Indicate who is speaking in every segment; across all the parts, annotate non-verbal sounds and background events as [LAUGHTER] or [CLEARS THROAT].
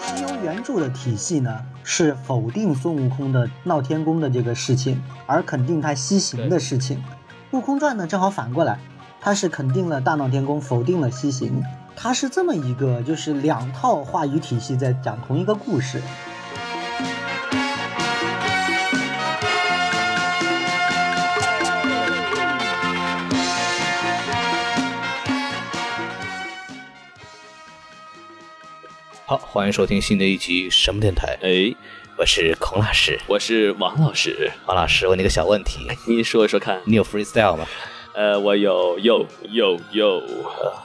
Speaker 1: 西游原著的体系呢，是否定孙悟空的闹天宫的这个事情，而肯定他西行的事情。《悟空传》呢，正好反过来，它是肯定了大闹天宫，否定了西行。它是这么一个，就是两套话语体系在讲同一个故事。
Speaker 2: 好，欢迎收听新的一集什么电台？
Speaker 3: 哎，
Speaker 2: 我是孔老师。
Speaker 3: 我是王老师，
Speaker 2: 王老师，我问你个小问题，
Speaker 3: 您说说看。
Speaker 2: 你有 freestyle 吗？
Speaker 3: 呃，我有有有有，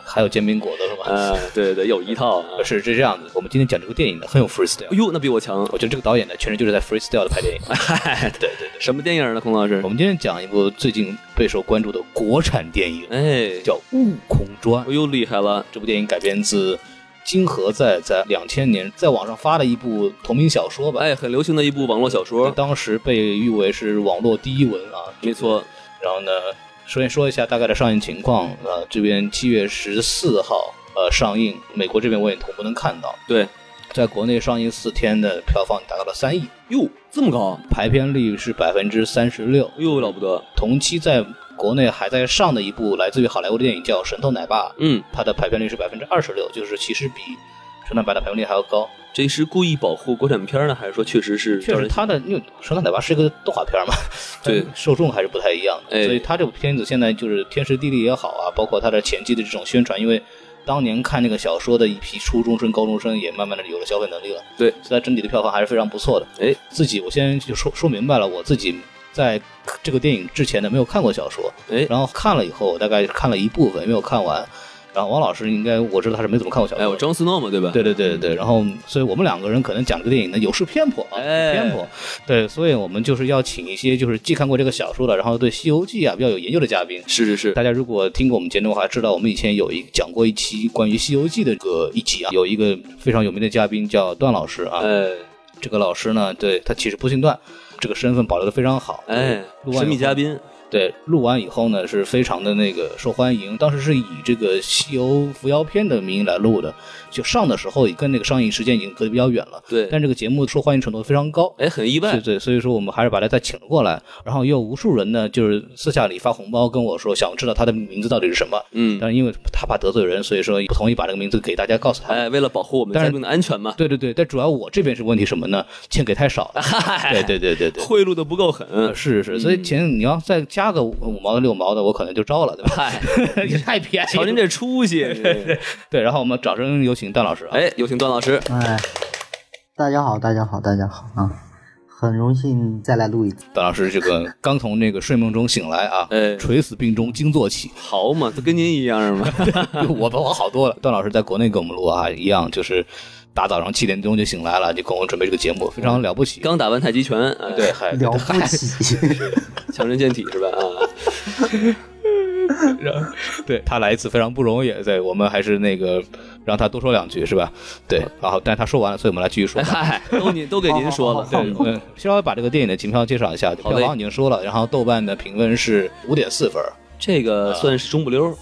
Speaker 2: 还有煎饼果子是吧？
Speaker 3: 啊，对对，有一套。啊
Speaker 2: 不是，是这样子。我们今天讲这部电影呢，很有 freestyle
Speaker 3: 哎。呦，那比我强。
Speaker 2: 我觉得这个导演呢，全程就是在 freestyle 的拍电影。
Speaker 3: 嗨，
Speaker 2: 对对对。
Speaker 3: 什么电影呢，孔老师
Speaker 2: 我？们今天讲一部最近备受关注的国产电影，
Speaker 3: 哎，
Speaker 2: 叫《悟空传》
Speaker 3: 哎。呦，厉害了。
Speaker 2: 这部电影改编自金河在在两千年在网上发了一部同名小说吧。
Speaker 3: 哎，很流行的一部网络小说。
Speaker 2: 当时被誉为是网络第一文啊，
Speaker 3: 没错，
Speaker 2: 然后呢，首先说一下大概的上映情况。呃，这边七月十四号呃上映，美国这边我也同步能看到，
Speaker 3: 对。
Speaker 2: 在国内上映四天的票房达到了三亿，
Speaker 3: 哟，哎这么高？
Speaker 2: 排片率是百分之三十六。
Speaker 3: 哎呦，了不得。
Speaker 2: 同期在国内还在上的一部来自于好莱坞的电影叫《神偷奶爸》，
Speaker 3: 嗯，
Speaker 2: 它的排片率是百分之二十六，就是其实比《神偷奶爸》的排片率还要高。
Speaker 3: 这是故意保护国产片呢，还是说确实是
Speaker 2: 确
Speaker 3: 让
Speaker 2: 实，
Speaker 3: 人？
Speaker 2: 它的因为《神探奶爸》是一个动画片
Speaker 3: [LAUGHS]
Speaker 2: 嘛，
Speaker 3: 对
Speaker 2: 嗯受众还是不太一样的，
Speaker 3: 哎
Speaker 2: 所以它这部片子现在就是天时地利也好啊，包括它的前期的这种宣传，因为当年看那个小说的一批初中生、高中生也慢慢的有了消费能力了，
Speaker 3: 对
Speaker 2: 所以它整体的票房还是非常不错的。
Speaker 3: 哎，
Speaker 2: 自己我先就说说明白了，我自己在这个电影之前呢没有看过小说，
Speaker 3: 哎，
Speaker 2: 然后看了以后，我大概看了一部分，也没有看完。然后王老师应该我知道他是没怎么看过小说的，
Speaker 3: 哎，我张思诺嘛，对
Speaker 2: [LAUGHS]
Speaker 3: 吧？
Speaker 2: 对对对对对，然后所以我们两个人可能讲这个电影呢有失偏颇啊，有
Speaker 3: 哎
Speaker 2: 失偏颇。对，所以我们就是要请一些就是既看过这个小说的，然后对《西游记啊》比较有研究的嘉宾。
Speaker 3: 是是是
Speaker 2: 大。家如果听过我们节目的话，知道我们以前有一讲过一期关于《西游记》的这个一集啊，有一个非常有名的嘉宾叫段老师啊。
Speaker 3: 哎
Speaker 2: 这个老师呢，对他其实不姓段，这个身份保留的非常好。
Speaker 3: 哎，
Speaker 2: 呃录完
Speaker 3: 神秘
Speaker 2: 以后
Speaker 3: 嘉宾。
Speaker 2: 对，录完以后呢，是非常的那个受欢迎。当时是以这个《西游伏妖篇》的名义来录的，就上的时候也跟那个上映时间已经隔得比较远了，
Speaker 3: 对。
Speaker 2: 但这个节目受欢迎程度非常高。
Speaker 3: 哎，很意
Speaker 2: 对
Speaker 3: 外。
Speaker 2: 对，所以说我们还是把他再请了过来，然后也有无数人呢，就是私下里发红包跟我说，想知道他的名字到底是什么。
Speaker 3: 嗯。
Speaker 2: 但是因为他怕得罪人，所以说不同意把这个名字给大家告诉他。
Speaker 3: 哎，为了保护我们
Speaker 2: 但是
Speaker 3: 嘉宾的安全嘛。
Speaker 2: 对对对，但主要我这边是问题什么呢？钱给太少了。
Speaker 3: [LAUGHS] 哎
Speaker 2: 对对嗯对对对，呃
Speaker 3: 贿赂的不够狠。
Speaker 2: 是是，
Speaker 3: 嗯
Speaker 2: 所以钱你要再加个五五毛的六毛的，我可能就招了，对吧？
Speaker 3: 嗨，
Speaker 2: [LAUGHS] 也太便宜了。
Speaker 3: 瞧您这出息！
Speaker 2: 对，然后我们掌声有请段老师啊。
Speaker 3: 哎，有请段老师。
Speaker 1: 哎，大家好，大家好，大家好啊！很荣幸再来录一次。
Speaker 2: 段老师这个刚从那个睡梦中醒来啊，
Speaker 3: 哎
Speaker 2: 垂死病中惊坐
Speaker 3: [LAUGHS]
Speaker 2: 起，
Speaker 3: 好嘛，都跟您一样嘛。
Speaker 2: 我比我好多了。段老师在国内跟我们录啊，一样就是大早上七点钟就醒来了，就跟我们准备这个节目，非常了不起。
Speaker 3: 刚打完太极拳，哎
Speaker 2: 对，，还
Speaker 1: 了不
Speaker 2: [LAUGHS]
Speaker 1: 起，
Speaker 3: 强身健体是吧？啊，
Speaker 2: 对他来一次非常不容易，对我们还是那个让他多说两句是吧？对，然后但是他说完了，所以我们来继续说
Speaker 3: 哎。 [LAUGHS] 嗨，都您都给您说了，
Speaker 2: 对，我们稍微把这个电影的情况介绍一下，
Speaker 3: 好
Speaker 2: 票
Speaker 3: 嘞
Speaker 2: 房已经说了，然后豆瓣的评分是五点四分，
Speaker 3: 这个
Speaker 2: 啊
Speaker 3: 算是中不溜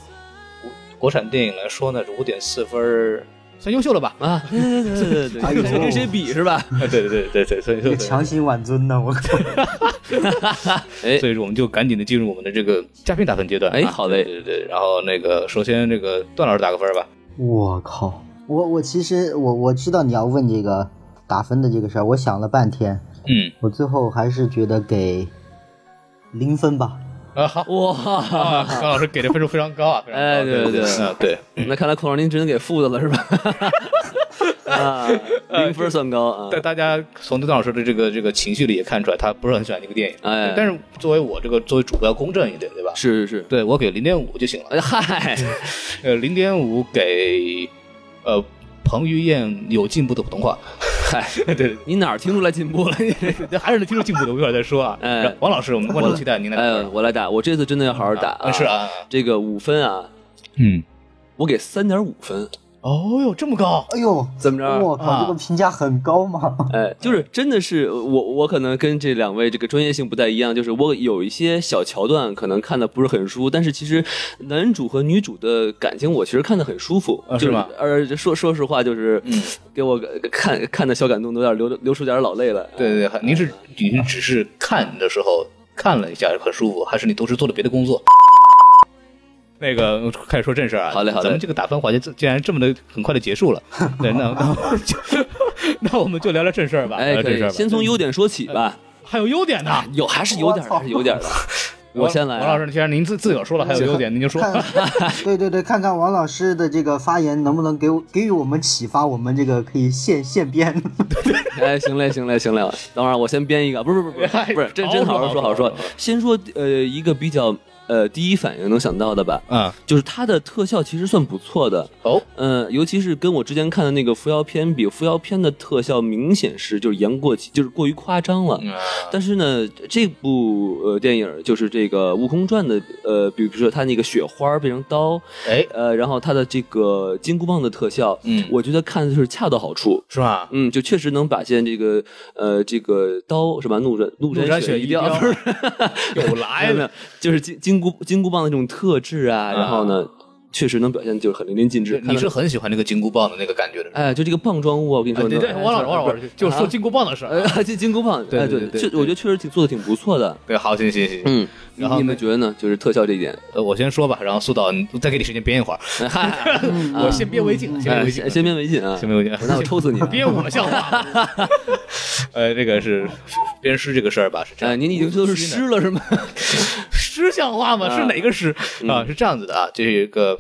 Speaker 2: 国产电影来说呢，五点四分儿算优秀了吧？
Speaker 3: 啊。对对对对对，
Speaker 1: 哎呦
Speaker 3: 看谁跟谁比是吧？
Speaker 2: [LAUGHS] 对啊对对对对，所以
Speaker 1: 这 [LAUGHS] 强行挽尊呢，我靠！
Speaker 3: 哎
Speaker 2: 所以说我们就赶紧的进入我们的这个嘉宾打分阶段。啊
Speaker 3: 哎好嘞
Speaker 2: 对对对。然后那个，首先这个段老师打个分吧。
Speaker 1: 我靠！我我其实我我知道你要问这个打分的这个事儿，我想了半天，
Speaker 2: 嗯，
Speaker 1: 我最后还是觉得给零分吧。
Speaker 2: 啊，好
Speaker 3: 哇，
Speaker 2: 啊，高老师给的分数非常高啊，非常高
Speaker 3: 哎对
Speaker 2: 对
Speaker 3: 对对
Speaker 2: 啊对，
Speaker 3: 那看来孔老师您只能给负的了是
Speaker 2: [LAUGHS]
Speaker 3: 吧？啊，零分算高啊
Speaker 2: 但。大家从邓老师的这个这个情绪里也看出来，他不是很喜欢这个电影。
Speaker 3: 哎
Speaker 2: 但是作为我这个作为主播要公正一点，对吧？
Speaker 3: 是是是，
Speaker 2: 对我给零点五就行了。
Speaker 3: 哎嗨，
Speaker 2: 呃，零点五给呃彭于晏有进步的普通话。
Speaker 3: 嗨，
Speaker 2: [LAUGHS] 对对
Speaker 3: [LAUGHS] 你哪儿听出来
Speaker 2: [LAUGHS]
Speaker 3: 进步了？你这
Speaker 2: 对，还是得听出进步的，我一会儿再说啊。
Speaker 3: 哎
Speaker 2: 然后王老师，我们观众期待您来打分。
Speaker 3: 哎，我来打，我这次真的要好好打
Speaker 2: 啊是啊，
Speaker 3: 这个五分啊，
Speaker 2: 嗯，
Speaker 3: 我给三点五分，
Speaker 2: 哦哟，这么高，
Speaker 1: 哎呦，
Speaker 3: 怎么着？啊
Speaker 1: 我靠，这个评价很高嘛！
Speaker 3: 哎，就是真的是我，我可能跟这两位这个专业性不太一样，就是我有一些小桥段可能看的不是很舒服，但是其实男主和女主的感情我其实看的很舒服，
Speaker 2: 啊
Speaker 3: 就是
Speaker 2: 吗嗯
Speaker 3: 而说说实话，就是给我看看的小感动都有点流流出点老泪来。
Speaker 2: 对对对，您是您只是看的时候看了一下很舒服，还是你同时做了别的工作？ [LAUGHS] 那个开始说正事儿啊，
Speaker 3: 好嘞好嘞
Speaker 2: 咱们这个打分环节这竟然这么的很快的结 [LAUGHS] 束了，对，那那我们就 [LAUGHS] 那我们就聊聊正事儿吧，
Speaker 3: 哎，
Speaker 2: 聊聊
Speaker 3: 可
Speaker 2: 啊正事儿
Speaker 3: 以
Speaker 2: 吧，
Speaker 3: 先从优点说起吧，
Speaker 2: 还有优点呢。
Speaker 3: 有还是有点儿，
Speaker 1: 我操
Speaker 3: 还是有点儿的。我先来啊，
Speaker 2: 王老师，既然您自自个儿说了还有优点，您就 [LAUGHS] 说。
Speaker 1: 看，对对对，看看王老师的这个发言能不能给我给予我们启发，我们这个可以现现编。 [LAUGHS]
Speaker 3: 哎，行嘞，行嘞，行嘞，等会儿我先编一个，不是，不是，不
Speaker 2: 哎
Speaker 3: 是，不是，真真好
Speaker 2: 好
Speaker 3: 好说，
Speaker 2: 好
Speaker 3: 好
Speaker 2: 说
Speaker 3: 说
Speaker 2: 好说。
Speaker 3: 先说呃一个比较呃第一反应能想到的吧，
Speaker 2: 啊，
Speaker 3: 就是它的特效其实算不错的，
Speaker 2: 哦，
Speaker 3: 嗯，尤其是跟我之前看的那个《扶摇篇》比，《扶摇篇》的特效明显是就是言过其就是过于夸张
Speaker 2: 嗯
Speaker 3: 了。但是呢，这部呃电影就是这个《悟空传》的呃，比如说它那个雪花变成刀，
Speaker 2: 哎，
Speaker 3: 呃，然后它的这个金箍棒的特效，
Speaker 2: 嗯
Speaker 3: 我觉得看的就是恰到好处。
Speaker 2: 是吧？
Speaker 3: 嗯，就确实能把现这个呃这个刀是吧？怒斩怒
Speaker 2: 怒斩
Speaker 3: 斩
Speaker 2: 雪
Speaker 3: 一
Speaker 2: 一雕
Speaker 3: 不是 [LAUGHS]
Speaker 2: 有来
Speaker 3: 没有没有
Speaker 2: 了，
Speaker 3: 就是金金箍金箍棒的这种特质啊，
Speaker 2: 啊
Speaker 3: 然后呢，确实能表现就是很淋漓尽致。看
Speaker 2: 你
Speaker 3: 得
Speaker 2: 是很喜欢那个金箍棒的那个感觉的，
Speaker 3: 哎，就这个棒状物啊，我跟你
Speaker 2: 对
Speaker 3: 说，
Speaker 2: 对，
Speaker 3: 能
Speaker 2: 王老师，王老
Speaker 3: 不
Speaker 2: 师
Speaker 3: 是
Speaker 2: 就说
Speaker 3: 啊
Speaker 2: 金箍棒的事儿。
Speaker 3: 呃， [LAUGHS] 金金箍棒，
Speaker 2: 对
Speaker 3: 哎，
Speaker 2: 对
Speaker 3: 对，
Speaker 2: 对
Speaker 3: 确
Speaker 2: 对
Speaker 3: 我觉得确实挺做的挺不错的。
Speaker 2: 对，好，行行行，
Speaker 3: 嗯，
Speaker 2: 然后
Speaker 3: 你
Speaker 2: 呢
Speaker 3: 们觉得呢？就是特效这一点，
Speaker 2: 呃，我先说吧，然后苏导你再给你时间编一会
Speaker 3: [LAUGHS]
Speaker 2: 儿， [LAUGHS]
Speaker 3: 嗨，
Speaker 2: 我先编为敬，先编
Speaker 3: 嗯哎
Speaker 2: 为敬，
Speaker 3: 先先编为敬啊，
Speaker 2: 先编为敬，
Speaker 3: 那我抽死
Speaker 2: [LAUGHS]
Speaker 3: 你啊！
Speaker 2: 编我像
Speaker 3: [LAUGHS]
Speaker 2: 话吗。呃，这个是编诗这个事儿吧，是这
Speaker 3: 哎，
Speaker 2: [LAUGHS] 样。
Speaker 3: 您已经都是
Speaker 2: 虚呢
Speaker 3: 湿
Speaker 2: [LAUGHS]
Speaker 3: 了是吗？
Speaker 2: 诗像话吗？
Speaker 3: 啊
Speaker 2: 是哪个诗啊？是这样子的啊，这个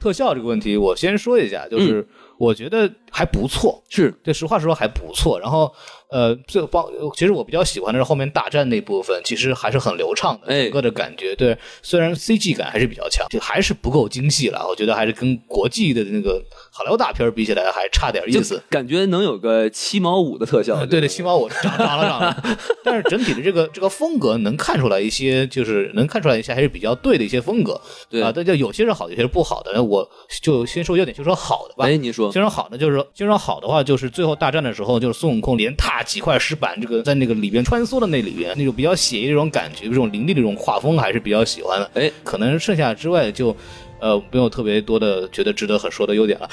Speaker 2: 特效这个问题，我先说一下，
Speaker 3: 嗯
Speaker 2: 就是我觉得还不错，
Speaker 3: 是，
Speaker 2: 对，实话实说还不错。然后，呃，最后包，其实我比较喜欢的是后面大战那部分，其实还是很流畅的，
Speaker 3: 哎
Speaker 2: 整个的感觉。对，虽然 CG 感还是比较强，就还是不够精细了。我觉得还是跟国际的那个好莱坞大片儿比起来，还差点意
Speaker 3: 就
Speaker 2: 思。
Speaker 3: 感觉能有个七毛五的特效，
Speaker 2: 啊对对，起码我涨涨了涨了，但是整体的这个这个风格能看出来一些，就是能看出来一些还是比较对的一些风格。
Speaker 3: 对
Speaker 2: 啊，但就有些是好，有些是不好的。那我就先说优点，就说好的吧。
Speaker 3: 哎，你说
Speaker 2: 先说好 [LAUGHS] 的，就是说先说好的话，就是最后大战的时候，就是孙悟空连踏几块石板，这个在那个里边穿梭的那里边，那种比较写意这种感觉，这种凌厉的这种画风还是比较喜欢的。
Speaker 3: 哎，
Speaker 2: 可能剩下之外就。呃，没有特别多的觉得值得很说的优点了。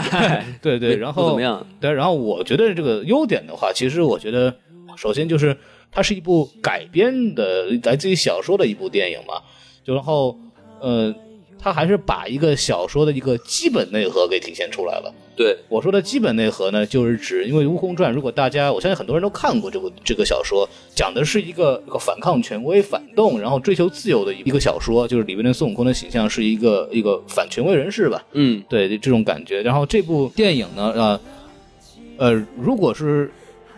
Speaker 3: [LAUGHS]
Speaker 2: 对对，
Speaker 3: 哎不
Speaker 2: 然后
Speaker 3: 怎么样？
Speaker 2: 对，然后我觉得这个优点的话，其实我觉得首先就是它是一部改编的来自于小说的一部电影嘛，就然后呃，它还是把一个小说的一个基本内核给体现出来了。
Speaker 3: 对，
Speaker 2: 我说的基本内核呢，就是指，因为《悟空传》，如果大家我相信很多人都看过这部这个小说，讲的是一个一个反抗权威、反动，然后追求自由的一个小说，就是里面的孙悟空的形象是一个一个反权威人士吧，
Speaker 3: 嗯，
Speaker 2: 对这种感觉。然后这部电影呢，呃，呃，如果是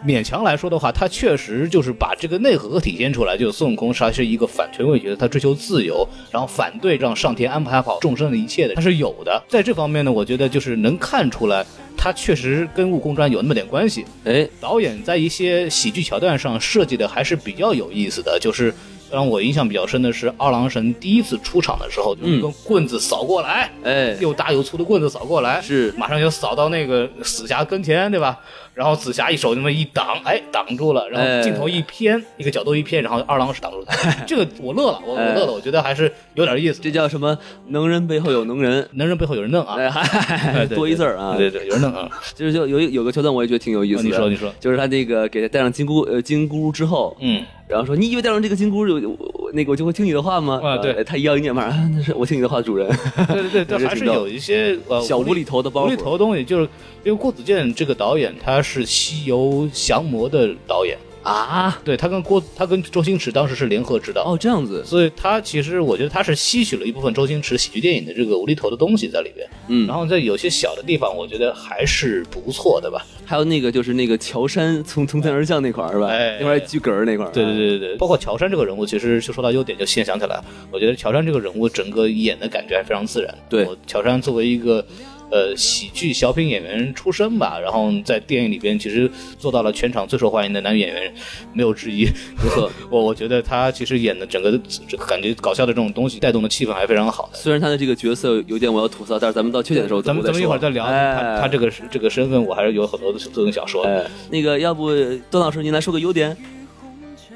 Speaker 2: 勉强来说的话，它确实就是把这个内核体现出来，就是孙悟空他是一个反权威角色，他追求自由，然后反对让上天安排好众生的一切的，他是有的。在这方面呢，我觉得就是能看出来，他确实跟《悟空传》有那么点关系。
Speaker 3: 哎，
Speaker 2: 导演在一些喜剧桥段上设计的还是比较有意思的，就是让我印象比较深的是二郎神第一次出场的时候，就是一根棍子扫过来，
Speaker 3: 哎，
Speaker 2: 又大又粗的棍子扫过来，
Speaker 3: 是
Speaker 2: 马上就扫到那个紫霞跟前，对吧？然后紫霞一手那么一挡，哎，挡住了，然
Speaker 3: 哎
Speaker 2: 后镜头一偏，一个角度一偏，然后二郎是挡住
Speaker 3: [LAUGHS]
Speaker 2: 他。这个我乐了，我我乐了，我觉得还是有点意思。
Speaker 3: 哎这叫什么？能人背后有能人。
Speaker 2: 能人背后有人弄啊，
Speaker 3: [LAUGHS] 哎，嗨，
Speaker 2: 哎对
Speaker 3: 多一字儿啊！
Speaker 2: 对对，有人弄
Speaker 3: [LAUGHS]
Speaker 2: 啊。
Speaker 3: 就是就有一有个桥段，我也觉得挺有意思的。
Speaker 2: 你说你说
Speaker 3: 就是他那个给他戴上金箍呃金箍之后，
Speaker 2: 嗯，
Speaker 3: 然后说你以为戴上这个金箍就我我那个我就会听你的话吗？
Speaker 2: 啊对
Speaker 3: 呃他一摇一念马上，啊那是我听你的话，主
Speaker 2: [LAUGHS]
Speaker 3: 人。 [LAUGHS]
Speaker 2: 对对对，还是有一些呃
Speaker 3: 小无厘头的包
Speaker 2: 无厘
Speaker 3: 袱
Speaker 2: 头的东西，就是因为郭子健这个导演他是《西游降魔》的导演，
Speaker 3: 啊，
Speaker 2: 对他跟郭他跟周星驰当时是联合执导，
Speaker 3: 哦，这样子，
Speaker 2: 所以他其实我觉得他是吸取了一部分周星驰喜剧电影的这个无厘头的东西在里边，
Speaker 3: 嗯，
Speaker 2: 然后在有些小的地方，我觉得还是不错的吧。
Speaker 3: 还有那个就是那个乔杉从从天而降那块儿是吧？
Speaker 2: 哎
Speaker 3: 那块儿巨哏儿那块儿，啊
Speaker 2: 对对对对对，包括乔杉这个人物，其实就说到优点，就现在想起来了，我觉得乔杉这个人物整个演的感觉还非常自然。
Speaker 3: 对
Speaker 2: 我乔杉作为一个呃喜剧小品演员出身吧，然后在电影里边其实做到了全场最受欢迎的男演员，没有之一。
Speaker 3: 不错。
Speaker 2: [LAUGHS] 我我觉得他其实演的整个的这个感觉搞笑的这种东西带动的气氛还非常好的。
Speaker 3: 虽然他的这个角色有点我要吐槽，但是咱们到缺点的时候
Speaker 2: 咱们咱们一会儿再聊他、
Speaker 3: 哎、
Speaker 2: 他这个这个身份，我还是有很多的作用想说的。
Speaker 3: 哎，那个要不段老师您来说个优点，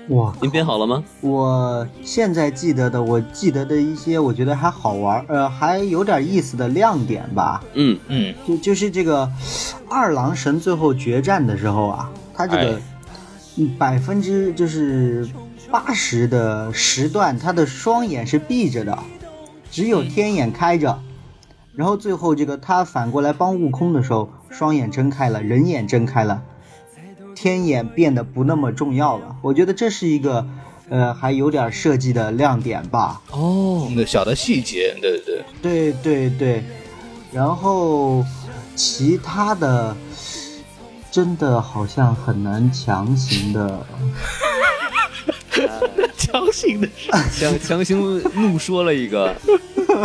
Speaker 1: 哇，
Speaker 3: 您编好了吗？
Speaker 1: 我现在记得的，我记得的一些，我觉得还好玩，呃，还有点意思的亮点吧。
Speaker 3: 嗯，
Speaker 2: 嗯，
Speaker 1: 就就是这个二郎神最后决战的时候啊，他这个
Speaker 2: 哎
Speaker 1: 百分之就是八十的时段，他的双眼是闭着的，只有天眼开着。然后最后这个他反过来帮悟空的时候，双眼睁开了，人眼睁开了，天眼变得不那么重要了。我觉得这是一个，呃，还有点设计的亮点吧。
Speaker 3: 哦，
Speaker 2: 那小的细节，对对对，
Speaker 1: 对对对，然后其他的真的好像很难强行的，
Speaker 2: 强行的
Speaker 3: 强强行怒说了一个，
Speaker 1: [LAUGHS]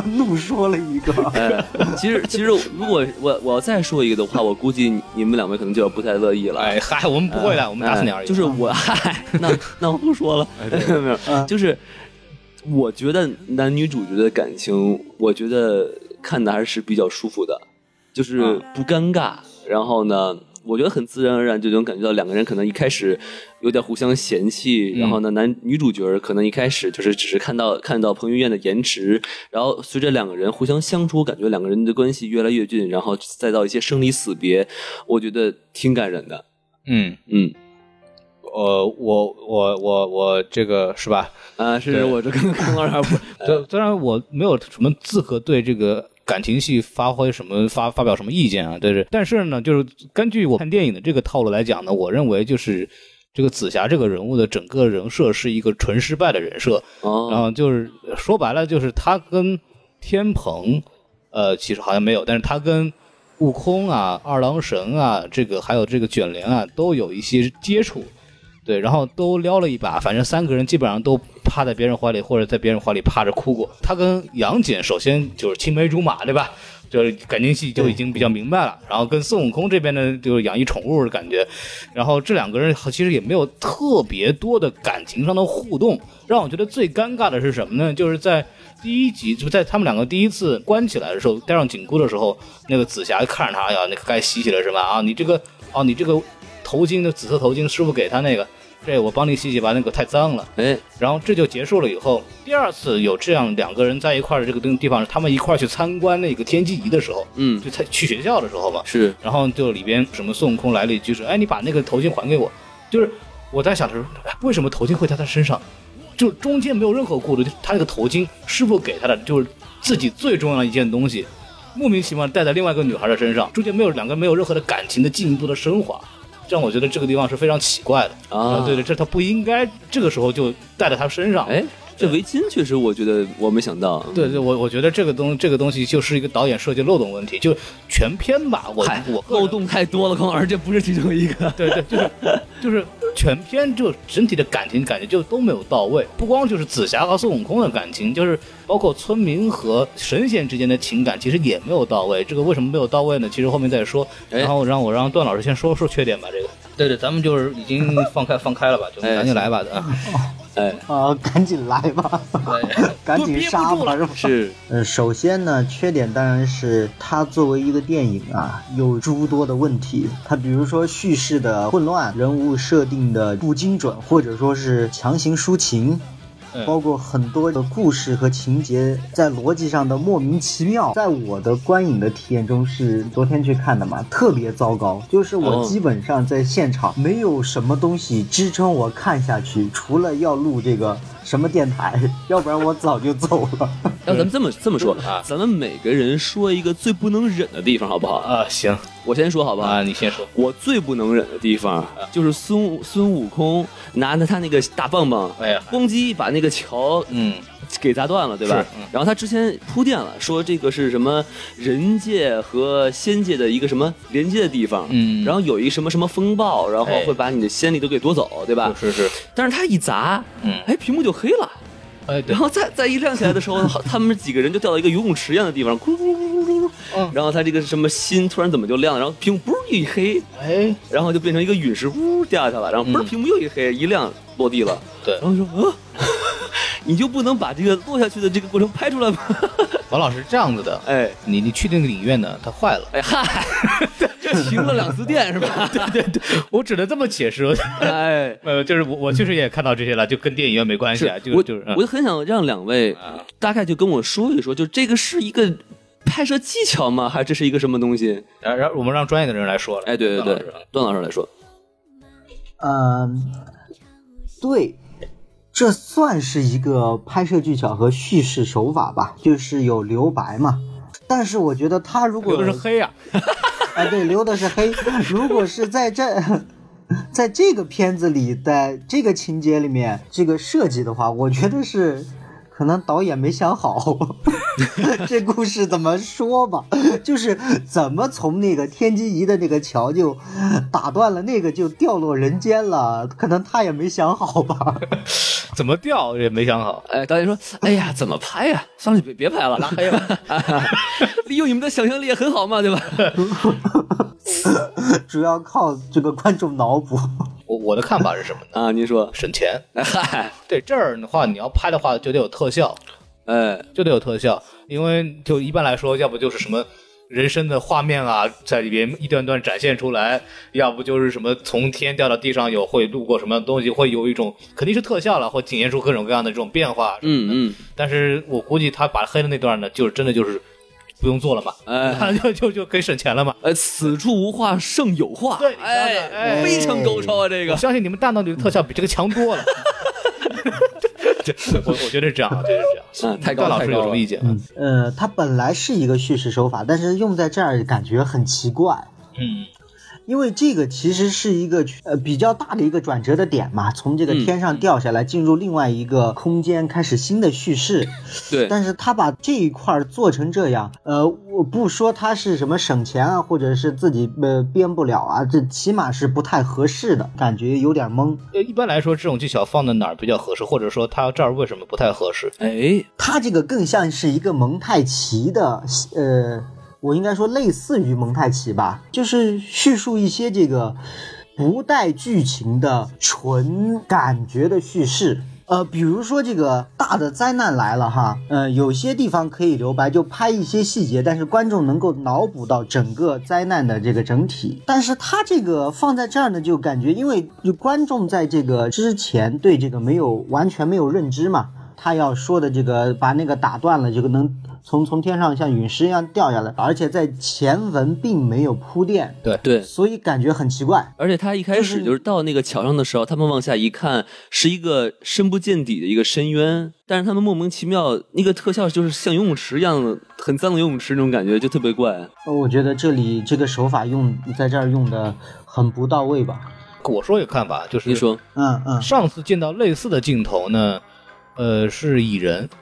Speaker 1: 怒说了一个。
Speaker 3: 哎，其实其实如果我我要再说一个的话，我估计你你们两位可能就要不太乐意了。
Speaker 2: 哎嗨，我们不会的，我们打死你而已。
Speaker 3: 哎
Speaker 2: 哎
Speaker 3: 就是我，嗨，那那我不说了，没有，就是我觉得男女主角的感情，我觉得看的还是比较舒服的，
Speaker 2: 嗯
Speaker 3: 就是不尴尬。然后呢，我觉得很自然而然就能感觉到两个人可能一开始有点互相嫌弃，
Speaker 2: 嗯
Speaker 3: 然后呢，男女主角可能一开始就是只是看到看到彭于晏的颜值，然后随着两个人互相相处，感觉两个人的关系越来越近，然后再到一些生离死别，我觉得挺感人的。
Speaker 2: 嗯，
Speaker 3: 嗯，
Speaker 2: 呃，我我我我这个是吧？
Speaker 3: 啊，
Speaker 2: 对
Speaker 3: 是我这跟跟老师
Speaker 2: [LAUGHS]
Speaker 3: 不，
Speaker 2: 虽虽然我没有什么资格对这个感情戏发挥什么发发表什么意见啊，但是但是呢，就是根据我看电影的这个套路来讲呢，我认为就是这个紫霞这个人物的整个人设是一个纯失败的人设，然
Speaker 3: 哦，
Speaker 2: 后就是说白了就是他跟天蓬，呃，其实好像没有，但是他跟悟空啊、二郎神啊，这个还有这个卷帘啊，都有一些接触，对，然后都撩了一把，反正三个人基本上都趴在别人怀里，或者在别人怀里趴着哭过。他跟杨戬首先就是青梅竹马，对吧？就是感情戏就已经比较明白了，然后跟孙悟空这边呢，就是养一宠物的感觉，然后这两个人其实也没有特别多的感情上的互动，让我觉得最尴尬的是什么呢？就是在第一集，就在他们两个第一次关起来的时候，戴上紧箍的时候，那个紫霞看着他，哎呀，那个该洗洗了是吧？啊，你这个，哦，你这个头巾的紫色头巾，师傅给他那个，这我帮你洗洗吧，那个太脏了。
Speaker 3: 哎，
Speaker 2: 然后这就结束了以后，第二次有这样两个人在一块儿的这个地地方，他们一块儿去参观那个天机仪的时候，
Speaker 3: 嗯，
Speaker 2: 就在去学校的时候嘛，
Speaker 3: 是，
Speaker 2: 然后就里边什么孙悟空来了一句是，哎，你把那个头巾还给我。就是我在想的时候，哎为什么头巾会在他身上？就中间没有任何顾虑，就是他那个头巾师傅给他的，就是自己最重要的一件东西，莫名其妙地戴在另外一个女孩的身上，中间没有两个没有任何的感情的进一步的升华。让我觉得这个地方是非常奇怪的
Speaker 3: 啊
Speaker 2: 对对，这他不应该这个时候就戴在他身上。
Speaker 3: 哎，这围巾确实我觉得我没想到，
Speaker 2: 对对，我我觉得这个东这个东西就是一个导演设计漏洞问题，就全片吧，我
Speaker 3: 嗨，
Speaker 2: 我个人
Speaker 3: 漏洞太多了，孔老师这不是其中一个，
Speaker 2: 对对，就是就是全片就整体的感情感觉就都没有到位，不光就是紫霞和孙悟空的感情，就是包括村民和神仙之间的情感，其实也没有到位。这个为什么没有到位呢？其实后面再说。
Speaker 3: 哎
Speaker 2: 然后让我让段老师先说说缺点吧，这个。对对，咱们就是已经放开 [LAUGHS] 放开了吧，就
Speaker 3: 哎
Speaker 2: 赶紧来吧啊。 [LAUGHS]
Speaker 3: 哎，
Speaker 1: [LAUGHS] 啊，赶紧来吧， [LAUGHS] 赶紧杀吧，是吧？
Speaker 3: 是，
Speaker 1: 呃，首先呢，缺点当然是它作为一个电影啊，有诸多的问题。它比如说叙事的混乱、人物设定的不精准，或者说是强行抒情
Speaker 2: 嗯，
Speaker 1: 包括很多的故事和情节在逻辑上的莫名其妙。在我的观影的体验中，是昨天去看的嘛，特别糟糕。就是
Speaker 3: 哦
Speaker 1: 我基本上在现场没有什么东西支撑我看下去，除了要录这个什么电台， [LAUGHS] 要不然我早就走了。
Speaker 3: 要咱们这么这么说
Speaker 2: 啊，
Speaker 3: 咱们每个人说一个最不能忍的地方，好不好？
Speaker 2: [LAUGHS] 啊，行
Speaker 3: 我先说好不好
Speaker 2: 啊，？你啊先说。
Speaker 3: 我最不能忍的地方就是孙悟孙悟空拿着他那个大棒棒，
Speaker 2: 哎呀，
Speaker 3: 咣叽把那个桥
Speaker 2: 嗯，
Speaker 3: 给砸断了，对吧
Speaker 2: 是？嗯
Speaker 3: 然后他之前铺垫了，说这个是什么人界和仙界的一个什么连接的地方，
Speaker 2: 嗯
Speaker 3: 然后有一个什么什么风暴，然后
Speaker 2: 哎
Speaker 3: 会把你的仙力都给夺走，对吧？
Speaker 2: 是是是，
Speaker 3: 但是他一砸，
Speaker 2: 嗯，
Speaker 3: 哎，屏幕就黑了。
Speaker 2: 哎，对
Speaker 3: 然，后再再一亮起来的时候， [LAUGHS] 好，他们几个人就掉到一个游泳池一样的地方，咕噜咕噜咕噜咕噜咕噜
Speaker 2: 嗯
Speaker 3: 然后他这个什么心突然怎么就亮了，然后屏幕嘣一黑，
Speaker 2: 哎，
Speaker 3: 然后就变成一个陨石呜掉下去了，然后嘣
Speaker 2: 嗯
Speaker 3: 屏幕又一黑一亮落地了，
Speaker 2: 对
Speaker 3: 然，后就说啊， [LAUGHS] 你就不能把这个落下去的这个过程拍出来吗？
Speaker 2: [LAUGHS] 王老师这样子的，
Speaker 3: 哎
Speaker 2: 你你去那个影院呢，它坏了。
Speaker 3: 哎嗨， [LAUGHS] 这停了两次电
Speaker 2: [LAUGHS]
Speaker 3: 是吧？对对对，
Speaker 2: 我只能这么解释。
Speaker 3: [LAUGHS]
Speaker 2: [LAUGHS]
Speaker 3: 哎。
Speaker 2: 呃，就是我我确实也看到这些了，就跟电影院没关系啊，就
Speaker 3: 我
Speaker 2: 就是啊
Speaker 3: 我很想让两位大概就跟我说一说，就这个是一个拍摄技巧吗？还是这是一个什么东西？
Speaker 2: 然呃后然后我们让专业的人来说了。
Speaker 3: 哎，对对
Speaker 2: 段老师 [LAUGHS]
Speaker 3: 对
Speaker 2: 啊，
Speaker 3: 段老师来说，
Speaker 1: 嗯，对，这算是一个拍摄技巧和叙事手法吧，就是有留白嘛。但是我觉得他如果
Speaker 2: 有的是黑呀，
Speaker 1: 啊，对，留的是黑。如果是在这，在这个片子里，在这个情节里面，这个设计的话，我觉得是可能导演没想好， [LAUGHS] 这故事怎么说吧，就是怎么从那个天机仪的那个桥就打断了，那个就掉落人间了，可能他也没想好吧。 [LAUGHS]
Speaker 2: 怎么掉也没想好。
Speaker 3: 哎，导
Speaker 2: [LAUGHS]
Speaker 3: 演说，哎呀，怎么拍呀？算了，别别拍了，拉黑了。 [LAUGHS] 利用你们的想象力也很好嘛，对
Speaker 2: [LAUGHS]
Speaker 3: 吧？
Speaker 1: 主要靠这个观众脑补。
Speaker 2: 我我的看法是什么呢？
Speaker 3: 啊，您说，
Speaker 2: 省钱。
Speaker 3: 嗨，
Speaker 2: 对这儿的话，你要拍的话就得有特效，
Speaker 3: 哎，
Speaker 2: 就得有特效，因为就一般来说，要不就是什么。人生的画面啊，在里边一段段展现出来，要不就是什么从天掉到地上有，会路过什么样的东西，会有一种肯定是特效了，会体现出各种各样的这种变化。
Speaker 3: 嗯
Speaker 2: 但是我估计他把黑的那段呢，就是真的就是不用做了嘛，
Speaker 3: 嗯，哎，
Speaker 2: 他 [LAUGHS] 就就就可以省钱了嘛。
Speaker 3: 呃，此处无话胜有话，
Speaker 2: 对你看看
Speaker 3: 哎，
Speaker 2: 哎
Speaker 3: 非常高超啊，这
Speaker 2: 我
Speaker 3: 个。
Speaker 2: 相信你们大脑里的特效比这个强多了。 [LAUGHS] 这我我觉得是这样，我觉得是这样。
Speaker 3: 嗯，太高
Speaker 2: 段
Speaker 3: 了，
Speaker 2: 老
Speaker 3: 太
Speaker 2: 师
Speaker 3: 高
Speaker 2: 有什
Speaker 3: 了嗯
Speaker 2: 么意见吗？
Speaker 1: 呃，它本来是一个叙事手法，但是用在这儿感觉很奇怪。
Speaker 2: 嗯，
Speaker 1: 因为这个其实是一个呃比较大的一个转折的点嘛，从这个天上掉下来，进入另外一个空间，开始新的叙事。
Speaker 3: 对，
Speaker 1: 但是他把这一块儿做成这样，呃，我不说他是什么省钱啊，或者是自己呃编不了啊，这起码是不太合适的，感觉有点懵。
Speaker 2: 呃一般来说，这种技巧放在哪儿比较合适，或者说它这儿为什么不太合适？
Speaker 3: 哎，
Speaker 1: 他这个更像是一个蒙太奇的，呃，我应该说类似于蒙太奇吧，就是叙述一些这个不带剧情的纯感觉的叙事。呃，比如说这个大的灾难来了哈，呃，有些地方可以留白，就拍一些细节，但是观众能够脑补到整个灾难的这个整体。但是他这个放在这儿呢，就感觉因为就观众在这个之前对这个没有完全没有认知嘛，他要说的这个把那个打断了，这个能从从天上像陨石一样掉下来，而且在前文并没有铺垫，
Speaker 3: 对，
Speaker 1: 所以感觉很奇怪。
Speaker 3: 而且他一开始就是到那个桥上的时候，他们往下一看，是一个深不见底的一个深渊，但是他们莫名其妙那个特效就是像游泳池一样的，很脏的游泳池那种感觉，就特别怪。
Speaker 1: 呃我觉得这里这个手法用在这儿用的很不到位吧。
Speaker 2: 我说一个看法，就是
Speaker 3: 你说，
Speaker 1: 嗯嗯，
Speaker 2: 上次见到类似的镜头呢，呃，是蚁人，呃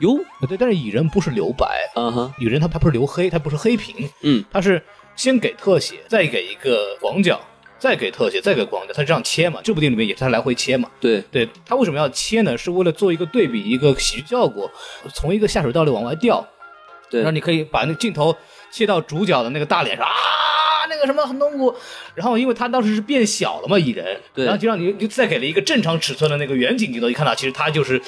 Speaker 3: 哟，
Speaker 2: 对，但是蚁人不是留白，
Speaker 3: 啊哈，
Speaker 2: 蚁人他他不是留黑，他不是黑屏，
Speaker 3: 嗯，
Speaker 2: 他是先给特写，再给一个广角，再给特写，再给广角，他这样切嘛。这部电影里面也是他来回切嘛。
Speaker 3: 对，
Speaker 2: 对他为什么要切呢？是为了做一个对比，一个喜剧效果，从一个下水道里往外掉，
Speaker 3: 对
Speaker 2: 然后，你可以把那镜头切到主角的那个大脸上啊，那个什么很痛苦。然后因为他当时是变小了嘛，蚁人，
Speaker 3: 对
Speaker 2: 然后就让你就再给了一个正常尺寸的那个远景镜头，一看到其实他就是。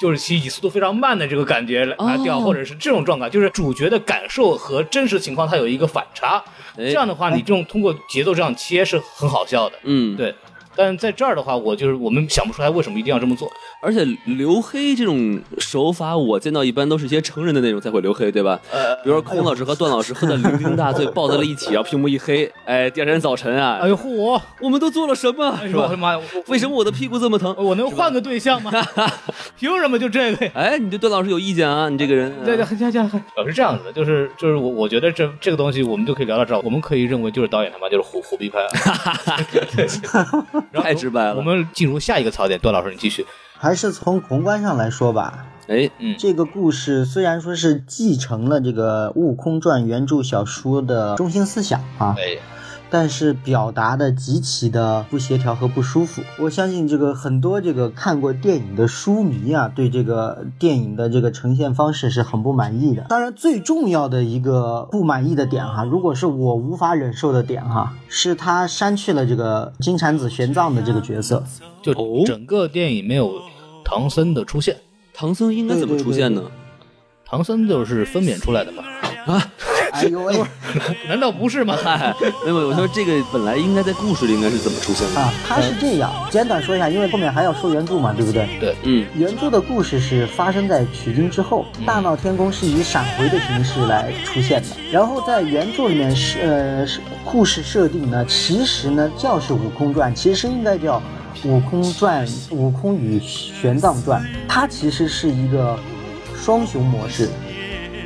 Speaker 2: 就是其实以速度非常慢的这个感觉来拿掉，
Speaker 3: 哦
Speaker 2: 或者是这种状态，就是主角的感受和真实情况它有一个反差。
Speaker 3: 哎
Speaker 2: 这样的话，你这种通过节奏这样切是很好笑的。
Speaker 3: 嗯，
Speaker 2: 对，但在这儿的话，我就是我们想不出来为什么一定要这么做。
Speaker 3: 而且留黑这种手法，我见到一般都是一些成人的内容才会留黑，对吧？
Speaker 2: 呃
Speaker 3: 比如说孔老师和段老师喝的酩酊
Speaker 2: [LAUGHS]
Speaker 3: 大醉，抱在了一起，然后屏幕一黑，哎，第二天早晨啊，
Speaker 2: 哎呦嚯！
Speaker 3: 我们都做了什么？
Speaker 2: 哎
Speaker 3: 是
Speaker 2: 呦我
Speaker 3: 吧
Speaker 2: 的？妈呀！我
Speaker 3: 为什么我的屁股这么疼？
Speaker 2: 我能换个对 [LAUGHS] 象吗？凭什么就这个呀？
Speaker 3: 哎，你对段老师有意见啊？你这个人，
Speaker 2: 对对，这样老呃是这样子的，就是就是我我觉得这这个东西我们就可以聊到这儿，我们可以认为就是导演他妈就是胡胡逼拍、
Speaker 3: [LAUGHS]
Speaker 2: 啊，然后
Speaker 3: 太直白了
Speaker 2: 我们进入下一个槽点，段老师你继续。
Speaker 1: 还是从宏观上来说吧，
Speaker 3: 哎，
Speaker 1: 这个故事虽然说是继承了这个《悟空传》原著小说的中心思想啊，
Speaker 2: 哎，
Speaker 1: 但是表达的极其的不协调和不舒服。我相信这个很多这个看过电影的书迷啊，对这个电影的这个呈现方式是很不满意的。当然，最重要的一个不满意的点哈、如果是我无法忍受的点哈、是他删去了这个金蝉子玄奘的这个角色。
Speaker 2: 就
Speaker 3: 哦
Speaker 2: 整个电影没有唐僧的出现，
Speaker 3: 唐僧应该怎么出现呢？
Speaker 2: 唐僧就是分娩出来的嘛？
Speaker 1: 哎呦喂！
Speaker 2: 难道不
Speaker 3: [LAUGHS]
Speaker 2: 是吗？
Speaker 3: 嗨，没有，我说这个本来应该在故事里应该是怎么出现的？
Speaker 1: 啊，他是这样，简短说一下，因为后面还要说原著嘛，对不对？
Speaker 2: 对，
Speaker 3: 嗯，
Speaker 1: 原著的故事是发生在取经之后，大闹天宫是以闪回的形式来出现的。然后在原著里面是呃是故事设定呢，其实呢叫是《悟空传》，其实应该叫《悟空传》《悟空与玄奘传》，它其实是一个双雄模式。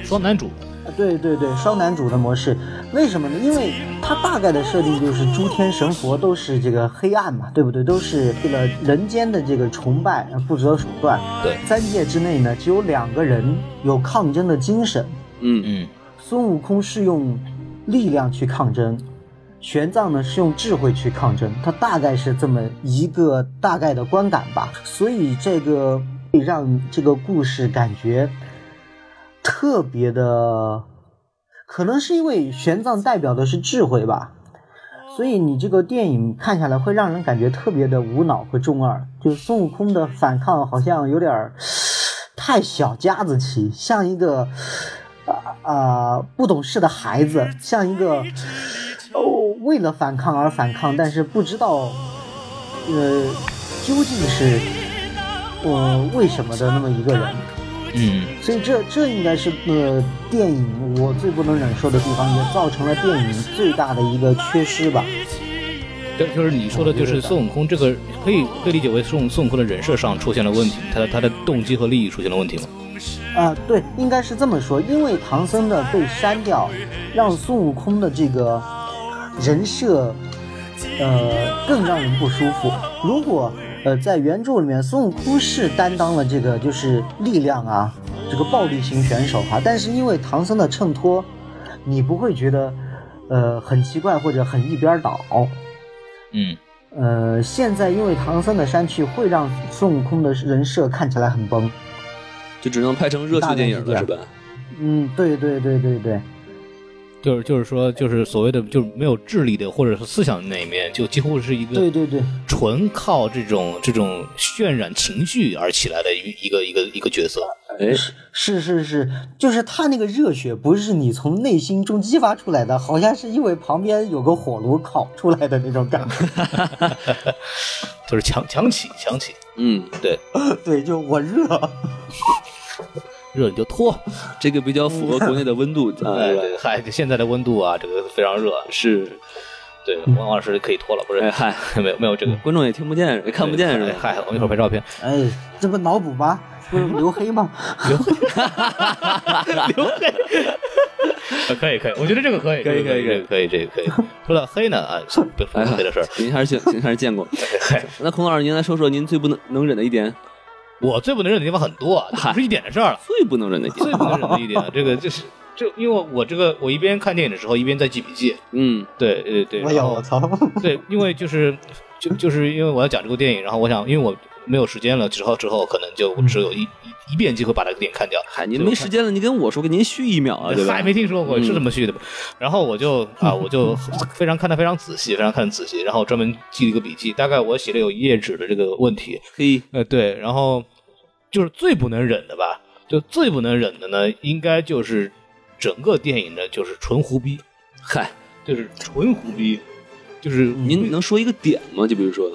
Speaker 2: 双男主
Speaker 1: 对对对，双男主的模式，为什么呢？因为它大概的设定就是诸天神佛都是这个黑暗嘛，对不对？都是为了人间的这个崇拜而不择手段。
Speaker 2: 对，
Speaker 1: 三界之内呢，只有两个人有抗争的精神。
Speaker 3: 嗯，
Speaker 2: 嗯，
Speaker 1: 孙悟空是用力量去抗争，玄奘呢是用智慧去抗争，他大概是这么一个大概的观感吧。所以这个会让这个故事感觉特别的，可能是因为玄奘代表的是智慧吧。所以你这个电影看下来会让人感觉特别的无脑和中二，就是孙悟空的反抗好像有点儿太小家子气，像一个啊、呃不懂事的孩子，像一个哦为了反抗而反抗，但是不知道呃究竟是呃为什么的那么一个人。
Speaker 2: 嗯，
Speaker 1: 所以这这应该是呃电影我最不能忍受的地方，也造成了电影最大的一个缺失吧。
Speaker 2: 对，就是你说的，就是孙悟空这个可以可以理解为孙孙悟空的人设上出现了问题，他的他的动机和利益出现了问题吗？
Speaker 1: 啊、对，应该是这么说，因为唐僧的被删掉，让孙悟空的这个人设，呃，更让人不舒服。如果呃在原著里面，孙悟空是担当了这个就是力量啊，这个暴力型选手哈、但是因为唐僧的衬托，你不会觉得呃很奇怪或者很一边倒。
Speaker 2: 嗯，
Speaker 1: 呃，现在因为唐僧的删去，会让孙悟空的人设看起来很崩。
Speaker 3: 就只能拍成热血电影了，是吧？
Speaker 1: 嗯，对对对对对。
Speaker 2: 就是就是说，就是所谓的就是没有智力的或者是思想的那一面，就几乎是一个
Speaker 1: 对对对，
Speaker 2: 纯靠这种这种渲染情绪而起来的一个一个一个一个角色。
Speaker 3: 哎，
Speaker 1: 是是是，就是他那个热血不是你从内心中激发出来的，好像是因为旁边有个火炉烤出来的那种感觉。 [LAUGHS]
Speaker 2: 就是强强起强起，
Speaker 3: 嗯，
Speaker 2: 对，
Speaker 1: 对，就我热。
Speaker 2: 热你就脱，
Speaker 3: 这个比较符合国内的温
Speaker 2: [LAUGHS]
Speaker 3: 度啊，
Speaker 2: 哎，
Speaker 3: 是吧
Speaker 2: 对嗨，现在的温度啊，这个非常热，
Speaker 3: 是，
Speaker 2: 对，王老师可以脱了，不是
Speaker 3: 哎？嗨，
Speaker 2: [LAUGHS] 没有没有这个
Speaker 3: 观众也听不见，也看不见
Speaker 2: 对哎
Speaker 3: 是吧？
Speaker 2: 嗨，我们一会儿拍照片，
Speaker 1: 哎，这不脑补吗？哎不是刘黑吗？
Speaker 2: [LAUGHS] 呃可以可以，我觉得这个可以，
Speaker 3: 可以
Speaker 2: 这个可以这个可以，这个可以。 [LAUGHS] 说到黑呢啊，不不
Speaker 3: 哎
Speaker 2: 黑的事儿，
Speaker 3: 您还是见，您还是见过。那孔老师，您来说说您最不能能忍的一点，
Speaker 2: [LAUGHS] 我最不能忍的地方很多，啊，这不是一点的事儿了，
Speaker 3: 最不能忍的一点
Speaker 2: 最，不能忍的一点，啊这个就是就因为我这个我一边看电影的时候一边在记笔记，
Speaker 3: 嗯，
Speaker 2: 对对对，
Speaker 1: 我
Speaker 2: 然
Speaker 1: 有，
Speaker 2: 后
Speaker 1: 哎我操！
Speaker 2: 对，因为就是就就是因为我要讲这部电影，然后我想，因为我没有时间了，之后之后可能就只有一、一一遍机会把这个电影看掉。
Speaker 3: 嗨，您没时间了，您跟我说，给您续
Speaker 2: [LAUGHS]
Speaker 3: 一秒啊，对吧
Speaker 2: 还？没听说过
Speaker 3: 嗯
Speaker 2: 是这么续的吧？然后我就啊，我就非常看的非常仔细，非常看的仔细，然后专门记了一个笔记，大概我写了有一页纸的这个问题。
Speaker 3: 嘿，
Speaker 2: 呃，对，然后就是最不能忍的吧，就最不能忍的呢，应该就是整个电影的就是纯胡逼，
Speaker 3: 嗨，
Speaker 2: 就是纯胡逼，就是
Speaker 3: 您能说一个点吗？就比如说，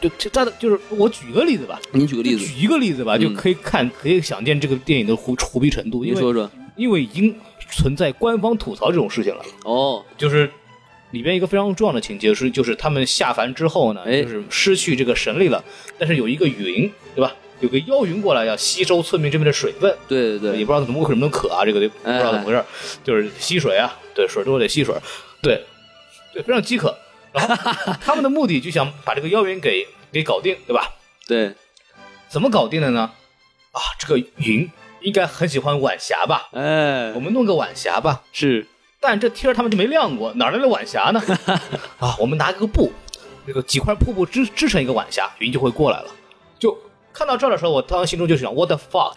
Speaker 2: 就就他的就是我举个例子吧，
Speaker 3: 您举个例
Speaker 2: 就，
Speaker 3: 子
Speaker 2: 举一个例子吧，
Speaker 3: 嗯
Speaker 2: 就可以看可以想见这个电影的胡胡逼程度，因
Speaker 3: 您
Speaker 2: 为
Speaker 3: 说说。
Speaker 2: 因为已经存在官方吐槽这种事情了，
Speaker 3: 哦，
Speaker 2: 就是。里边一个非常重要的情节是，就是他们下凡之后呢，
Speaker 3: 哎
Speaker 2: 就是失去这个神力了，但是有一个云，对吧？有个妖云过来要吸收村民这边的水分，
Speaker 3: 对对
Speaker 2: 也
Speaker 3: 对，
Speaker 2: 不知道怎么可能渴啊，这个就不
Speaker 3: 哎
Speaker 2: 知道怎么回事儿，就是吸水啊，对，水之后得吸水，对，对，非常饥渴。然后
Speaker 3: [LAUGHS]
Speaker 2: 他们的目的就想把这个妖云给给搞定，对吧？
Speaker 3: 对，
Speaker 2: 怎么搞定的呢？啊，这个云应该很喜欢晚霞吧？
Speaker 3: 哎
Speaker 2: 我，们啊弄个晚霞吧。
Speaker 3: 是
Speaker 2: 但这天儿他们就没亮过，哪来的晚霞呢？啊，我们拿个布，这个几块瀑布支支撑一个晚霞，云就会过来了。就看到这儿的时候，我当时心中就想，what the fuck，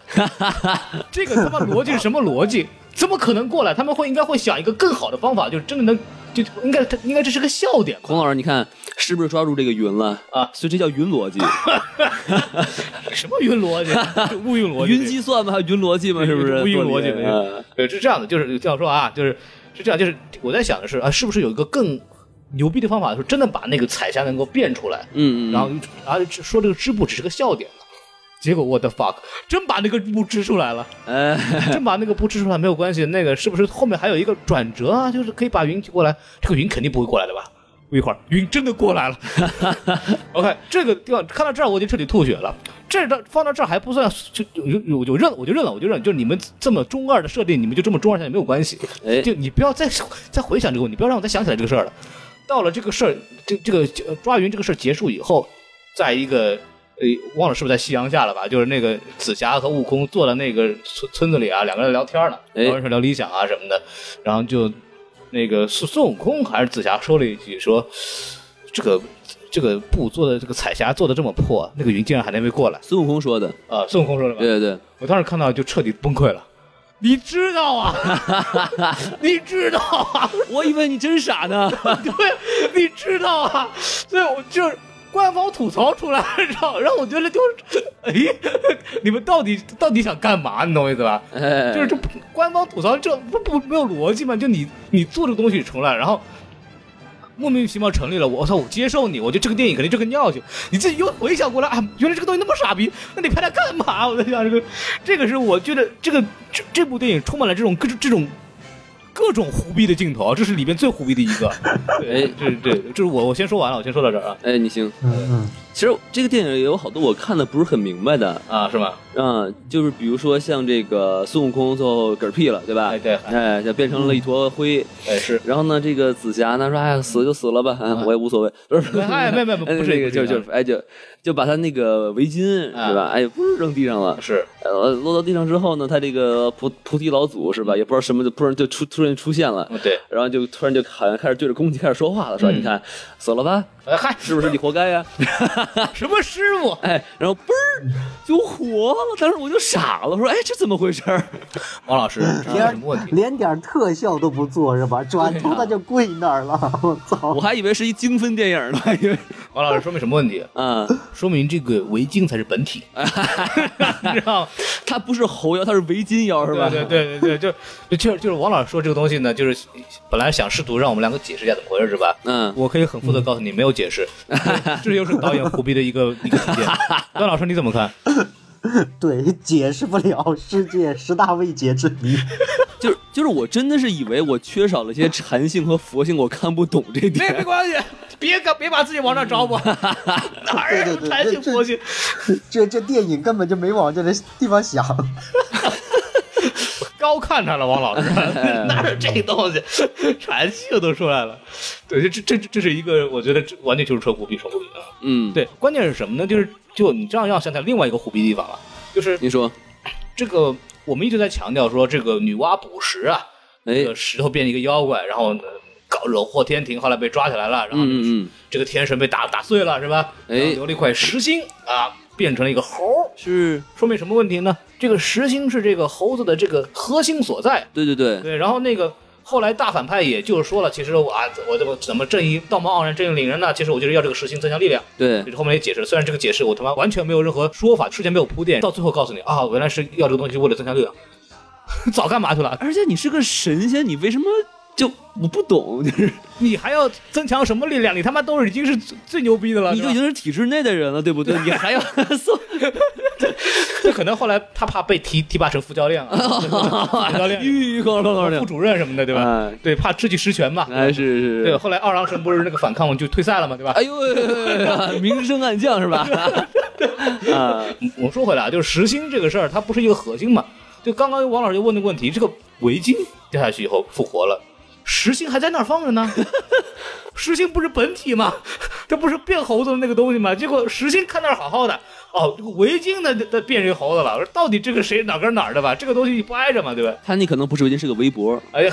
Speaker 2: 这个他妈逻辑是什么逻辑？怎么可能过来？他们会应该会想一个更好的方法，就是真的能，就应该应该这是个笑点吧。
Speaker 3: 孔老师，你看是不是抓住这个云了
Speaker 2: 啊？
Speaker 3: 所以这叫
Speaker 2: [LAUGHS]
Speaker 3: 云逻辑，
Speaker 2: 什么云逻辑？这乌云逻辑？
Speaker 3: 云计算吗？还有云逻辑吗？是不是？
Speaker 2: 乌云逻
Speaker 3: 多厉
Speaker 2: 辑
Speaker 3: 害
Speaker 2: 没有
Speaker 3: 啊
Speaker 2: 对，是这样的，就是这样说啊，就是是这样，就是我在想的是啊，是不是有一个更牛逼的方法，是真的把那个彩霞能够变出来？
Speaker 3: 嗯嗯，
Speaker 2: 然后啊说这个织布只是个笑点了。结果我的 fuck，真把那个布织出来了，
Speaker 3: 哎，
Speaker 2: 真把那个布织出来没有关系，那个是不是后面还有一个转折啊？就是可以把云过来，这个云肯定不会过来的吧？不一会儿云真的过来了。OK，这个地方看到这儿我已经彻底吐血了。这到放到这儿还不算，就有有我就认了，我就认了，我就认了。就是你们这么中二的设定，你们就这么中二下去没有关系。
Speaker 3: 哎
Speaker 2: 就你不要再再回想这个问题，不要让我再想起来这个事儿了。到了这个事儿，这这个呃抓云这个事儿结束以后，在一个呃忘了是不是在夕阳下了吧？就是那个紫霞和悟空坐在那个村村子里啊，两个人聊天呢，
Speaker 3: 哎
Speaker 2: 聊人说聊理想啊什么的，然后就那个孙孙悟空还是紫霞说了一句说，这个这个布做的这个彩霞做的这么破，那个云竟然还能没过来
Speaker 3: 孙悟空说的，
Speaker 2: 啊、孙悟空说了吧？
Speaker 3: 对对，
Speaker 2: 我当时看到就彻底崩溃了。你知道 [LAUGHS] 啊，你知道啊，
Speaker 3: 我以为你真傻呢，
Speaker 2: 对，你知道啊，所以我就是官方吐槽出来，让让我觉得就，哎，你们到底到底想干嘛？你懂我意思吧？
Speaker 3: 哎，
Speaker 2: 就是这不官方吐槽这不不没有逻辑嘛？就你你做这个东西出来，然后莫名其妙成立了，我操，我接受你，我觉得这个电影肯定这个尿性，你自己又回想过来啊，原来这个东西那么傻逼，那你拍它干嘛？我在想这个，这个是我觉得这个这这部电影充满了这种各种这种。各种胡逼的镜头，这是里边最胡逼的一
Speaker 3: [LAUGHS]
Speaker 2: 个。对，这这这是我我先说完了，我先说到这儿啊
Speaker 3: 哎，你行。
Speaker 1: 嗯嗯，
Speaker 3: 其实这个电影也有好多我看的不是很明白的，
Speaker 2: 啊，是吗？
Speaker 3: 嗯，就是比如说像这个孙悟空最后嗝屁了，对吧？
Speaker 2: 哎对
Speaker 3: 哎，就变成了一坨灰。
Speaker 2: 哎是，
Speaker 3: 然后呢，这个紫霞呢说：“哎呀，死就死了吧，哎 [LAUGHS] 我也无所谓。”不是，
Speaker 2: 嗯哎没没没不是
Speaker 3: [LAUGHS] 哎那个
Speaker 2: 不是
Speaker 3: 就就是哎就就把他那个围巾
Speaker 2: 啊
Speaker 3: 是吧？哎，不是扔地上了。
Speaker 2: 是
Speaker 3: 呃，落到地上之后呢，他这个菩菩提老祖是吧？也不知道什么，就突然就出突然出现了，
Speaker 2: 嗯对，
Speaker 3: 然后就突然就好像开始对着空气开始说话了，说：“
Speaker 2: 嗯
Speaker 3: 你看，死了吧？
Speaker 2: 哎嗨，
Speaker 3: 是不是你活该呀、
Speaker 2: 什么师傅？
Speaker 3: 哎，然后嘣儿就活了，当时我就傻了，我说：“哎，这怎么回事儿？”
Speaker 2: 王老师，这是
Speaker 1: 连
Speaker 2: 什么
Speaker 3: [LAUGHS]
Speaker 2: 问题？
Speaker 1: 连点特效都不做是吧？转头他就跪那儿了，我操！
Speaker 3: 我还以为是一精分电影呢，因为
Speaker 2: 王老师说明什么问题？
Speaker 3: 啊，
Speaker 2: 说明这个围巾才是本 [LAUGHS] 体，你知道吗？
Speaker 3: 它不是猴腰，它是围巾腰是吧？
Speaker 2: 对对对对，就就就是就是王老师说这个东西呢，就是本来想试图让我们两个解释一下怎么回事，是吧？
Speaker 3: 嗯，
Speaker 2: 我可以很负责告诉你，没有解 [LAUGHS] 释，这又是导演胡逼的一个一个体 [LAUGHS] 现。段老师你怎么看？
Speaker 1: 对，解释不了世界十大未解之谜。
Speaker 3: 就是就是我真的是以为我缺少了一些禅性和佛性，我看不懂这
Speaker 2: 那没
Speaker 3: 点。
Speaker 2: 关系，别搞别把自己往那招吧， [LAUGHS] 哪儿有弹性佛性？
Speaker 1: 这这电影根本就没往这个地方想。
Speaker 2: 高看他了，王老师， [LAUGHS] 哪有这东西？禅性都出来了，对，这这这这是一个，我觉得这完全就是扯胡逼，扯胡逼啊！
Speaker 3: 嗯，，
Speaker 2: 对，关键是什么呢？就是就你这样要想起来另外一个虎逼地方了，就是
Speaker 3: 您说，
Speaker 2: 这个我们一直在强调说这个女娲补石啊，
Speaker 3: 哎
Speaker 2: 这，个石头变一个妖怪，然后呢搞惹祸天庭，后来被抓起来了，然后这个
Speaker 3: 嗯嗯嗯
Speaker 2: 这个天神被打打碎了是吧？
Speaker 3: 哎
Speaker 2: 然后留了一块石心啊，变成了一个猴儿，
Speaker 3: 是，
Speaker 2: 说明什么问题呢？这个石心是这个猴子的这个核心所在，
Speaker 3: 对对对，
Speaker 2: 对，然后那个后来大反派也就是说了，其实我啊，我怎么怎么正义道貌岸然正义凛然呢？其实我就是要这个实心增强力量。
Speaker 3: 对
Speaker 2: 就是后面也解释了，虽然这个解释我他妈完全没有任何说法，事前没有铺垫，到最后告诉你啊， [LAUGHS] 原来是要这个东西为了增强力量。早干嘛去了？ [LAUGHS]
Speaker 3: 而且你是个神仙，你为什么就我不懂，就是
Speaker 2: 你还要增强什么力量？你他妈都是已经是最最牛逼的了，
Speaker 3: 你就
Speaker 2: 是
Speaker 3: 已
Speaker 2: 吧
Speaker 3: 经是体制内的人了，对不对？ [LAUGHS] 你还要
Speaker 2: [LAUGHS]
Speaker 3: 送
Speaker 2: 这可能后来他怕被提提拔成副教练啊，
Speaker 3: [LAUGHS]
Speaker 2: 副教练、
Speaker 3: 玉高高的
Speaker 2: 副，主任什么的，对吧？
Speaker 3: 哎
Speaker 2: 对，怕秩序失权嘛。
Speaker 3: 哎，是是
Speaker 2: 对，
Speaker 3: 是，
Speaker 2: 后来二郎神不是那个反抗就退赛了嘛，对吧？
Speaker 3: 哎呦哎呦，哎呦哎呦明升暗降是吧？啊，
Speaker 2: 我说回来啊，就是时薪这个事儿，它不是一个核心嘛？就刚刚王老师就问的问题，这个围巾掉下去以后复活了，时薪还在那儿放着
Speaker 3: [LAUGHS]
Speaker 2: 呢。时薪不是本体吗？这不是变猴子的那个东西吗？结果时薪看那儿好好的，哦，这个围巾呢，它变成猴子了。我说到底这个谁哪跟哪儿的吧？这个东西不挨着嘛，对吧？
Speaker 3: [LAUGHS] 他那可能不是围巾，是个围脖，
Speaker 2: 哎
Speaker 3: [LAUGHS]
Speaker 2: 呀，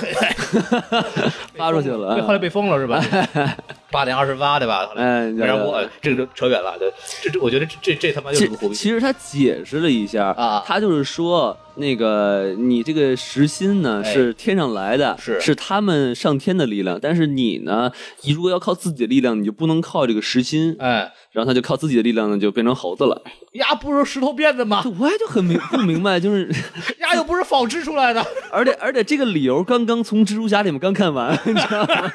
Speaker 3: 发出去了
Speaker 2: 被后来被封了是
Speaker 3: [LAUGHS]
Speaker 2: 吧？八点二十八对吧？
Speaker 3: 哎，你知
Speaker 2: 然
Speaker 3: 道
Speaker 2: 后我
Speaker 3: 吧
Speaker 2: 这个就扯远了，对，这这我觉得这这这他妈就是
Speaker 3: 其
Speaker 2: 个胡逼。
Speaker 3: 其实他解释了一下
Speaker 2: 啊
Speaker 3: 他就是说那个你这个时薪呢
Speaker 2: 哎
Speaker 3: 是天上来的，
Speaker 2: 是
Speaker 3: 是他们上天的力量，但是你呢，你如果要靠自己的力量，你就不能靠这个时薪，
Speaker 2: 哎，
Speaker 3: 然后他就靠自己的力量呢就变成猴子 [LAUGHS] 了。
Speaker 2: 呀，不是石头变的吗
Speaker 3: 就？我也就很明不明白，就是
Speaker 2: 呀，又不是纺织出来的。
Speaker 3: 而且而且这个理由刚刚从蜘蛛侠里面刚看完， [LAUGHS] 你知道吗？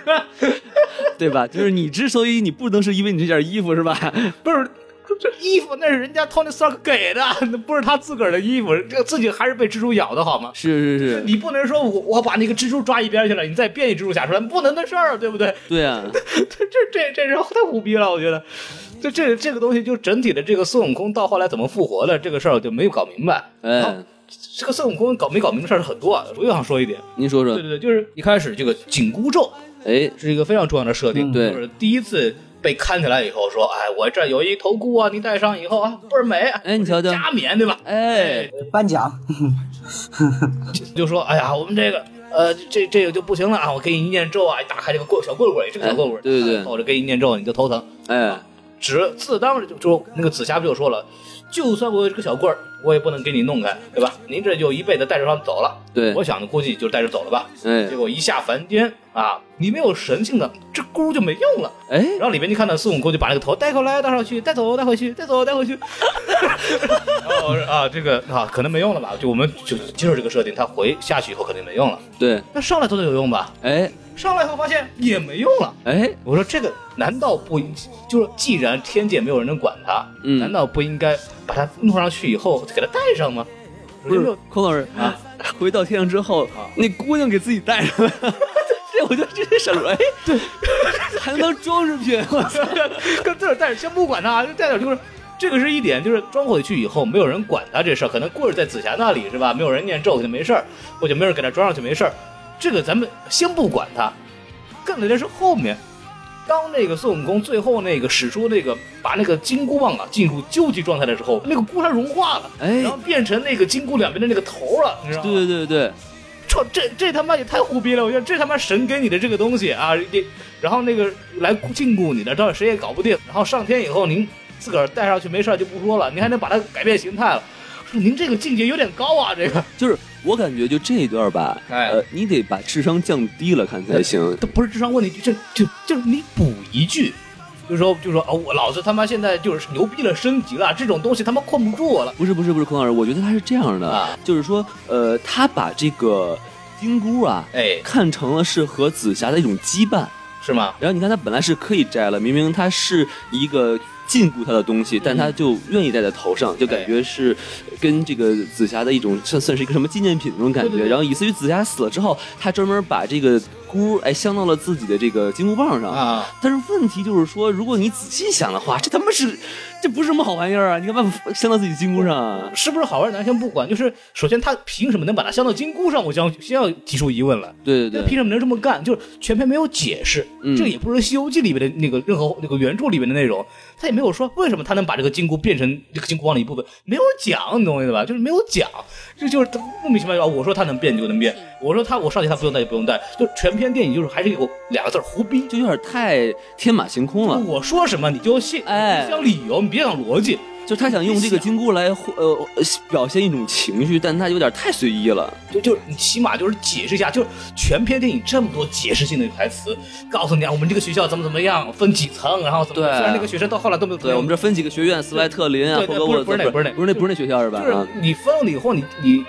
Speaker 3: 对吧？就是你之所以你不能是因为你这件衣服是吧？
Speaker 2: [LAUGHS] 不是，这这衣服那是人家 Tony Stark 给的，那不是他自个儿的衣服，这自己还是被蜘蛛咬的好吗？
Speaker 3: 是是 [LAUGHS] 是，
Speaker 2: 你不能说我我把那个蜘蛛抓一边去了，你再变一蜘蛛侠出来，不能的事儿，对不对？ [LAUGHS]
Speaker 3: 对啊，
Speaker 2: 这这这这人太胡逼了，我觉得。就这这个东西，就整体的这个孙悟空到后来怎么复活的这个事儿，我就没有搞明白。好
Speaker 3: 哎，
Speaker 2: 这个孙悟空搞没搞明白事儿很多啊，我又想说一点，
Speaker 3: 您说
Speaker 2: 对
Speaker 3: 说，
Speaker 2: 对对，就是嗯一开始这个紧箍咒，
Speaker 3: 哎，
Speaker 2: 是一个非常重要的设定，
Speaker 3: 嗯对
Speaker 2: 就是第一次被看起来以后说，哎，我这儿有一头箍啊，你戴上以后啊，倍儿美，
Speaker 3: 哎你瞧瞧
Speaker 2: 加冕对吧？
Speaker 3: 哎，
Speaker 1: 颁奖，
Speaker 2: 就说，哎呀，我们这个。呃，这这个就不行了啊！我给你念咒啊，一打开这个棍小棍棍，这个小棍棍，
Speaker 3: 哎对对对
Speaker 2: 啊我就给你念咒，你就头疼。
Speaker 3: 哎，
Speaker 2: 只自当时就就那个紫霞不就说了，就算我有这个小棍儿，我也不能给你弄开，对吧？您这就一辈子带着他们走了。
Speaker 3: 对
Speaker 2: 我想着估计就带着走了吧。
Speaker 3: 哎
Speaker 2: 结果一下凡间啊，你没有神性的，这箍就没用了。
Speaker 3: 哎，
Speaker 2: 然后里面就看到孙悟空就把那个头带过来，带上去，带走，带回去，带走，带回去。 [LAUGHS] 然后我说啊，这个啊，可能没用了吧？就我们就接受这个设定，他回下去以后肯定没用了。
Speaker 3: 对，
Speaker 2: 那上来总得有用吧？
Speaker 3: 哎
Speaker 2: 上来以后发现也没用了。
Speaker 3: 哎，
Speaker 2: 我说这个难道不就是既然天界没有人能管他，
Speaker 3: 嗯
Speaker 2: 难道不应该把他弄上去以后给他带上吗？
Speaker 3: 不
Speaker 2: 有没
Speaker 3: 是
Speaker 2: 有
Speaker 3: 孔老师
Speaker 2: 啊，
Speaker 3: 回到天上之后，那姑娘给自己带 [LAUGHS] 上了，这我就直接闪出来，哎，对， [LAUGHS] 还能当装饰品，我操，
Speaker 2: [LAUGHS] 跟自个儿带着，先不管他，啊就带点就是。这个是一点，就是装回去以后没有人管他这事儿，可能棍儿在紫霞那里是吧？没有人念咒，可能没事儿，或者没有人给他装上去没事儿。这个咱们先不管他，更的是后面，当那个孙悟空最后那个使出那个把那个金箍棒啊进入究极状态的时候，那个箍它融化了，
Speaker 3: 哎
Speaker 2: 然后变成那个金箍两边的那个头了，你知道吗？
Speaker 3: 对对对对，
Speaker 2: 这这这他妈也太胡逼了！我觉得这他妈神给你的这个东西啊，你然后那个来禁锢你的，到底谁也搞不定。然后上天以后，您自个儿带上去没事儿就不说了，您还能把它改变形态了。说您这个境界有点高啊，这个 [LAUGHS]
Speaker 3: 就是我感觉就这一段吧，
Speaker 2: 哎
Speaker 3: 呃，你得把智商降低了看才行，
Speaker 2: 这不是智商问题，这这就是你补一句，就说就说哦，我老子他妈现在就是牛逼了，升级了，这种东西他妈困不住我了。
Speaker 3: 不是不是不是，孔老师，我觉得他是这样的，
Speaker 2: 啊
Speaker 3: 就是说，呃，他把这个金箍啊。
Speaker 2: 哎，
Speaker 3: 看成了是和紫霞的一种羁绊，
Speaker 2: 是吗？
Speaker 3: 然后你看他本来是可以摘了，明明他是一个禁锢他的东
Speaker 2: 嗯
Speaker 3: 西，但他就愿意戴在头上，就感觉是呃跟这个紫霞的一种算算是一个什么纪念品那种感
Speaker 2: 对对
Speaker 3: 觉。
Speaker 2: 对
Speaker 3: 然后以至于紫霞死了之后，他专门把这个箍哎镶到了自己的这个金箍棒上。
Speaker 2: 啊，
Speaker 3: 但是问题就是说，如果你仔细想的话，这他妈是这不是什么好玩意儿啊！你干嘛镶到自己金箍上啊？
Speaker 2: 是不是好玩咱先不管，就是首先他凭什么能把它镶到金箍上，我将先要提出疑问了。
Speaker 3: 对对
Speaker 2: 那凭
Speaker 3: 对，
Speaker 2: 什么能这么干？就是全篇没有解释，
Speaker 3: 嗯
Speaker 2: 这也不是《西游记》里面的那个任何那个原著里面的内容，他也没有说为什么他能把这个金箍变成这个金箍棒的一部分，没有讲，你懂我意思吧？就是没有讲，这就是他莫名其妙。啊我说他能变就能变，我说他我上去他不用带就不用带，就全篇电影就是还是有两个字儿胡逼。
Speaker 3: 就有点太天马行空了。
Speaker 2: 我说什么你就信，
Speaker 3: 哎
Speaker 2: 你讲理由，你别讲逻辑。
Speaker 3: 就他想用这个金箍来呃表现一种情绪，但他有点太随意了。
Speaker 2: 就就是你起码就是解释一下，就是全篇电影这么多解释性的台词，告诉你啊，我们这个学校怎么怎么样，分几层，然后怎么怎么样。
Speaker 3: 对
Speaker 2: 虽然那个学生到后来都没有出
Speaker 3: 对
Speaker 2: 现
Speaker 3: 我们这分几个学院，斯莱特林啊，
Speaker 2: 对
Speaker 3: 霍
Speaker 2: 对
Speaker 3: 格沃
Speaker 2: 不是不是那
Speaker 3: 不
Speaker 2: 不是
Speaker 3: 是
Speaker 2: 那
Speaker 3: 不是那不是那学校是吧？
Speaker 2: 就是
Speaker 3: 啊
Speaker 2: 你分了以后，你你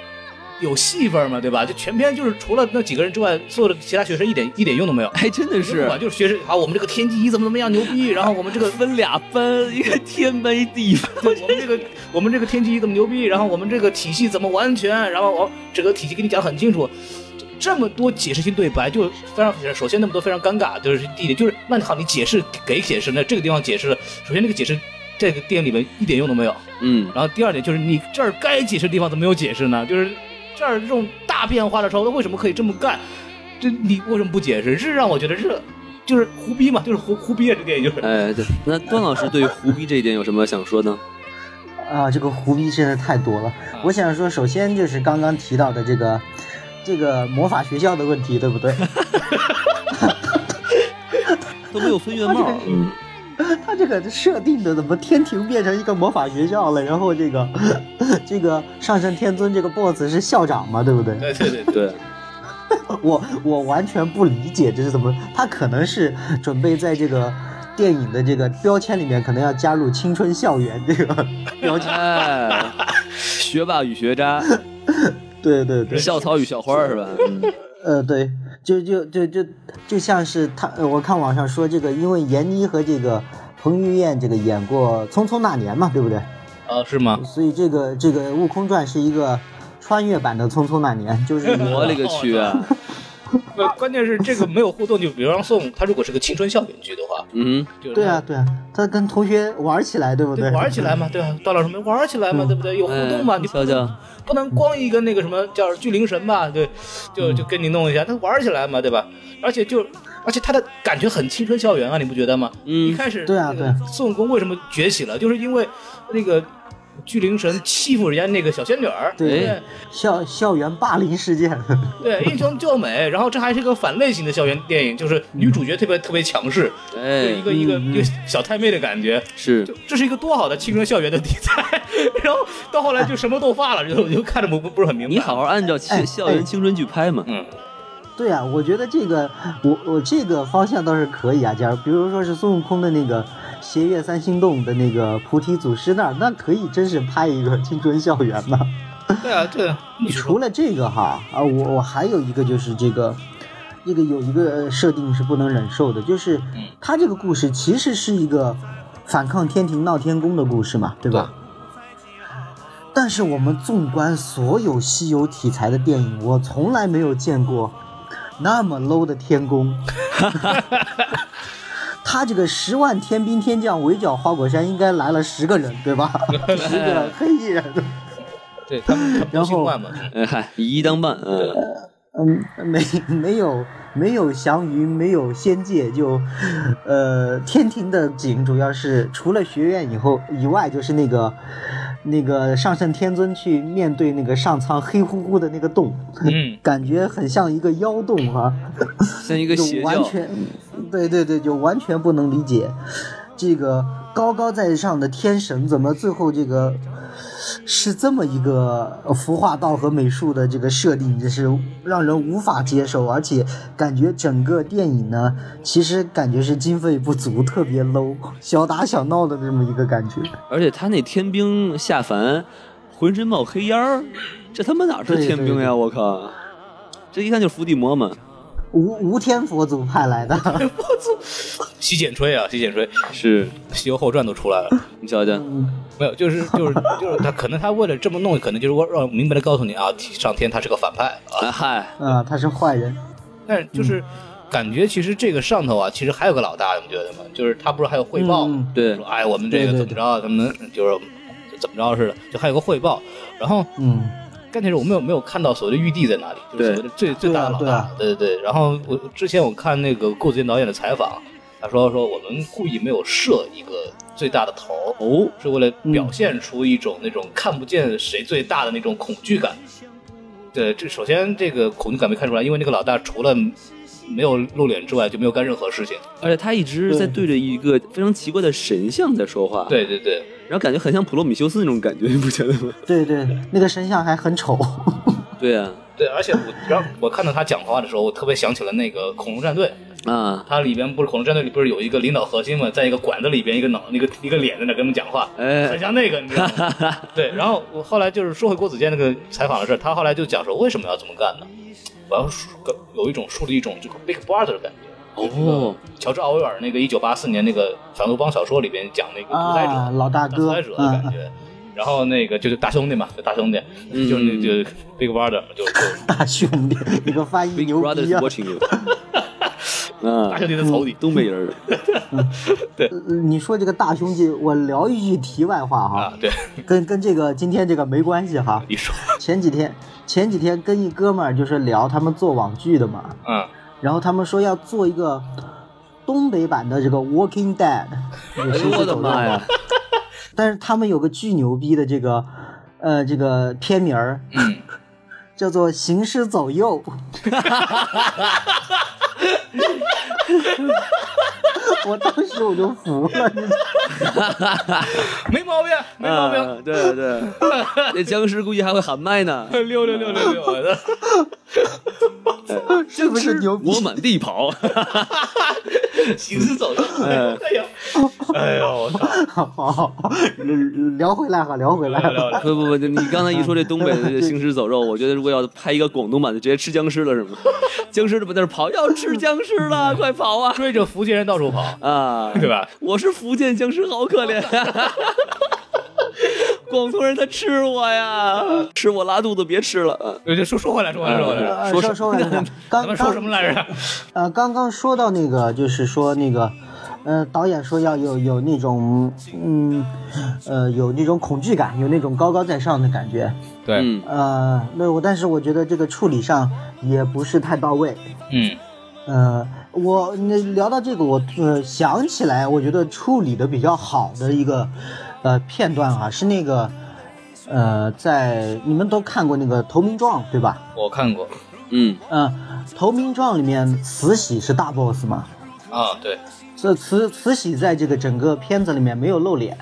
Speaker 2: 有戏份吗？对吧？就全篇就是除了那几个人之外，所有的其他学生一点一点用都没有。
Speaker 3: 还真的 [LAUGHS] 是
Speaker 2: 不管就是学生，啊好，我们这个天机怎么怎么样牛逼，然后我们
Speaker 3: [LAUGHS]
Speaker 2: 这个
Speaker 3: 分俩班，一个天班，一地班。
Speaker 2: 对我们这个我们这个天气怎么牛逼，然后我们这个体系怎么完全，然后我整个体系给你讲很清楚。这这么多解释性对白，就非常首先那么多非常尴尬，就是第一点就是那好，你解释给解释呢？这个地方解释了，首先这个解释这个电影里面一点用都没有。
Speaker 3: 嗯，
Speaker 2: 然后第二点就是你这儿该解释的地方怎么没有解释呢？就是这儿这种大变化的时候，他为什么可以这么干？这你为什么不解释？这让我觉得这就是胡逼嘛，就是胡胡逼啊！这电影就是。
Speaker 3: 哎，对。那段老师对于胡逼这一点有什么想说呢？
Speaker 1: 啊，这个胡逼真的太多了。我想说，首先就是刚刚提到的这个这个魔法学校的问题，对不 [LAUGHS] 对？
Speaker 3: 都没有分院帽。嗯，
Speaker 1: 他这个设定的怎么天庭变成一个魔法学校了？然后这个这个上圣天尊这个 BOSS 是校长嘛，对不对？
Speaker 2: 对对对，
Speaker 3: 对，
Speaker 1: 我我完全不理解这是怎么，他可能是准备在这个电影的这个标签里面可能要加入青春校园这个 [LAUGHS] 标签。
Speaker 3: 哎，学霸与学渣，
Speaker 1: 对对对，
Speaker 3: 校草与校花是吧？嗯
Speaker 1: 呃，对，就就就就就像是他，呃我看网上说这个，因为闫妮和这个彭于晏这个演过《匆匆那年》嘛，对不对？
Speaker 2: 啊，是吗？
Speaker 1: 所以这个这个《悟空传》是一个穿越版的《匆匆那年》，就是
Speaker 2: 哎
Speaker 1: 一
Speaker 3: 我
Speaker 1: 个
Speaker 3: 勒个去啊！
Speaker 2: 呃，关键是这个没有互动，就比方送他如果是个青春校园剧的话，
Speaker 3: 嗯，
Speaker 2: 就是
Speaker 1: 对啊对啊，他跟同学玩起来，对不
Speaker 2: 对。
Speaker 1: 对？
Speaker 2: 玩起来嘛，对吧、啊？到了什么玩起来嘛，对不对？有互动嘛，
Speaker 3: 哎
Speaker 2: 你
Speaker 3: 瞧瞧，
Speaker 2: 不能光一个那个什么叫巨灵神
Speaker 3: 嗯
Speaker 2: 吧，对，就就跟你弄一下，他玩起来嘛，对吧？而且就而且他的感觉很青春校园啊，你不觉得吗？一
Speaker 3: 嗯，
Speaker 2: 开始
Speaker 1: 对啊
Speaker 2: 那个孙悟空为什么崛起了，就是因为那个巨灵神欺负人家那个小仙女儿，
Speaker 1: 对
Speaker 2: 对
Speaker 1: [LAUGHS] 校校园霸凌事件， [LAUGHS]
Speaker 3: 哎
Speaker 2: 对，英雄救美，然后这还是一个反类型的校园电影，就是女主角特别特别强势，对，一
Speaker 3: 哎，
Speaker 2: 个一个
Speaker 1: 嗯嗯
Speaker 2: 一个小太妹的感觉，
Speaker 3: 是
Speaker 2: 就这是一个多好的青春校园的题材， [LAUGHS] 然后到后来就什么都发了，就我就看着不不不是很明白。
Speaker 3: 你好，好按照青
Speaker 1: 哎
Speaker 3: 校园青春剧拍嘛。
Speaker 2: 嗯，
Speaker 1: 对啊，我觉得这个我我这个方向倒是可以啊，假如比如说是孙悟空的那个邪月三星洞的那个菩提祖师那儿，那可以真是拍一个青春校园呢。
Speaker 2: 对啊，对啊，你
Speaker 1: 除了这个哈啊，我我还有一个就是这个，这个有一个呃设定是不能忍受的，就是他这个故事其实是一个反抗天庭闹天宫的故事嘛，对吧？但是我们纵观所有西游题材的电影，我从来没有见过那么 low 的天宫。 [LAUGHS] 他这个十万天兵天将围剿花果山，应该来了十个人，对吧？十个黑衣人。
Speaker 2: 对他们他们
Speaker 1: 然后
Speaker 2: 姓万嘛，
Speaker 3: 哎嗨，以一当半，嗯，
Speaker 1: 嗯，没 [LAUGHS] 没有没有祥云，没有仙界，就，呃，天庭的景主要是除了学院以后以外，就是那个那个上圣天尊去面对那个上苍黑乎乎的那个洞，
Speaker 2: 嗯，
Speaker 1: 感觉很像一个妖洞啊哈、
Speaker 3: 像一个
Speaker 1: 就
Speaker 3: 邪
Speaker 1: 完
Speaker 3: 教，
Speaker 1: 全，
Speaker 2: 嗯
Speaker 1: 对对对，就完全不能理解这个高高在上的天神怎么最后这个是这么一个服化道和美术的这个设定，这是让人无法接受，而且感觉整个电影呢，其实感觉是经费不足，特别 low，小打小闹的这么一个感觉。
Speaker 3: 而且他那天兵下凡，浑身冒黑烟儿，这他妈哪是天兵
Speaker 1: 对对对
Speaker 3: 呀！我靠，这一看就是伏地魔嘛。
Speaker 1: 无无天佛祖派来的，
Speaker 2: [LAUGHS] 洗剪吹啊，洗剪吹，《
Speaker 3: 是
Speaker 2: 西游后传》都出来了。
Speaker 3: 你瞧瞧，
Speaker 1: 嗯
Speaker 2: 没有，就是就是就是他可能他为了这么弄，可能就是我让明白的告诉你啊，上天他是个反派啊，
Speaker 3: 哎嗨，
Speaker 1: 啊，他是坏人，
Speaker 2: 但
Speaker 1: 嗯
Speaker 2: 是就是感觉其实这个上头啊，其实还有个老大，你们觉得吗？就是他不是还有汇报吗？
Speaker 1: 嗯
Speaker 3: 对
Speaker 2: 说，哎我们这
Speaker 1: 对
Speaker 2: 个
Speaker 1: 对
Speaker 2: 怎么着，怎么就是怎么着似的，就还有个汇报，然后
Speaker 1: 嗯，
Speaker 2: 关键是我没有没有看到所谓的玉帝在哪里，就是
Speaker 3: 对
Speaker 2: 所谓的最最大的老
Speaker 1: 对
Speaker 2: 大
Speaker 1: 啊，
Speaker 2: 对对对。然后我之前我看那个顾子健导演的采访，他说说我们故意没有设一个最大的头儿
Speaker 3: 哦，
Speaker 2: 是为了表现出一种那种看不见谁最大的那种恐惧感。对，这首先这个恐惧感没看出来，因为那个老大除了没有露脸之外就没有干任何事情。
Speaker 3: 而且他一直在对着一个非常奇怪的神像在说话，，
Speaker 2: 对对对，
Speaker 3: 然后感觉很像普罗米修斯那种感觉，你不觉得吗？
Speaker 1: 对对，那个神像还很丑，
Speaker 3: [LAUGHS] 对啊，
Speaker 2: 对，而且我然后我看到他讲话的时候，我特别想起了那个《恐龙战队》，
Speaker 3: 啊，
Speaker 2: 它里边不是恐龙战队里不是有一个领导核心嘛，在一个管子里边，一个脑一个一个脸在那跟我们讲话，很
Speaker 3: 哎，
Speaker 2: 像那个，你知道 [LAUGHS] 吗？对，然后我后来就是说回郭子健那个采访的事儿，他后来就讲说为什么要这么干呢？我要树有一种树立一种这个 Big Brother 的感觉。
Speaker 3: 哦，
Speaker 2: 乔治·奥威尔那个一九八四年那个反乌邦小说里边讲那个独裁者，
Speaker 1: 啊，老大
Speaker 2: 独
Speaker 1: 哥
Speaker 2: 裁者，的感
Speaker 1: 嗯，
Speaker 2: 觉。然后那个就是大兄弟嘛，就大兄弟，
Speaker 3: 嗯
Speaker 2: 就是那就 Big Brother，就就
Speaker 1: 大兄弟，你个翻译
Speaker 3: Big
Speaker 1: 牛
Speaker 3: Brother
Speaker 1: 逼
Speaker 3: is
Speaker 1: 啊！
Speaker 3: watching you。嗯， [LAUGHS]
Speaker 2: 大兄弟的仇敌。
Speaker 3: 东北人儿，
Speaker 1: 呃你说这个大兄弟，我聊一句题外话哈，
Speaker 2: 啊，对，
Speaker 1: 跟跟这个今天这个没关系
Speaker 2: [LAUGHS]
Speaker 1: 哈。
Speaker 2: 你说，
Speaker 1: 前几天前几天跟一哥们儿就是聊他们做网剧的嘛，
Speaker 2: 嗯，
Speaker 1: 然后他们说要做一个东北版的这个《Walking Dead》，也
Speaker 3: 哎
Speaker 1: 是
Speaker 3: 呦我的妈呀！
Speaker 1: 但是他们有个巨牛逼的这个呃这个片名儿
Speaker 2: 嗯，
Speaker 1: [LAUGHS] 叫做《行尸走肉》。
Speaker 2: [LAUGHS]
Speaker 1: 我当时我就服了，你知道
Speaker 2: 没毛病，没毛病。
Speaker 3: 啊，对对， [LAUGHS] 那僵尸估计还会喊麦呢，
Speaker 2: 六六六六六，
Speaker 1: 吗是不是牛逼
Speaker 3: 我？满地 [LAUGHS] 跑，
Speaker 2: [LAUGHS] 行尸走肉。哎呀，哎呦，我操！哎
Speaker 1: 好好好，聊回来哈，聊回来。
Speaker 2: 聊聊聊
Speaker 3: 不不不，你刚才一说这东北的这行尸走肉，我觉得如果要拍一个广东版的，直接吃僵尸了是 [LAUGHS] 吗？僵尸的不在那儿跑，要吃僵尸了，快跑啊！
Speaker 2: 追着福建人到处 [LAUGHS] 跑，
Speaker 3: 啊，
Speaker 2: 对吧？
Speaker 3: 我是福建僵尸，好 [LAUGHS] 可怜。广东人他吃我呀，吃我拉肚子，别吃了。
Speaker 2: 对嗯对，说说回来，说回来，说回来。
Speaker 1: 呃
Speaker 3: 说
Speaker 1: 说
Speaker 3: 什
Speaker 1: 回来，刚
Speaker 2: 咱们
Speaker 1: 刚
Speaker 2: 说什么来着？
Speaker 1: 呃，刚刚说到那个，就是说那个，呃，导演说要有有那种，嗯，呃，有那种恐惧感，有那种高高在上的感觉。
Speaker 2: 对
Speaker 3: 嗯
Speaker 1: 呃，那我但是我觉得这个处理上也不是太到位。
Speaker 2: 嗯，
Speaker 1: 呃，我那聊到这个，我呃想起来，我觉得处理的比较好的一个呃片段啊，是那个呃，在你们都看过那个《投名状》对吧？
Speaker 2: 我看过
Speaker 3: 嗯，
Speaker 1: 嗯、《投名状》里面慈禧是大 boss 嘛？
Speaker 2: 啊，对，
Speaker 1: 这慈慈禧在这个整个片子里面没有露脸，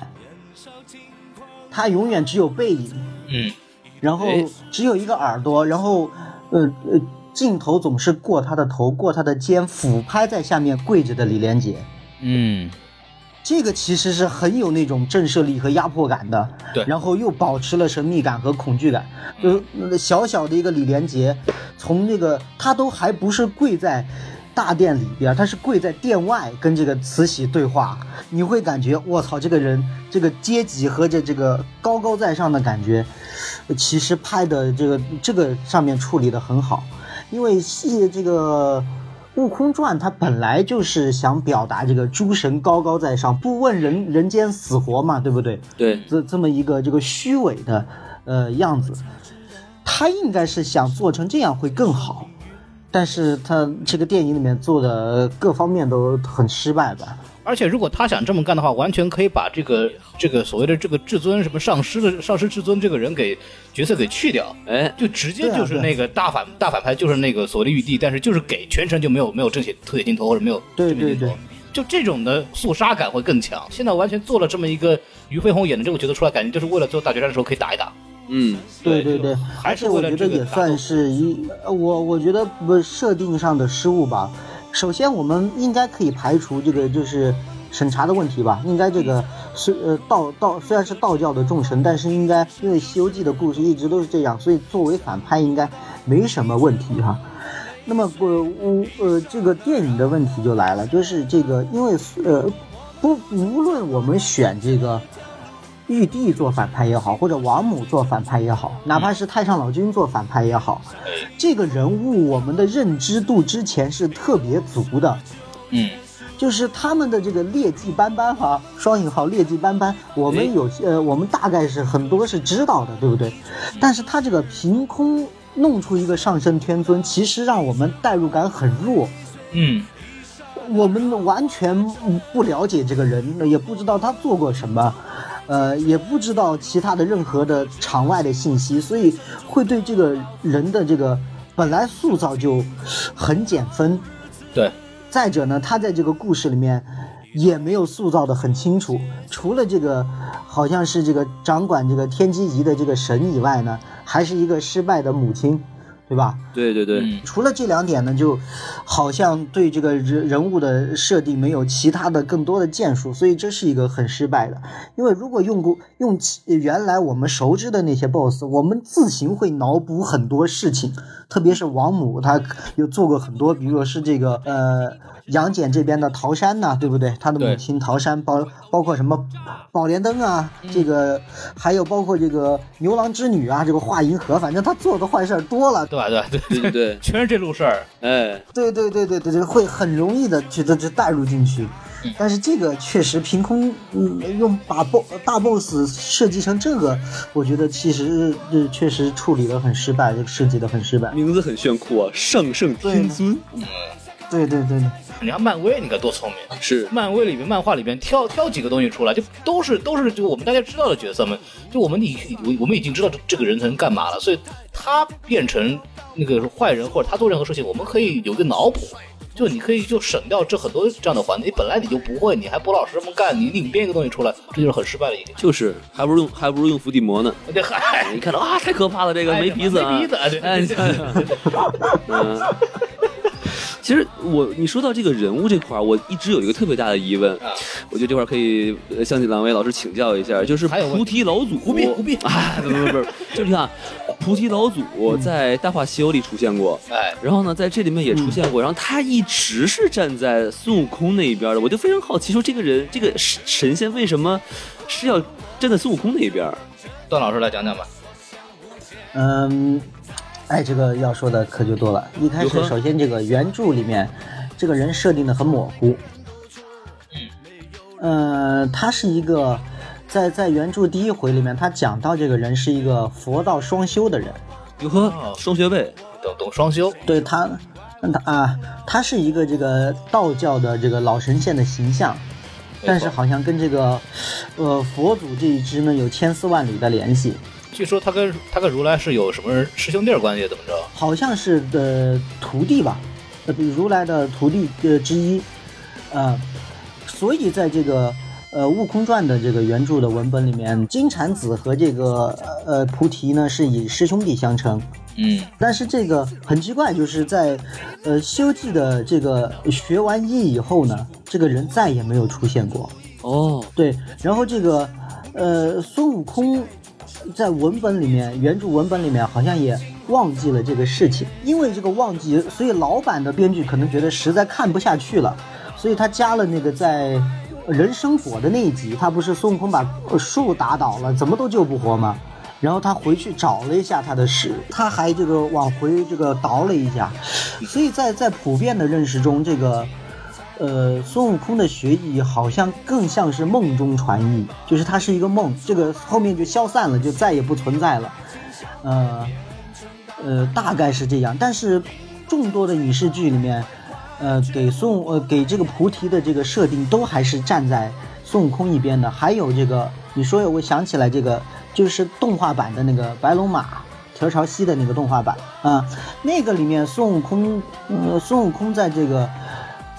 Speaker 1: 她永远只有背影，
Speaker 2: 嗯，
Speaker 1: 然后
Speaker 3: 诶
Speaker 1: 只有一个耳朵，然后呃呃，镜头总是过她的头，过她的肩，俯拍在下面跪着的李连杰。
Speaker 2: 嗯，
Speaker 1: 这个其实是很有那种震慑力和压迫感的，
Speaker 2: 对
Speaker 1: 然后又保持了神秘感和恐惧感，就是呃小小的一个李连杰，从那个他都还不是跪在大殿里边，他是跪在殿外跟这个慈禧对话，你会感觉我操，这个人这个阶级和这这个高高在上的感觉，呃其实拍的这个这个上面处理的很好，因为戏这个。《悟空传》它本来就是想表达这个诸神高高在上，不问人人间死活嘛，对不对？
Speaker 3: 对，
Speaker 1: 这这么一个这个虚伪的呃样子，他应该是想做成这样会更好，但是他这个电影里面做的各方面都很失败吧？
Speaker 2: 而且如果他想这么干的话，完全可以把这个这个所谓的这个至尊什么上师的上师至尊这个人给角色给去掉，
Speaker 3: 哎，
Speaker 2: 就直接就是那个大反、大反派就是那个所谓的玉帝，但是就是给全程就没有没有正写特写镜头或者没有
Speaker 1: 对
Speaker 2: 正面镜头
Speaker 1: 对对
Speaker 2: 就这种的肃杀感会更强。现在完全做了这么一个俞飞鸿演的这个角色出来，感觉就是为了最后打决战的时候可以打一打。
Speaker 3: 嗯，
Speaker 1: 对对
Speaker 2: 对就
Speaker 1: 对，
Speaker 2: 还
Speaker 1: 而
Speaker 2: 是
Speaker 1: 且我
Speaker 2: 为了
Speaker 1: 觉得
Speaker 2: 这个
Speaker 1: 也
Speaker 2: 打斗
Speaker 1: 算是一，呃我我觉得不设定上的失误吧。首先，我们应该可以排除这个就是审查的问题吧。应该这个是呃道道虽然是道教的众神，但是应该因为《西游记》的故事一直都是这样，所以作为反派应该没什么问题哈、那么我我呃，这个电影的问题就来了，就是这个，因为呃，不无论我们选这个玉帝做反派也好，或者王母做反派也好，哪怕是太上老君做反派也好，这个人物我们的认知度之前是特别足的，
Speaker 2: 嗯，
Speaker 1: 就是他们的这个劣迹斑斑哈、双引号劣迹斑斑，我
Speaker 2: 哎
Speaker 1: 们有些呃，我们大概是很多是知道的，对不对？但是他这个凭空弄出一个上升天尊，其实让我们代入感很弱，
Speaker 2: 嗯，
Speaker 1: 我们完全不了解这个人，也不知道他做过什么。呃，也不知道其他的任何的场外的信息，所以会对这个人的这个本来塑造就很减分，
Speaker 2: 对，
Speaker 1: 再者呢，他在这个故事里面也没有塑造的很清楚，除了这个好像是这个掌管这个天机仪的这个神以外呢，还是一个失败的母亲，对吧？
Speaker 3: 对对对，
Speaker 2: 嗯
Speaker 1: 除了这两点呢，就好像对这个人人物的设定没有其他的更多的建树，所以这是一个很失败的。因为如果用过用其原来我们熟知的那些 BOSS，我们自行会脑补很多事情，特别是王母，她有做过很多，比如说是这个呃杨戬这边的桃山呐、对不对？她的母
Speaker 2: 对
Speaker 1: 亲桃山，包包括什么宝莲灯啊，这个还有包括这个牛郎织女啊，这个华银河，反正她做的坏事儿多了，
Speaker 2: 对吧？对吧？对，
Speaker 3: 对对对，
Speaker 2: 全是这路事儿。
Speaker 3: 哎，
Speaker 1: 对对对对对对，会很容易的觉得就带入进去。但是这个确实凭空，嗯，用把 BO 大 boss 设计成这个，我觉得其实是确实处理的很失败，这个设计的很失败。
Speaker 3: 名字很炫酷啊，上圣天尊
Speaker 1: 对对对对，
Speaker 2: 你看漫威，你看多聪明！
Speaker 3: 是
Speaker 2: 漫威里面、漫画里面挑挑几个东西出来，就都是都是就我们大家知道的角色们，就我们已我我们已经知道这这个人能干嘛了，所以他变成那个坏人或者他做任何事情，我们可以有一个脑补，就你可以就省掉这很多这样的环节，你本来你就不会，你还不老实这么干，你领编一个东西出来，这就是很失败的 [LAUGHS] 一个。
Speaker 3: 就是，还不如用还不如用伏地魔呢。
Speaker 2: 对，嗨，
Speaker 3: 你看到啊，太可怕了，这个
Speaker 2: 哎
Speaker 3: 没鼻子啊，
Speaker 2: 没鼻子啊对
Speaker 3: 哎，你看，嗯。 [LAUGHS] 其实我你说到这个人物这块儿，我一直有一个特别大的疑问，
Speaker 2: 啊
Speaker 3: 我觉得这块儿可以呃向两位老师请教一下，就是
Speaker 2: 还有问
Speaker 3: 菩提老祖，
Speaker 2: 胡逼胡逼
Speaker 3: [LAUGHS] 啊，不不不不，就是你看菩提老
Speaker 2: 嗯
Speaker 3: 祖在《大话西游》里出现过，
Speaker 2: 哎，
Speaker 3: 然后呢，在这里面也出现过，
Speaker 2: 嗯
Speaker 3: 然后他一直是站在孙悟空那一边的，我就非常好奇，说这个人这个神神仙为什么是要站在孙悟空那一边儿？
Speaker 2: 段老师来讲讲吧。
Speaker 1: 嗯，哎，这个要说的可就多了。一开
Speaker 3: 有
Speaker 1: 始
Speaker 3: 何
Speaker 1: 首先这个原著里面，这个人设定的很模糊。呃，他是一个在在原著第一回里面，他讲到这个人是一个佛道双修的人。
Speaker 3: 哟呵，
Speaker 2: 哦
Speaker 3: 双学位，
Speaker 2: 懂懂双修，
Speaker 1: 对他，他啊，他是一个这个道教的这个老神仙的形象，但是好像跟这个，呃，佛祖这一支呢有千丝万缕的联系，
Speaker 2: 据说他跟他跟如来是有什么师兄弟儿关系，怎么着？
Speaker 1: 好像是呃徒弟吧，呃，比如来的徒弟呃之一，呃，所以在这个呃《悟空传》的这个原著的文本里面，金蝉子和这个呃菩提呢是以师兄弟相称，
Speaker 2: 嗯，
Speaker 1: 但是这个很奇怪，就是在呃《西游记》的这个学完医以后呢，这个人再也没有出现过。
Speaker 3: 哦，
Speaker 1: 对，然后这个呃孙悟空在文本里面，原著文本里面好像也忘记了这个事情，因为这个忘记，所以老版的编剧可能觉得实在看不下去了，所以他加了那个在。人参果的那一集，他不是孙悟空把呃树打倒了，怎么都救不活吗？然后他回去找了一下他的事，他还这个往回这个倒了一下，所以在在普遍的认识中，这个呃，孙悟空的学艺好像更像是梦中传艺，就是它是一个梦，这个后面就消散了，就再也不存在了。呃，呃，大概是这样。但是众多的影视剧里面，呃，给孙悟呃给这个菩提的这个设定都还是站在孙悟空一边的。还有这个，你说我想起来这个，就是动画版的那个白龙马。调朝西的那个动画版啊、那个里面孙悟空，呃，孙悟空在这个，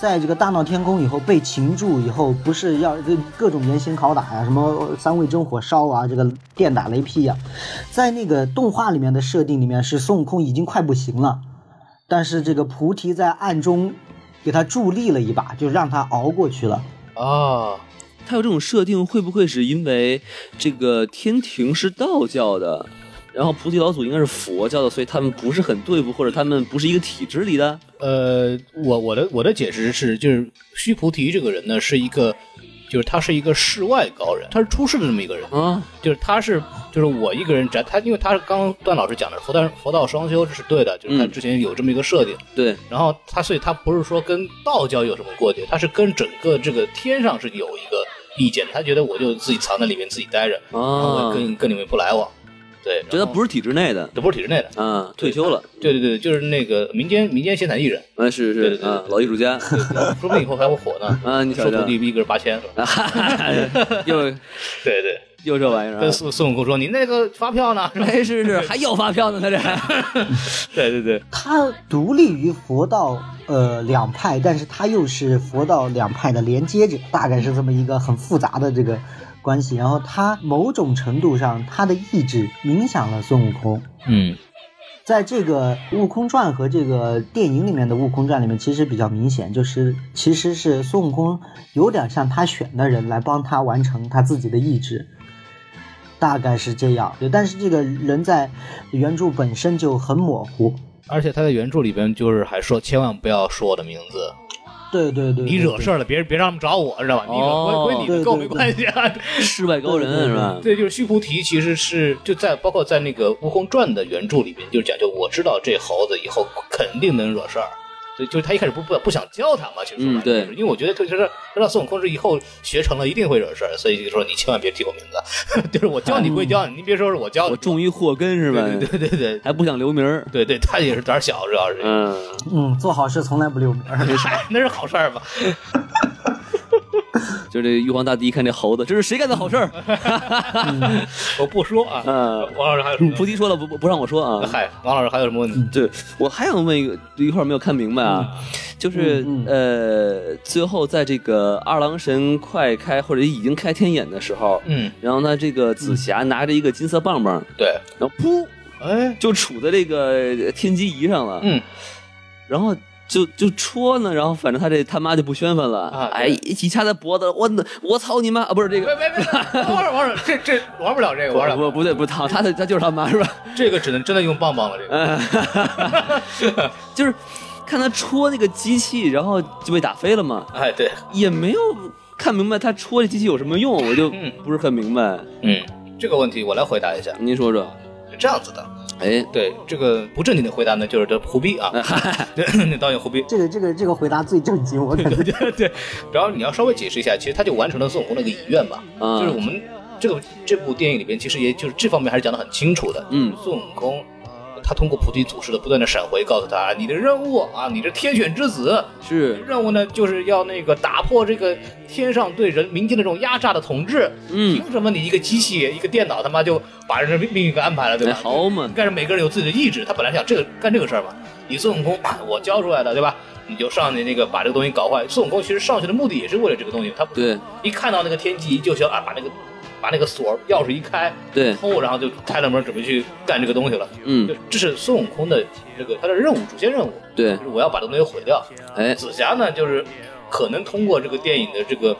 Speaker 1: 在这个大闹天宫以后被擒住以后，不是要各各种严刑拷打呀、什么三味真火烧啊，这个电打雷劈呀、在那个动画里面的设定里面是孙悟空已经快不行了，但是这个菩提在暗中给他助力了一把，就让他熬过去了。
Speaker 2: 哦，
Speaker 3: 他有这种设定，会不会是因为这个天庭是道教的，然后菩提老祖应该是佛教的，所以他们不是很对付，或者他们不是一个体制里的？
Speaker 2: 呃，我我的我的解释是，就是须菩提这个人呢，是一个，就是他是一个世外高人，他是出世的这么一个人，
Speaker 3: 啊，
Speaker 2: 就是他是就是我一个人宅，他因为他是刚刚段老师讲的佛道佛道双修，这是对的，就是他
Speaker 3: 嗯
Speaker 2: 之前有这么一个设定，
Speaker 3: 对，
Speaker 2: 然后他所以他不是说跟道教有什么过节，他是跟整个这个天上是有一个意见，他觉得我就自己藏在里面自己待着，然后
Speaker 3: 啊
Speaker 2: 我，跟跟你们不来往，对，
Speaker 3: 这他
Speaker 2: 是
Speaker 3: 不是体制内的，
Speaker 2: 这不是体制内的。
Speaker 3: 啊，退休了，
Speaker 2: 对对对，就是那个民间民间闲散艺人，
Speaker 3: 啊，是
Speaker 2: 对
Speaker 3: 是
Speaker 2: 对对
Speaker 3: 啊，老艺术家，
Speaker 2: 说不定以后还会火呢。
Speaker 3: 啊，你
Speaker 2: 收
Speaker 3: 瞧瞧
Speaker 2: 徒，弟一个是八千，
Speaker 3: 啊哈哈又
Speaker 2: [LAUGHS] 对对，
Speaker 3: 又这玩意儿啊
Speaker 2: 跟，孙孙悟空说你那个发票呢？是 [LAUGHS] 吧
Speaker 3: 哎，是是，还要发票呢，他这。
Speaker 2: 对对对，
Speaker 1: 他独立于佛道呃两派，但是他又是佛道两派的连接者，大概是这么一个很复杂的这个关系。然后他某种程度上，他的意志影响了孙悟空，
Speaker 2: 嗯，
Speaker 1: 在这个《悟空传》和这个电影里面的《悟空传》里面，其实比较明显，就是其实是孙悟空有点像他选的人来帮他完成他自己的意志，大概是这样。对但是这个人在原著本身就很模糊。
Speaker 2: 而且他在原著里边就是还说，千万不要说我的名字，
Speaker 1: 对对对，
Speaker 2: 你惹事
Speaker 1: 儿。
Speaker 2: 儿了，别别让他们找我，知道吧？你惹
Speaker 3: 哦
Speaker 2: 归归你的，
Speaker 1: 对
Speaker 2: 跟我
Speaker 1: 对
Speaker 2: 没
Speaker 1: 对
Speaker 2: 关系啊。
Speaker 3: 世外高人是吧？
Speaker 2: 嗯对，就是须菩提其实是就在包括在那个《悟空传》的原著里边，就是讲究我知道这猴子以后肯定能惹事儿，所以就是他一开始不不不想教他嘛，其实说白了
Speaker 3: 嗯对
Speaker 2: 就是因为我觉得就是说他让孙悟空是以后学成了一定会惹事儿，所以就说你千万别提我名字， [LAUGHS] 就是我教你归教你，您别说是我教你，
Speaker 3: 我种一祸根是吧？
Speaker 2: 对对对对对
Speaker 3: 还不想留名儿。
Speaker 2: 对对，他也是胆儿小，主要是、
Speaker 3: 嗯，
Speaker 1: 嗯，做好事从来不留名 [LAUGHS] 儿。
Speaker 2: 嗨那是好事儿吧？
Speaker 3: 就这玉皇大帝一看这猴子，这是谁干的好事儿？
Speaker 2: 我不说啊，
Speaker 3: 嗯
Speaker 2: 王老师还有什么
Speaker 3: 菩提说了不不不让我说啊。
Speaker 2: 嗨，王老师还有什么问题？
Speaker 3: [LAUGHS] 对，我还想问一个，一会儿没有看明白啊，就是、
Speaker 1: 嗯
Speaker 3: 呃，最后在这个二郎神快开或者已经开天眼的时候，
Speaker 2: 嗯，
Speaker 3: 然后呢，这个紫霞拿着一个金色棒棒，
Speaker 2: 对，
Speaker 3: 然后噗
Speaker 2: 哎，
Speaker 3: 就杵在这个天机仪上了，
Speaker 2: 嗯，
Speaker 3: 然后。就就戳呢，然后反正他这他妈就不宣愤了，
Speaker 2: 啊对
Speaker 3: 哎，一掐他脖子，我我操你妈啊！不是这
Speaker 2: 别
Speaker 3: 个，
Speaker 2: 别别，王老师王老师，这这玩不了这个，玩不了
Speaker 3: 不不对，不是他他他就是他妈是吧？
Speaker 2: 这个只能真的用棒棒了，这个。
Speaker 3: [LAUGHS] 就是看他戳那个机器，然后就被打飞了嘛，
Speaker 2: 哎，对，
Speaker 3: 也没有看明白他戳这机器有什么用，我就
Speaker 2: 嗯
Speaker 3: 不是很明白。
Speaker 2: 嗯，这个问题我来回答一下，
Speaker 3: 您说说，
Speaker 2: 是这样子的。
Speaker 3: 哎，
Speaker 2: 对这个不正经的回答呢，就是这胡逼啊，对，导演胡逼。
Speaker 1: 这个这个这个回答最正经，我感觉。
Speaker 2: [LAUGHS] 对对，然后你要稍微解释一下，其实他就完成了孙悟空那个遗愿吧，
Speaker 3: 嗯
Speaker 2: 就是我们这个这部电影里边，其实也就是这方面还是讲的很清楚的。
Speaker 3: 嗯
Speaker 2: 孙悟空他通过菩提祖师的不断的闪回，告诉他你的任务啊，你这天选之子，
Speaker 3: 是，
Speaker 2: 任务呢，就是要那个打破这个天上对人民间的这种压榨的统治。
Speaker 3: 嗯
Speaker 2: 凭什么你一个机器、一个电脑他妈就把人的命命运给安排了，对
Speaker 3: 哎，
Speaker 2: 吧？
Speaker 3: 好嘛，
Speaker 2: 但是每个人有自己的意志，他本来想这个干这个事儿嘛。你孙悟空，啊我教出来的，对吧？你就上去那个把这个东西搞坏。孙悟空其实上去的目的也是为了这个东西，他
Speaker 3: 对
Speaker 2: 一看到那个天机就想啊，把那个把那个锁钥匙一开，
Speaker 3: 对，
Speaker 2: 偷，然后就开了门准备去干这个东西了。就
Speaker 3: 嗯
Speaker 2: 这是孙悟空的这个他的任务，主线任务，
Speaker 3: 对
Speaker 2: 就，是我要把这个东西毁掉。
Speaker 3: 哎，
Speaker 2: 紫霞呢，就是可能通过这个电影的这个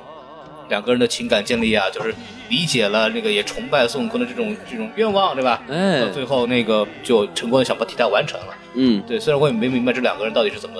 Speaker 2: 两个人的情感建立啊，就是理解了那个也崇拜孙悟空的这种这种愿哦望，对吧？
Speaker 3: 哎
Speaker 2: 到最后那个就成功的想把替代完成了。
Speaker 3: 嗯，
Speaker 2: 对，虽然我也没明白这两个人到底是怎么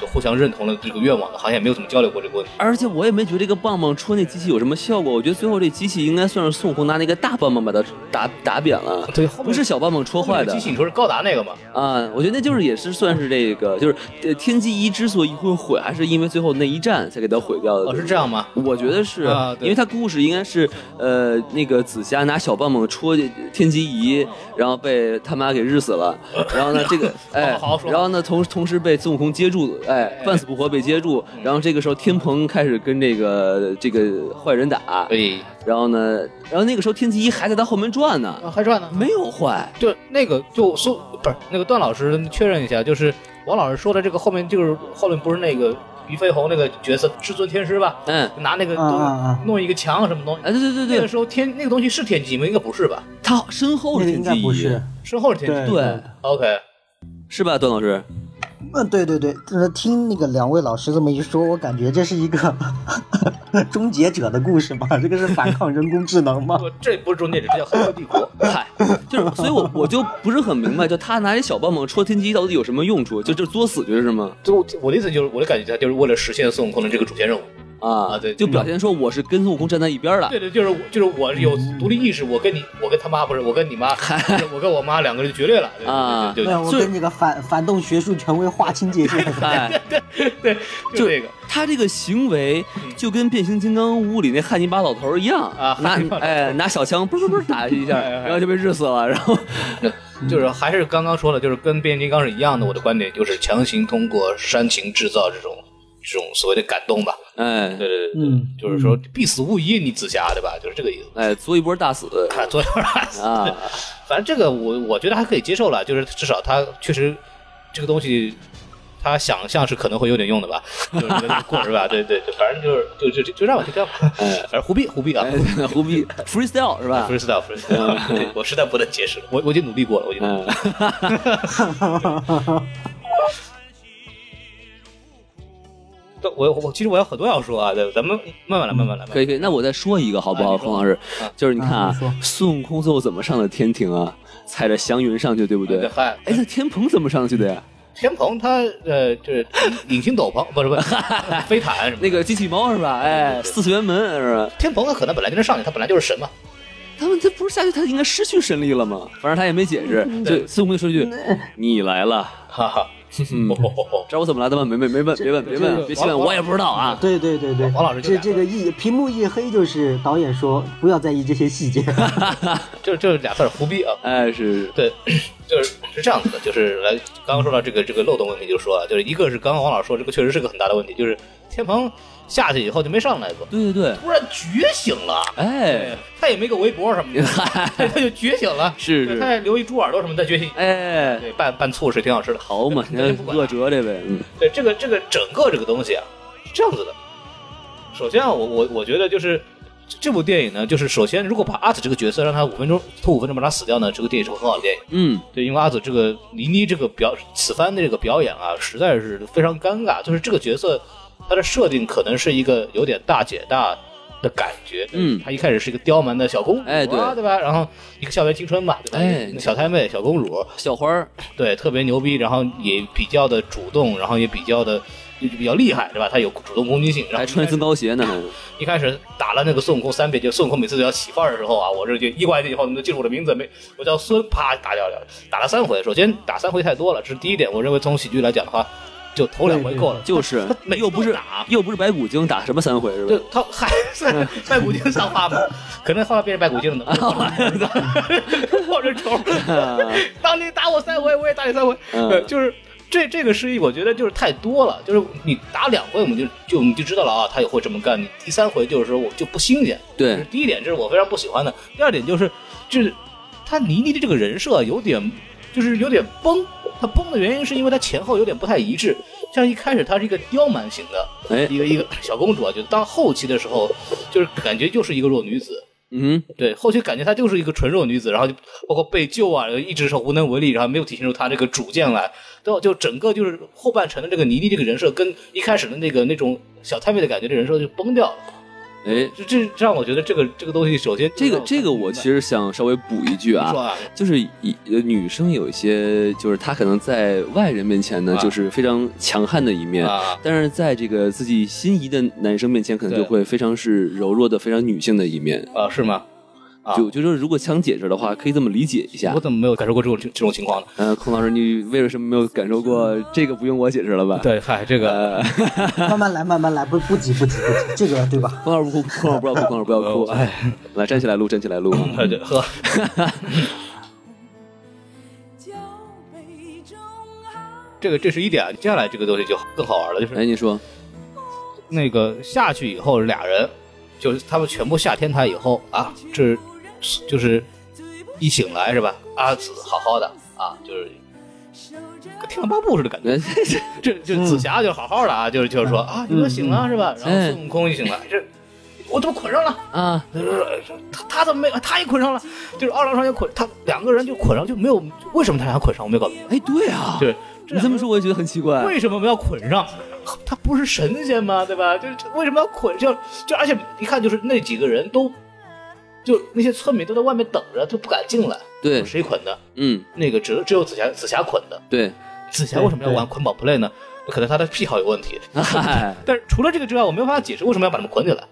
Speaker 2: 就互相认同了这个愿望的，好像也没有怎么交流过这个问题。
Speaker 3: 而且我也没觉得这个棒棒戳那机器有什么效果，我觉得最后这机器应该算是孙悟空拿那个大棒棒把它打打扁了，
Speaker 2: 对，后
Speaker 3: 不是小棒棒戳坏的
Speaker 2: 机器，你说是高达那个吗？
Speaker 3: 啊，我觉得那就是也是算是这
Speaker 2: 嗯
Speaker 3: 个，就是呃天机一之所以会毁，还是因为最后那一战才给它毁掉的。
Speaker 2: 哦，是这样吗？
Speaker 3: 我觉得是、
Speaker 2: 啊对
Speaker 3: 因为他故事应该是，呃，那个紫霞拿小棒棒戳天机仪，然后被他妈给日死
Speaker 2: [LAUGHS]
Speaker 3: 了，然后呢，这个哎
Speaker 2: 哦好好，说
Speaker 3: 然后呢，同同时被孙悟空接住，哎，半死不活被接住，
Speaker 2: 嗯
Speaker 3: 然后这个时候天蓬开始跟这个这个坏人打，
Speaker 2: 哎，
Speaker 3: 然后呢，然后那个时候天机仪还在他后面转呢，
Speaker 2: 啊，还转呢？
Speaker 3: 没有坏，
Speaker 2: 就那个就说不是那个段老师确认一下，就是王老师说的这个后面就是后面不是那个俞飞鸿那个角色至尊天师吧？
Speaker 3: 嗯，
Speaker 2: 拿那个
Speaker 1: 啊啊啊
Speaker 2: 弄弄一个墙什么东西。
Speaker 3: 哎，对对
Speaker 2: 那
Speaker 3: 对
Speaker 2: 个
Speaker 3: 对，
Speaker 2: 时候天那个东西是天机吗？应该不是吧？
Speaker 3: 他身后
Speaker 1: 那
Speaker 3: 是
Speaker 1: 个应
Speaker 3: 天机
Speaker 1: 该不
Speaker 3: 仪，
Speaker 1: 是，哎
Speaker 2: 身后是天
Speaker 1: 对
Speaker 2: 机。
Speaker 3: 对，
Speaker 2: OK，
Speaker 3: 是吧，段老师？
Speaker 1: 嗯，对对对，呃听那个两位老师这么一说，我感觉这是一个 [LAUGHS] 终结者的故事嘛，这个是反抗人工智能
Speaker 2: [LAUGHS]
Speaker 1: 吗？
Speaker 2: 不，这不是终结者，这叫黑客帝国。
Speaker 3: 嗨，就是，所以我我就不是很明白，就他拿这小棒棒戳天机到底有什么用处？就就作死去是吗？
Speaker 2: 就我的意思就是，我的感觉他就是为了实现孙悟空的这个主线任务。
Speaker 3: 啊
Speaker 2: 啊对
Speaker 3: 就表现说我是跟孙悟空站在一边儿了。
Speaker 2: 对对，就是我就是我有独立意识，我跟你，我跟他妈不是，我跟你妈，就是我跟我妈两个人决裂了。对
Speaker 3: 啊
Speaker 2: 对
Speaker 1: 没有，
Speaker 2: 对
Speaker 1: 我
Speaker 3: 所以
Speaker 1: 跟这个反反动学术权威划清
Speaker 2: [LAUGHS]
Speaker 1: 界限。 [LAUGHS]
Speaker 3: 哎，
Speaker 2: 对对，就
Speaker 3: 就
Speaker 2: 这个。
Speaker 3: 他这个行为就跟《变形金刚五》里那汉尼拔老头儿一样，
Speaker 2: 嗯啊
Speaker 3: 拿
Speaker 2: 汉尼拔老头
Speaker 3: 哎拿小枪嘣嘣嘣打一下，
Speaker 2: 哎哎哎
Speaker 3: 然后就被日死了。然后
Speaker 2: 就是还是刚刚说的，就是跟变形金刚是一样的。我的观点就是强行通过煽情制造这种这种所谓的感动吧。
Speaker 3: 哎
Speaker 2: 对对对，
Speaker 1: 嗯，
Speaker 2: 就是说必死无疑，你紫霞对吧？就是这个意思。
Speaker 3: 哎，作一波大死
Speaker 2: 啊， [LAUGHS] 左右啊， [LAUGHS]
Speaker 3: 啊！
Speaker 2: 反正这个我我觉得还可以接受了，就是至少他确实这个东西。他想象是可能会有点用的吧，就是那个棍儿吧，对对对，反正就是就就就就让我就这样吧，反正胡逼胡逼啊。
Speaker 3: 嗯哎，胡逼 freestyle 是吧？
Speaker 2: freestyle freestyle，对我实在不能解释了，我我已经努力过了，我已经努力过了。
Speaker 3: 嗯，
Speaker 2: 但我我其实我有很多要说啊，对，咱们慢慢来，慢慢来。
Speaker 3: 可以可以，那我再说一个好不
Speaker 2: 啊
Speaker 3: 好，
Speaker 2: 你说
Speaker 3: 孔老师
Speaker 2: 啊？
Speaker 3: 就是你看
Speaker 1: 啊
Speaker 3: 啊
Speaker 1: 你说，
Speaker 3: 孙悟空最后怎么上的天庭啊？踩着祥云上去，对不对？
Speaker 2: 嗨，
Speaker 3: 哎，那天蓬怎么上去的呀？
Speaker 2: 天蓬他呃，就是隐形斗篷，不是不是 [LAUGHS] 飞毯什么的。
Speaker 3: 那个机器猫是吧？哎，四次元门是吧？
Speaker 2: 天蓬他可能本来就是上去，他本来就是神嘛。
Speaker 3: 他们他不是下去，他应该失去神力了吗？反正他也没解释。
Speaker 2: 嗯
Speaker 3: 就孙悟空就说一句：“
Speaker 1: 嗯
Speaker 3: 你来了。
Speaker 2: 哈哈，”
Speaker 3: 嗯，
Speaker 2: 哦，
Speaker 3: 知道我怎么来的吗？没没没问，别问，别
Speaker 2: 这个
Speaker 3: 问，别细问，
Speaker 2: 王
Speaker 3: 我也不知道啊。
Speaker 1: 对对对对，
Speaker 2: 王老师就
Speaker 1: 这
Speaker 2: 两个
Speaker 1: 这个一屏幕一黑，就是导演说不要在意这些细
Speaker 2: [LAUGHS]
Speaker 1: 节。
Speaker 2: 就就俩字儿胡逼啊。
Speaker 3: 哎，是
Speaker 2: 对，就是是这样子的，就是来刚刚说到这个这个漏洞问题，就说啊了，就是一个是刚刚王老师说这个确实是个很大的问题，就是天蓬下去以后就没上来过，
Speaker 3: 对对对，
Speaker 2: 突然觉醒了。
Speaker 3: 哎， [LAUGHS]
Speaker 2: 他也没个围脖什么的，他就觉醒了，
Speaker 3: 是
Speaker 2: 对他
Speaker 3: 是，
Speaker 2: 也留一猪耳朵什么的觉醒，
Speaker 3: 哎，
Speaker 2: 对，拌拌醋是挺好吃的。
Speaker 3: 好嘛，你看
Speaker 2: 不管了
Speaker 3: 恶哲这位，嗯
Speaker 2: 对，这个这个整个这个东西啊，是这样子的。首先啊，我我我觉得就是这这部电影呢，就是首先如果把阿紫这个角色让他五分钟拖五分钟把他死掉呢，这个电影是个很好的电影。
Speaker 3: 嗯，
Speaker 2: 对，因为阿紫这个倪妮这个表此番的这个表演啊，实在是非常尴尬。就是这个角色，她的设定可能是一个有点大姐大的感觉。
Speaker 3: 嗯
Speaker 2: 她一开始是一个刁蛮的小公主、啊，
Speaker 3: 哎对
Speaker 2: 对，吧？然后一个校园青春嘛，对吧？
Speaker 3: 哎
Speaker 2: 小太妹、小公主，
Speaker 3: 小花儿，
Speaker 2: 对，特别牛逼，然后也比较的主动，然后也比较的也比较厉害，对吧？她有主动攻击性，然后
Speaker 3: 还
Speaker 2: 一
Speaker 3: 穿
Speaker 2: 开
Speaker 3: 增
Speaker 2: 始
Speaker 3: 高鞋呢，还
Speaker 2: 一开始打了那个孙悟空三遍，就孙悟空每次都要起范儿的时候啊，我这就一过来以后，你们就记住我的名字没？我叫孙，啪打掉了，打了三回。首先打三回太多了，这是第一点。我认为从喜剧来讲的话，就头两回够了。
Speaker 3: 就是
Speaker 2: 他每次
Speaker 3: 又不
Speaker 2: 都
Speaker 3: 是
Speaker 2: 打
Speaker 3: 又不是白骨精，打什么三回是
Speaker 2: 就
Speaker 3: 吧？
Speaker 2: 他还 [LAUGHS] 算拜古精上
Speaker 3: [LAUGHS]
Speaker 2: 话吗？可能后来变成拜古精了
Speaker 3: 哦
Speaker 2: 呢。 [LAUGHS] 我这仇，
Speaker 3: 啊
Speaker 2: 当你打我三回，我也打你三回。呃，[LAUGHS]
Speaker 3: 嗯，
Speaker 2: 就是这这个失忆，我觉得就是太多了。就是你打两回，我们就就你就知道了啊，他也会这么干。你第三回就是说我就不新鲜。这是
Speaker 3: 对，
Speaker 2: 第一点，这是我非常不喜欢的。第二点就是，就是他倪妮的这个人设有点，就是有点崩。他崩的原因是因为他前后有点不太一致。像一开始他是一个刁蛮型的
Speaker 3: 哎，
Speaker 2: 一个一个小公主啊，就到后期的时候，就是感觉就是一个弱女子。
Speaker 3: 嗯哼，
Speaker 2: 对，后期感觉她就是一个纯弱女子，然后就包括被救啊，一直是无能为力，然后没有体现出她这个主见来。到就整个就是后半程的这个倪妮这个人设，跟一开始的那个那种小太妹的感觉，这人设就崩掉了。
Speaker 3: 哎，
Speaker 2: 这这这让我觉得这个这个东西，首先
Speaker 3: 这个这个我其实想稍微补一句啊
Speaker 2: 说，啊，
Speaker 3: 就是以呃女生有一些，就是她可能在外人面前呢，
Speaker 2: 啊
Speaker 3: 就是非常强悍的一面。
Speaker 2: 啊，
Speaker 3: 但是在这个自己心仪的男生面前，可能就
Speaker 2: 对
Speaker 3: 会非常是柔弱的、非常女性的一面。
Speaker 2: 啊是吗？啊
Speaker 3: 就就说，如果强解释的话，可以这么理解一下
Speaker 2: 我。怎么没有感受过这种这种情况呢？
Speaker 3: 呃，孔老师，你为什么没有感受过这个？不用我解释了吧？，
Speaker 2: 对，嗨，这个
Speaker 3: 呃，
Speaker 1: 慢慢来，慢慢来，不不急不急不急，这个对吧？
Speaker 3: 孔老师不哭， [LAUGHS] 孔老师不要哭，孔老师不要哭，嗯哎，来站起来录，站起来录。啊
Speaker 2: 呃，对，呵，这个这是一点，接下来这个东西就更好玩了，就是
Speaker 3: 哎，你说，
Speaker 2: 那个下去以后，俩人就是他们全部下天台以后啊，这就是一醒来是吧？阿紫好好的啊，就是跟天龙八部似的感觉。
Speaker 3: 哎，嗯
Speaker 2: 这就紫霞就好好的啊，就是就是说啊，你都醒了是吧？然后孙悟空一醒来，这我怎么捆上了？
Speaker 3: 啊，
Speaker 2: 他他怎么没？他也捆上了，就是二郎神也捆，他两个人就捆上，就没有为什么他俩捆上？我没搞明白，
Speaker 3: 哎，对啊，
Speaker 2: 就是
Speaker 3: 你这么说，我也觉得很奇怪。
Speaker 2: 为什么要捆上？他不是神仙吗？对吧？就是为什么要捆上？就而且一看就是那几个人都，就那些村民都在外面等着，都不敢进来。
Speaker 3: 对，
Speaker 2: 谁捆的？
Speaker 3: 嗯，
Speaker 2: 那个只只有紫霞紫霞捆的。
Speaker 3: 对，
Speaker 2: 紫霞为什么要玩捆绑 play 呢？可能她的癖好有问题。
Speaker 3: [LAUGHS] 哎，
Speaker 2: 但是除了这个之外，我没有办法解释为什么要把他们捆起来。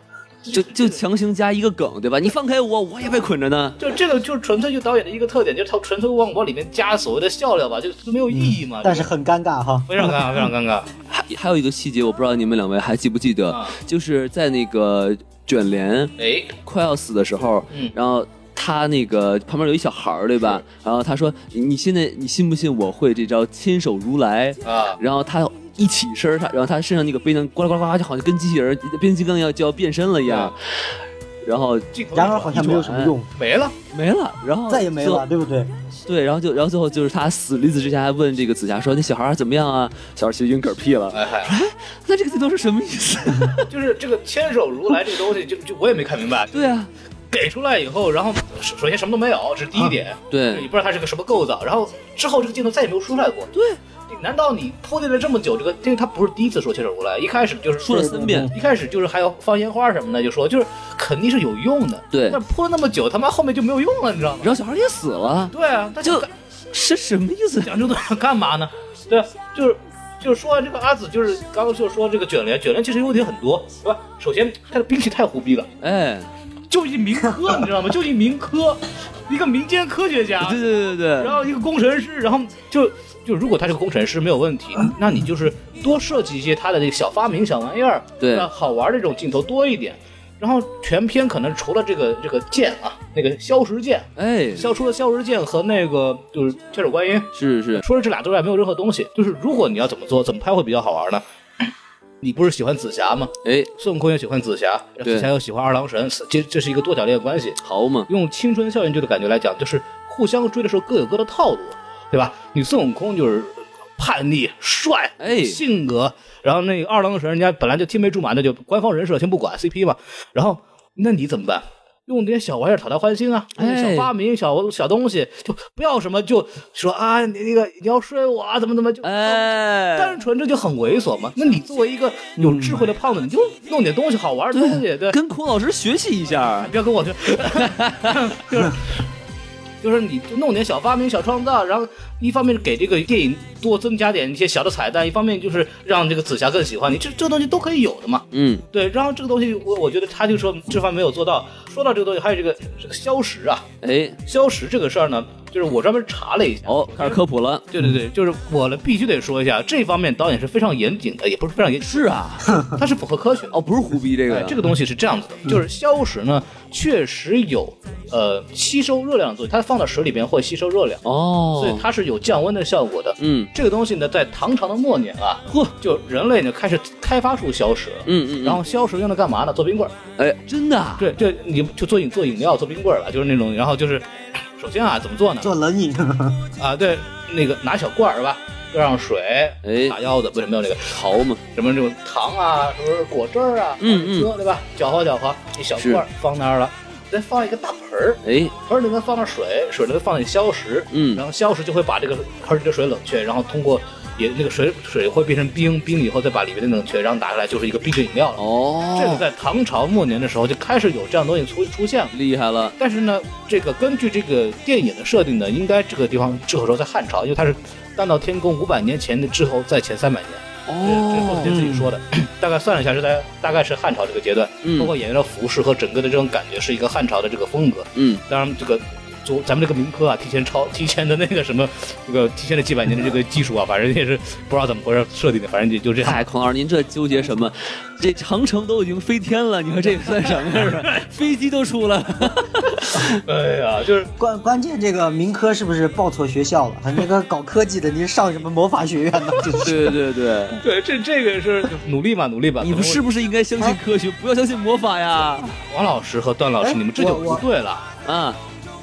Speaker 3: 就就强行加一个梗，对吧？你放开我，我也被捆着呢。
Speaker 2: 就这个就是纯粹就导演的一个特点，就是他纯粹往往里面加所谓的笑料吧，就就没有意义
Speaker 1: 嗯
Speaker 2: 嘛。
Speaker 1: 但是
Speaker 2: 就
Speaker 1: 很尴尬哈。
Speaker 2: 非常尴尬，非常尴
Speaker 3: [LAUGHS]
Speaker 2: 尬。
Speaker 3: 还还有一个细节，我不知道你们两位还记不记得，
Speaker 2: 啊
Speaker 3: 就是在那个卷帘
Speaker 2: 哎，
Speaker 3: 快要死的时候，
Speaker 2: 嗯
Speaker 3: 然后。他那个旁边有一小孩儿，对吧？然后他说：“你你现在你信不信我会这招千手如来？”
Speaker 2: 啊，
Speaker 3: 然后他一起身，他然后他身上那个背囊呱啦呱啦呱啦，就好像跟机器人变形金刚要就要变身了一样。然后
Speaker 2: 镜头一
Speaker 1: 然而
Speaker 2: 转
Speaker 1: 好像没有什么用，
Speaker 2: 没了，
Speaker 3: 没了，然后
Speaker 1: 再也没
Speaker 3: 最后
Speaker 1: 了，对不对？
Speaker 3: 对，然后就，然后最后就是他死离子之前还问这个紫霞说：“那小孩儿怎么样啊？”小孩儿其实晕嗝屁了。
Speaker 2: 哎嗨。
Speaker 3: 那这个镜头是什么意思？
Speaker 2: 就是这个牵手如来这个东西，就就我也没看明白。
Speaker 3: [LAUGHS] 对啊，
Speaker 2: 给出来以后，然后首首先什么都没有，这是第一
Speaker 1: 啊
Speaker 2: 点，
Speaker 3: 对
Speaker 2: 你不知道它是个什么构造。然后之后这个镜头再也没有出来过。
Speaker 3: 对，
Speaker 2: 难道你铺垫了这么久，这个因为他不是第一次说牵手如来，一开始就是
Speaker 3: 说了
Speaker 2: 对
Speaker 3: 三遍
Speaker 2: 一开始就是还要放烟花什么的，就说就是肯定是有用的。
Speaker 3: 对
Speaker 2: 但铺了那么久，他妈后面就没有用了，你知道吗？
Speaker 3: 然后小孩儿也死了，
Speaker 2: 对啊，他
Speaker 3: 就是是什么意思？
Speaker 2: 讲究的干嘛呢？对啊，就是就是说完这个阿紫，就是刚刚就说这个卷帘，卷帘其实优点很多，对吧？首先他的兵器太胡逼了。
Speaker 3: 哎，
Speaker 2: 就一民科，你知道吗？就一民科，一个民间科学家
Speaker 3: 对，对对对
Speaker 2: 然
Speaker 3: 对，
Speaker 2: 后一个工程师，然后就就如果他是个工程师没有问题，那你就是多设计一些他的这个小发明、小玩意儿，
Speaker 3: 对
Speaker 2: 那好玩这种镜头多一点。然后全片可能除了这个这个剑啊，那个消石剑，
Speaker 3: 哎，
Speaker 2: 消除了消石剑和那个就是千手观音，
Speaker 3: 是是，
Speaker 2: 除了这俩之外没有任何东西。就是如果你要怎么做，怎么拍会比较好玩呢？你不是喜欢紫霞吗？
Speaker 3: 哎，
Speaker 2: 孙悟空也喜欢紫霞，然后
Speaker 3: 对
Speaker 2: 紫霞又喜欢二郎神，这这是一个多角恋关系。
Speaker 3: 好嘛，
Speaker 2: 用青春校园剧的感觉来讲，就是互相追的时候各有各的套路，对吧？你孙悟空就是叛逆、帅、
Speaker 3: 哎
Speaker 2: 性格，然后那个二郎神人家本来就青梅竹马，那就官方人设先不管 CP 嘛。然后那你怎么办？用点小玩意儿讨他欢心啊，用点
Speaker 3: 哎
Speaker 2: 小发明、小小东西，就不要什么就说啊，你那个你要睡我啊，怎么怎么就。
Speaker 3: 哎
Speaker 2: 单，纯这就很猥琐嘛？那你作为一个有智慧的胖子，你就弄点东西好玩的东西，对，
Speaker 3: 跟孔老师学习一下。
Speaker 2: 哎不要跟我学， [LAUGHS] 就是就是你就弄点小发明、小创造，然后一方面给这个电影多增加点一些小的彩蛋，一方面就是让这个紫霞更喜欢你，这这个东西都可以有的嘛。
Speaker 3: 嗯，
Speaker 2: 对，然后这个东西我我觉得他就说这方面没有做到。说到这个东西，还有这个这个消食啊，
Speaker 3: 哎，
Speaker 2: 消食这个事儿呢，就是我专门查了一下。
Speaker 3: 哦，开始科普了。
Speaker 2: 对对对，就是我了，必须得说一下，这方面导演是非常严谨的，也不是非常严谨，
Speaker 3: 是
Speaker 2: [LAUGHS]
Speaker 3: 啊，
Speaker 2: 它是符合科学的。
Speaker 3: 哦，不是胡逼这个嗯
Speaker 2: 哎
Speaker 3: 呀，，
Speaker 2: 这个东西是这样子的，就是硝石呢，确实有呃吸收热量的作用，它放到水里边会吸收热量，所以
Speaker 3: 哦，
Speaker 2: 它是有降温的效果的。
Speaker 3: 嗯
Speaker 2: 这个东西呢，在唐朝的末年啊，呵，就人类呢开始开发出硝石了。
Speaker 3: 嗯嗯，
Speaker 2: 然后硝石用来干嘛呢？做冰棍儿。
Speaker 3: 哎，真的啊，
Speaker 2: 对，就你就做饮做饮料，做冰棍儿了，就是那种。然后就是，首先啊，怎么做呢？
Speaker 1: 做
Speaker 2: [LAUGHS]
Speaker 1: 冷饮，
Speaker 2: 啊，对，那个拿小罐儿是吧？兑上水，
Speaker 3: 哎
Speaker 2: 打腰子，为什么没有那个？
Speaker 3: 好嘛，
Speaker 2: 什么这种糖啊，什么果汁儿啊，
Speaker 3: 嗯嗯
Speaker 2: 喝对吧？搅和搅和，一小罐儿放那儿了，再放一个大盆儿，
Speaker 3: 哎，
Speaker 2: 盆儿里面放上水，水里面放点消食，
Speaker 3: 嗯
Speaker 2: 然后消食就会把这个盆儿里的水冷却，然后通过也那个水水会变成冰，冰以后再把里面的冷却，然后拿出来就是一个冰镇饮料了。这个
Speaker 3: 哦，
Speaker 2: 在唐朝末年的时候就开始有这样东西出出现了。
Speaker 3: 厉害了，
Speaker 2: 但是呢，这个根据这个电影的设定呢，应该这个地方这个时候在汉朝，因为它是丹道天宫五百年前的之后在前三百年。对，这后
Speaker 3: 哦
Speaker 2: 自，己说的， [CLEARS THROAT] 大概算了一下是在大概是汉朝这个阶段，
Speaker 3: 嗯
Speaker 2: 包括演员的服饰和整个的这种感觉是一个汉朝的这个风格。
Speaker 3: 嗯，
Speaker 2: 当然，这个昨咱们这个民科啊，提前超提前的那个什么，这个提前了几百年的这个技术啊，反正也是不知道怎么回事设定的，反正就就这样。
Speaker 3: 嗨，哎孔老师，您这纠结什么？这长城都已经飞天了，你说这个算什么
Speaker 2: [LAUGHS]
Speaker 3: 呀？飞机都出来了，
Speaker 2: 哎呀，就是
Speaker 1: 关关键这个民科是不是报错学校了？那个搞科技的，你是上什么魔法学院
Speaker 2: [LAUGHS]
Speaker 1: 呢？真是。
Speaker 3: 对对对，
Speaker 2: 对这这个是努力吧，努力吧。
Speaker 3: [LAUGHS] 你
Speaker 2: 可
Speaker 3: 们
Speaker 2: 能
Speaker 3: 是不是应该相信科学，不要相信魔法呀？
Speaker 2: 王老师和段老师，
Speaker 1: 哎
Speaker 2: 你们这就
Speaker 1: 我
Speaker 2: 不
Speaker 1: 我
Speaker 2: 对了，
Speaker 3: 啊，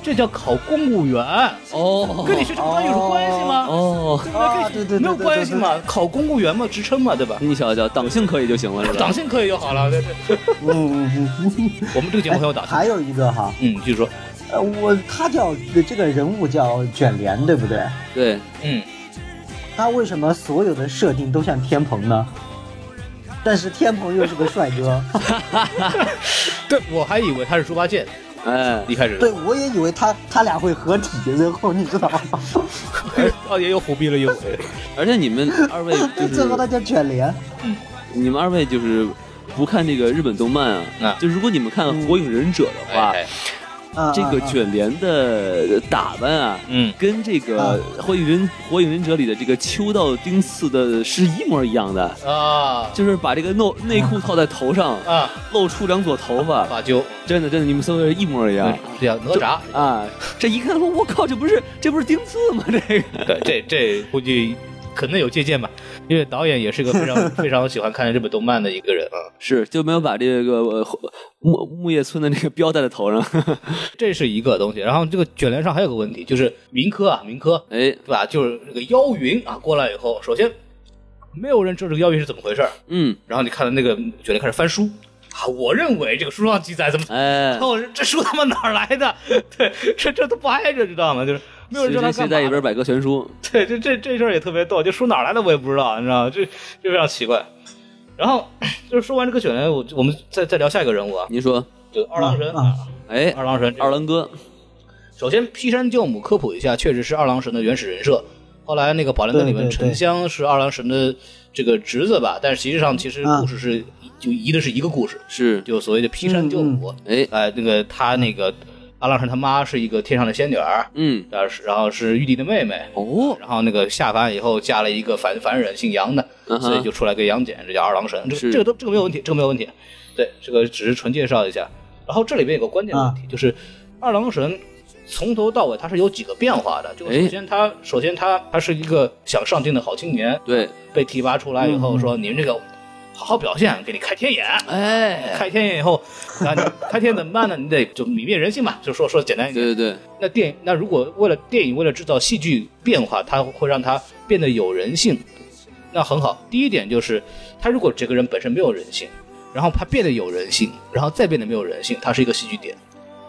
Speaker 2: 这叫考公务员，
Speaker 3: 哦，
Speaker 2: 跟你学什么专业有什么关系吗？
Speaker 3: 哦，
Speaker 2: 对不对
Speaker 1: 啊
Speaker 2: 跟你
Speaker 1: 对对对
Speaker 2: 没有
Speaker 1: 对对
Speaker 2: 关系
Speaker 1: 对
Speaker 2: 嘛，考公务员嘛，职称嘛，对吧？
Speaker 3: 你瞧瞧，党性可以就行了，是吧
Speaker 2: 党？性可以就好了，对对。
Speaker 1: 嗯嗯嗯。
Speaker 2: 我们这个节目很有打算。
Speaker 1: 还有一个哈，
Speaker 2: 嗯，继续说。
Speaker 1: 呃，我他叫这个人物叫卷帘，对不对？
Speaker 3: 对，
Speaker 2: 嗯，
Speaker 1: 他为什么所有的设定都像天蓬呢？但是天蓬又是个帅
Speaker 3: [LAUGHS]
Speaker 1: 哥，
Speaker 2: 对，我还以为他是猪八戒呢
Speaker 3: 哎，
Speaker 2: 一开 [LAUGHS] 始。
Speaker 1: 对我也以为他他俩会合体，然后你知道吗？
Speaker 2: 哦，也又胡逼了一回。
Speaker 3: 而且
Speaker 1: [LAUGHS]
Speaker 3: 你们二位就
Speaker 1: 最后他
Speaker 3: 是
Speaker 1: 叫卷帘，
Speaker 3: 你们二位就是不看这个日本动漫啊
Speaker 2: 啊，
Speaker 3: 就如果你们看《火影忍者》的话，
Speaker 2: [LAUGHS] 哎，
Speaker 1: 啊，
Speaker 3: 这个
Speaker 1: 啊
Speaker 3: 卷帘的打扮啊，
Speaker 2: 嗯，
Speaker 3: 跟这
Speaker 1: 啊
Speaker 3: 个《火影忍火影忍者》里的这个秋道丁次的是一模一样的，
Speaker 2: 啊
Speaker 3: 就是把这
Speaker 1: [LAUGHS]
Speaker 3: 个内内裤套在头上，
Speaker 2: 啊，
Speaker 3: 露出两撮头发，
Speaker 2: 马九，
Speaker 3: 真的真的，你们搜的一模一样。啊
Speaker 2: 对呀，哪吒。
Speaker 3: 啊，这一看说，我靠，这不是这不是丁次吗？这个
Speaker 2: 对，这这估计可能有借鉴吧，因为导演也是个非
Speaker 1: [LAUGHS]
Speaker 2: 常非常喜欢看日本动漫的一个人啊。
Speaker 3: 是就没有把这个呃木木叶村的那个标戴在头上。 [LAUGHS]
Speaker 2: 这是一个东西。然后这个卷帘上还有个问题，就是民科啊，民科，
Speaker 3: 哎，
Speaker 2: 对吧？就是这个妖云啊过来以后，首先没有人知道这个妖云是怎么回事儿
Speaker 3: 嗯，
Speaker 2: 然后你看到那个卷帘开始翻书啊，我认为这个书上记载怎么。
Speaker 3: 哎
Speaker 2: [LAUGHS] 然，后我说哦这书他妈哪儿来
Speaker 3: [LAUGHS]
Speaker 2: 的？对，这这都不挨着，知道吗？就是没有人
Speaker 3: 谁
Speaker 2: 知道他
Speaker 3: 谁
Speaker 2: 干
Speaker 3: 谁
Speaker 2: 嘛
Speaker 3: 在一
Speaker 2: 的。
Speaker 3: 本百科全书？
Speaker 2: 对，这这这事儿也特别逗，就书哪儿来的我也不知道，你知道吗？这这非常奇怪。然后就是说完这个卷帘，我我们再再聊下一个人物啊，
Speaker 3: 您说，
Speaker 2: 就二郎神
Speaker 1: 啊啊
Speaker 3: 哎，
Speaker 2: 二郎神，
Speaker 3: 二郎哥，
Speaker 2: 首先，劈山救母科普一下，确实是二郎神的原始人设。后来那个《宝莲灯》里面，
Speaker 1: 对对对
Speaker 2: 沉香是二郎神的这个侄子吧，但是实际上其实
Speaker 1: 啊
Speaker 2: 故事是、就移的是一个故事，
Speaker 3: 是，
Speaker 2: 就所谓的劈山救
Speaker 1: 嗯
Speaker 2: 母。
Speaker 3: 哎，
Speaker 2: 哎、那个他那个二郎神他妈是一个天上的仙女儿，
Speaker 3: 嗯，
Speaker 2: 然后是然后是玉帝的妹妹，
Speaker 3: 哦，
Speaker 2: 然后那个下凡以后嫁了一个凡凡人，姓杨的，
Speaker 3: 嗯哼
Speaker 2: 所以就出来个杨戬，这叫二郎神。这
Speaker 3: 是
Speaker 2: 个这个都这个没有问题，这个没有问题。对，这个只是纯介绍一下。然后这里边有个关键问题，就是二郎神从头到尾他是有几个变化的。就
Speaker 3: 哎
Speaker 2: 首先他、首先他他是一个想上进的好青年，
Speaker 3: 对，
Speaker 2: 被提拔出来以后
Speaker 1: 嗯
Speaker 2: 说你们这个好好表现，给你开天眼。
Speaker 3: 哎，
Speaker 2: [LAUGHS] 开天眼以后，那你开天眼怎么办呢？你得就泯灭人性嘛，就说说简单一点。
Speaker 3: 对对对，
Speaker 2: 那电影，那如果为了电影为了制造戏剧变化，它会让它变得有人性，那很好。第一点就是，他如果这个人本身没有人性，然后他变得有人性，然后再变得没有人性，它是一个戏剧点。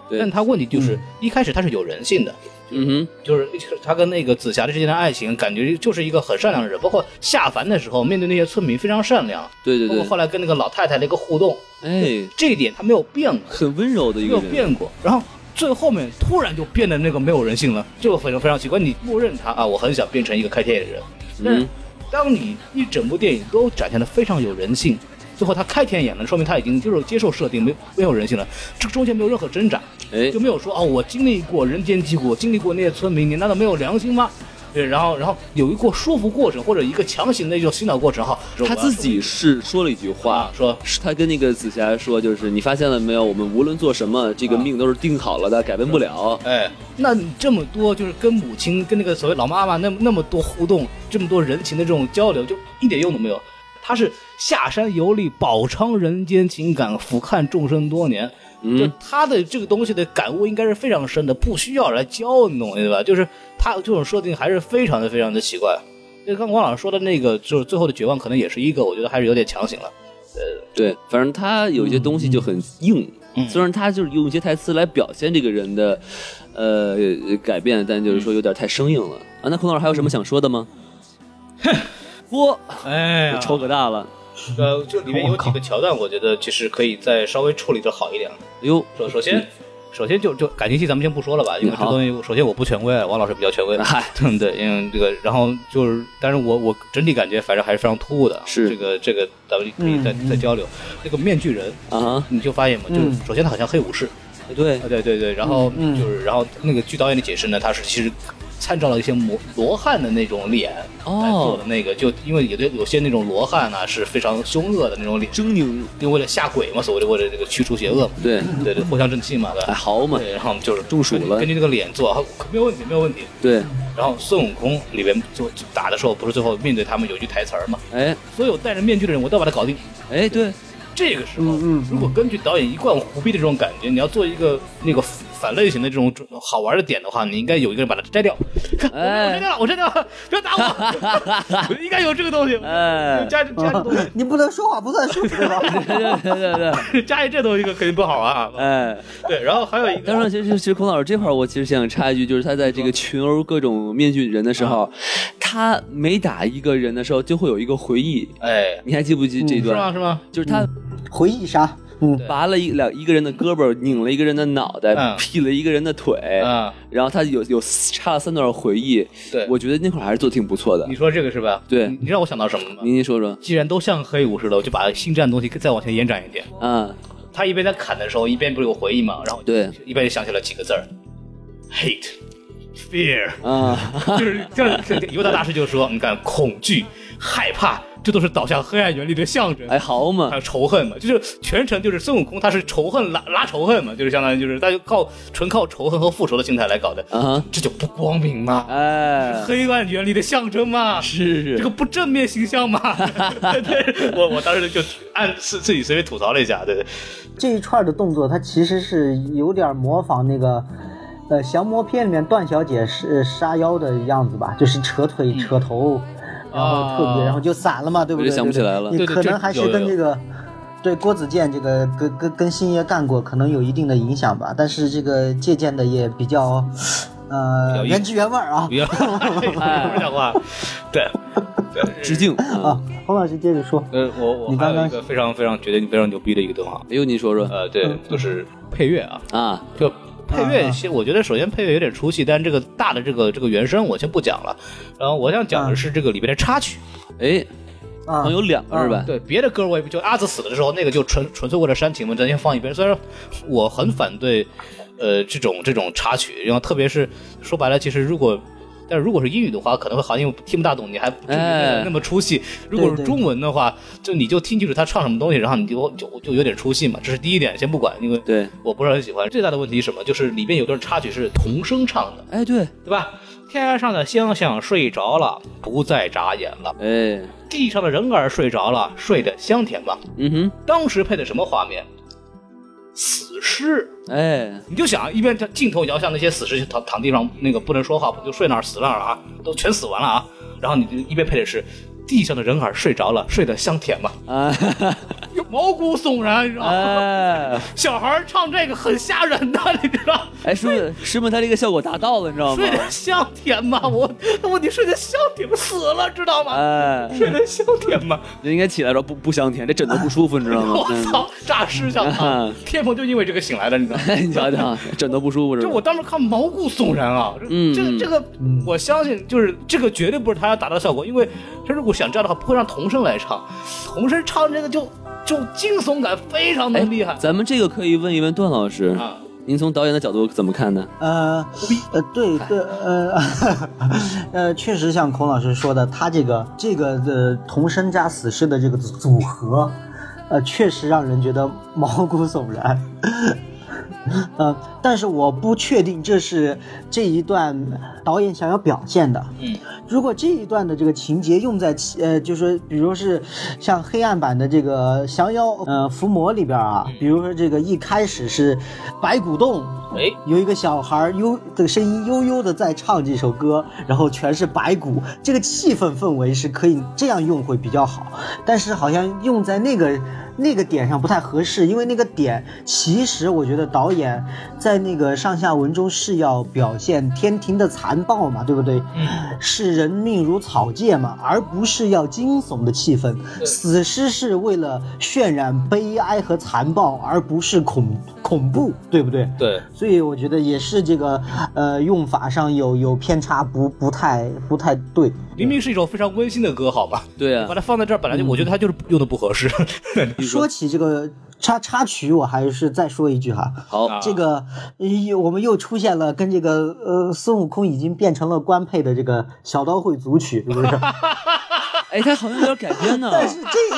Speaker 3: 对
Speaker 2: 但他问题就是、
Speaker 1: 嗯
Speaker 2: 一开始他是有人性的，
Speaker 3: 嗯
Speaker 2: 就是他跟那个紫霞之间的爱情，感觉就是一个很善良的人。包括下凡的时候，面对那些村民非常善良，
Speaker 3: 哼，对对
Speaker 2: 包括后
Speaker 3: 对，
Speaker 2: 来跟那个老太太的一个互动，
Speaker 3: 哎，
Speaker 2: 这一点他没有变过。
Speaker 3: 很温柔的一
Speaker 2: 没
Speaker 3: 个
Speaker 2: 有
Speaker 3: 人，
Speaker 2: 变过，然后最后面突然就变得那个没有人性了，这个非常非常奇怪。你默认他啊，我很想变成一个开天眼的人，但是
Speaker 3: 嗯
Speaker 2: 当你一整部电影都展现的非常有人性，最后他开天眼了，说明他已经就是接受设定，没没有人性了。这个中间没有任何挣扎，
Speaker 3: 哎
Speaker 2: 就，没有说啊，我经历过人间疾苦，我经历过那些村民，你难道没有良心吗？对，然后然后有一个说服过程或者一个强行的一种洗脑过程哈，
Speaker 3: 他自己是说了一句话
Speaker 2: 啊。说
Speaker 3: 是他跟那个紫霞说，就是你发现了没有，我们无论做什么，这个
Speaker 2: 啊
Speaker 3: 命都是定好了的，改变不了。
Speaker 2: 哎，那你这么多就是跟母亲、跟那个所谓老妈妈那么那么多互动，这么多人情的这种交流，就一点用都没有。他是下山游历，饱尝人间情感，俯瞰众生多年。就
Speaker 3: 嗯，
Speaker 2: 他的这个东西的感悟应该是非常深的，不需要来教你懂对吧？就是他这种设定还是非常的非常的奇怪。就刚刚王老师说的那个，就是最后的绝望，可能也是一个，我觉得还是有点强行了。
Speaker 3: 对，反正他有一些东西就很硬，
Speaker 2: 嗯
Speaker 3: 虽然他就是用一些台词来表现这个人的，呃，改变，但就是说有点太生硬了啊。那孔老师还有什么想说的吗？嚯，
Speaker 2: 哎呀
Speaker 3: 抽可大了！
Speaker 2: 呃，就里面有几个桥段，我觉得其实可以再稍微处理的好一点。
Speaker 3: 哎呦，
Speaker 2: 首首先，首先就就感情戏咱们先不说了吧，因为这
Speaker 3: 好
Speaker 2: 东西首先我不权威，王老师比较权威，
Speaker 3: 嗨，
Speaker 2: 对 [LAUGHS] 对，因为这个，然后就是，但是我我整体感觉反正还是非常突兀的，啊
Speaker 3: 是
Speaker 2: 这个这个咱们可以再、
Speaker 1: 嗯嗯
Speaker 2: 再交流。这个面具人，
Speaker 3: 啊哈，
Speaker 2: 你就发现嘛，就是
Speaker 1: 嗯
Speaker 2: 首先他好像黑武士，
Speaker 3: 对
Speaker 2: 啊，，对对对，然后
Speaker 1: 嗯嗯
Speaker 2: 就是然后那个据导演的解释呢，他是其实参照了一些罗罗汉的那种脸来做
Speaker 3: 哦
Speaker 2: 的，那个，就因为有的有些那种罗汉啊是非常凶恶的那种脸，
Speaker 3: 狰狞，
Speaker 2: 因为为了吓鬼嘛，所谓的为了这个驱除邪恶嘛，
Speaker 3: 对，
Speaker 2: [CLEARS THROAT] 对对，藿香正气嘛，对吧
Speaker 3: [LAUGHS] 哎，？豪嘛，
Speaker 2: 对，然后就是
Speaker 3: 中暑了
Speaker 2: 根据那个脸做，好没有问题，没有问题。
Speaker 3: 对，
Speaker 2: 然后孙悟空里边就就打的时候，不是最后面对他们有一句台词儿嘛，
Speaker 3: 哎，
Speaker 2: 所有戴着面具的人，我都要把他搞定。
Speaker 3: 哎，对，
Speaker 2: 这个时候，
Speaker 1: 嗯嗯嗯
Speaker 2: 如果根据导演一贯胡逼的这种感觉，你要做一个那个反类型的这种好玩的点的话，你应该有一个人把它摘掉。我摘
Speaker 3: 哎，
Speaker 2: 掉了，我摘掉了，不要打
Speaker 3: [LAUGHS]
Speaker 2: 我！应该有这个东西，
Speaker 3: 哎，
Speaker 2: 加加这东
Speaker 1: 你不能说话不算数，对吧？
Speaker 3: [LAUGHS] 对对对对，
Speaker 2: 西， [LAUGHS] 加一这东西肯定不好玩啊。
Speaker 3: 哎。
Speaker 2: 对，然后还有一个
Speaker 3: 当然，其实其实孔老师这块儿，我其实想插一句，就是他在这个群殴各种面具人的时
Speaker 2: 啊
Speaker 3: 候，他每打一个人的时候，就会有一个回忆。
Speaker 2: 哎，
Speaker 3: 你还记不记这
Speaker 2: 是吗？
Speaker 3: 段？
Speaker 2: 是吗？
Speaker 3: 就是他
Speaker 1: 回忆杀，嗯
Speaker 2: 对
Speaker 3: 拔了一两一个人的胳膊，拧了一个人的脑袋，
Speaker 2: 嗯
Speaker 3: 劈了一个人的腿，
Speaker 2: 啊，
Speaker 3: 然后他有有插了三段回忆。
Speaker 2: 对，
Speaker 3: 我觉得那块儿还是做得挺不错的
Speaker 2: 你。说这个是吧？
Speaker 3: 对
Speaker 2: 你你让我想到什么了吗？
Speaker 3: 您您说说
Speaker 2: 既然都像黑武士了，我就把星战的东西再往前延展一点。
Speaker 3: 啊？
Speaker 2: 他一边在砍的时候，一边不是有回忆吗？然后
Speaker 3: 对
Speaker 2: 一边就想起了几个字儿：hate。Fear， [LAUGHS]
Speaker 3: 啊，
Speaker 2: 就是这样，这这犹大大师就说：“你看，恐惧、害怕，这都是导向黑暗原理的象征。
Speaker 3: 哎，好
Speaker 2: [LAUGHS]
Speaker 3: 嘛
Speaker 2: 还，有仇恨嘛，就是全程就是孙悟空他是仇恨拉拉仇恨嘛，就是相当于就是他就靠纯靠仇恨和复仇的心态来搞的，
Speaker 3: 啊哈，
Speaker 2: 这就不光明嘛， [LAUGHS]
Speaker 3: 哎，
Speaker 2: 黑暗原理的象征嘛，
Speaker 3: 是是
Speaker 2: 这个不正面形象嘛。 [LAUGHS] 对，我我当时就按自自己随便吐槽了一下，对对，
Speaker 1: 这一串的动作，它其实是有点模仿那个，呃，《降魔篇》里面段小姐是呃杀妖的样子吧，就是扯腿、扯头，然后特别，
Speaker 2: 啊
Speaker 1: 然后就散了嘛，对不
Speaker 3: 我
Speaker 1: 对？
Speaker 3: 就想不起来了
Speaker 1: 你
Speaker 2: 对对
Speaker 1: 可
Speaker 2: 这
Speaker 1: 能还
Speaker 2: 有
Speaker 1: 是
Speaker 2: 有
Speaker 1: 跟
Speaker 2: 有
Speaker 1: 这个。对郭子健这个跟跟跟星爷干过，可能有一定的影响吧，但是这个借鉴的也比较，
Speaker 2: 比
Speaker 1: 呃，
Speaker 2: 较硬
Speaker 1: 原汁原味儿啊
Speaker 2: 不 [LAUGHS] 要哎不讲话，对。
Speaker 3: 致敬啊
Speaker 1: 啊！！洪老师接着说，
Speaker 2: 呃，我我
Speaker 1: 你刚
Speaker 2: 还有
Speaker 1: 刚
Speaker 2: 一个非常非常觉得非常牛逼的一个动画，
Speaker 3: 哎呦，你说说
Speaker 2: 呃，对，就是配乐啊，
Speaker 3: 啊，
Speaker 2: 就配乐，
Speaker 1: 啊
Speaker 2: 其实我觉得首先配乐有点出戏，但这个大的这个这个原声我先不讲了。然后我想讲的是这个里边的插曲，
Speaker 3: 哎，好
Speaker 1: 啊
Speaker 3: 像，有两个是吧？
Speaker 2: 对别的歌我也不就阿紫死了之后，那个就纯纯粹为了煽情嘛，咱先放一边。虽然我很反对，呃，这种这种插曲，然后特别是说白了，其实如果。但如果是英语的话，可能会好像听不大懂，你还不至于
Speaker 3: 哎
Speaker 2: 那么出戏。如果是
Speaker 1: 对对
Speaker 2: 中文的话，就你就听清楚他唱什么东西，然后你就就就有点出戏嘛。这是第一点，先不管，因为
Speaker 3: 对，
Speaker 2: 我不是很喜欢。最大的问题是什么？就是里边有段插曲是童声唱的，
Speaker 3: 哎对，
Speaker 2: 对吧？天上的星星睡着了，不再眨眼了；
Speaker 3: 哎，
Speaker 2: 地上的人儿睡着了，睡得香甜吧。
Speaker 3: 嗯
Speaker 2: 当时配的什么画面？死尸。
Speaker 3: 哼，哎，
Speaker 2: 你就想一边镜头摇向那些死尸躺躺地上，那个不能说话，不就睡那儿死那儿了啊，都全死完了啊。然后你就一边配的是地上的人儿睡着了，睡得香甜吧，
Speaker 3: 啊， [LAUGHS]
Speaker 2: 就 [LAUGHS] 毛骨悚然，你知道吗？
Speaker 3: 哎，
Speaker 2: 呃小孩儿唱这个很吓人的， [LAUGHS] 你知道吗？
Speaker 3: 哎，师傅，师傅，他这个效果达到了，你知道吗
Speaker 2: 睡？得香甜吗？我那问题睡得香甜吗？死了知道吗？
Speaker 3: 哎，
Speaker 2: 睡得香甜吗？
Speaker 3: 你应该起来说不不香甜，这枕头不舒服，你知道吗
Speaker 2: [LAUGHS] 我？操，诈尸想他
Speaker 3: 嗯，
Speaker 2: 天蓬就因为这个醒来 [LAUGHS] 的，你知道吗？
Speaker 3: 哎， [LAUGHS] 你瞧瞧，枕头不舒服是
Speaker 2: 就我
Speaker 3: 吧？
Speaker 2: 当时看毛骨悚然啊！这
Speaker 3: 嗯
Speaker 2: 这
Speaker 3: 嗯
Speaker 2: 个这个，我相信就是这个绝对不是他要达到的效果，因为他如果想这样的话，不会让童声来唱，童声唱这个就就惊悚感非常的
Speaker 3: 哎
Speaker 2: 厉害
Speaker 3: 咱们这个可以问一问段老师，
Speaker 2: 啊！
Speaker 3: 您从导演的角度怎么看呢？
Speaker 1: 呃，呃，对对，呃， [LAUGHS] 呃，确实像孔老师说的，他这个这个呃童声加死尸的这个组组合，呃，确实让人觉得毛骨悚然。呃，但是我不确定这是这一段导演想要表现的。
Speaker 2: 嗯，
Speaker 1: 如果这一段的这个情节用在其呃，就说比如是像黑暗版的这个降妖呃伏魔里边啊，比如说这个一开始是白骨洞，
Speaker 2: 哎，
Speaker 1: 有一个小孩儿悠的声音悠悠的在唱这首歌，然后全是白骨，这个气氛氛围是可以这样用会比较好，但是好像用在那个那个点上不太合适，因为那个点其实我觉得导演在那个上下文中是要表现天庭的残暴嘛，对不对？视人命如草芥嘛，而不是要惊悚的气氛。死尸是为了渲染悲哀和残暴，而不是恐恐怖，对不对？
Speaker 2: 对，
Speaker 1: 所以我觉得也是这个，呃，用法上有有偏差不，不太不太对。
Speaker 2: 明明是一首非常温馨的歌，好吧？
Speaker 3: 对啊
Speaker 1: 嗯
Speaker 2: 把，它放在这儿，本来就我觉得它就是用的不合适。
Speaker 1: 说起这个插插曲，我还是再说一句哈，
Speaker 3: 好，
Speaker 1: 这个呃又我们又出现了跟这个呃孙悟空已经变成了官配的这个小刀会组曲，是不是？
Speaker 3: 哎，他好像有点改编呢。
Speaker 1: 但是这一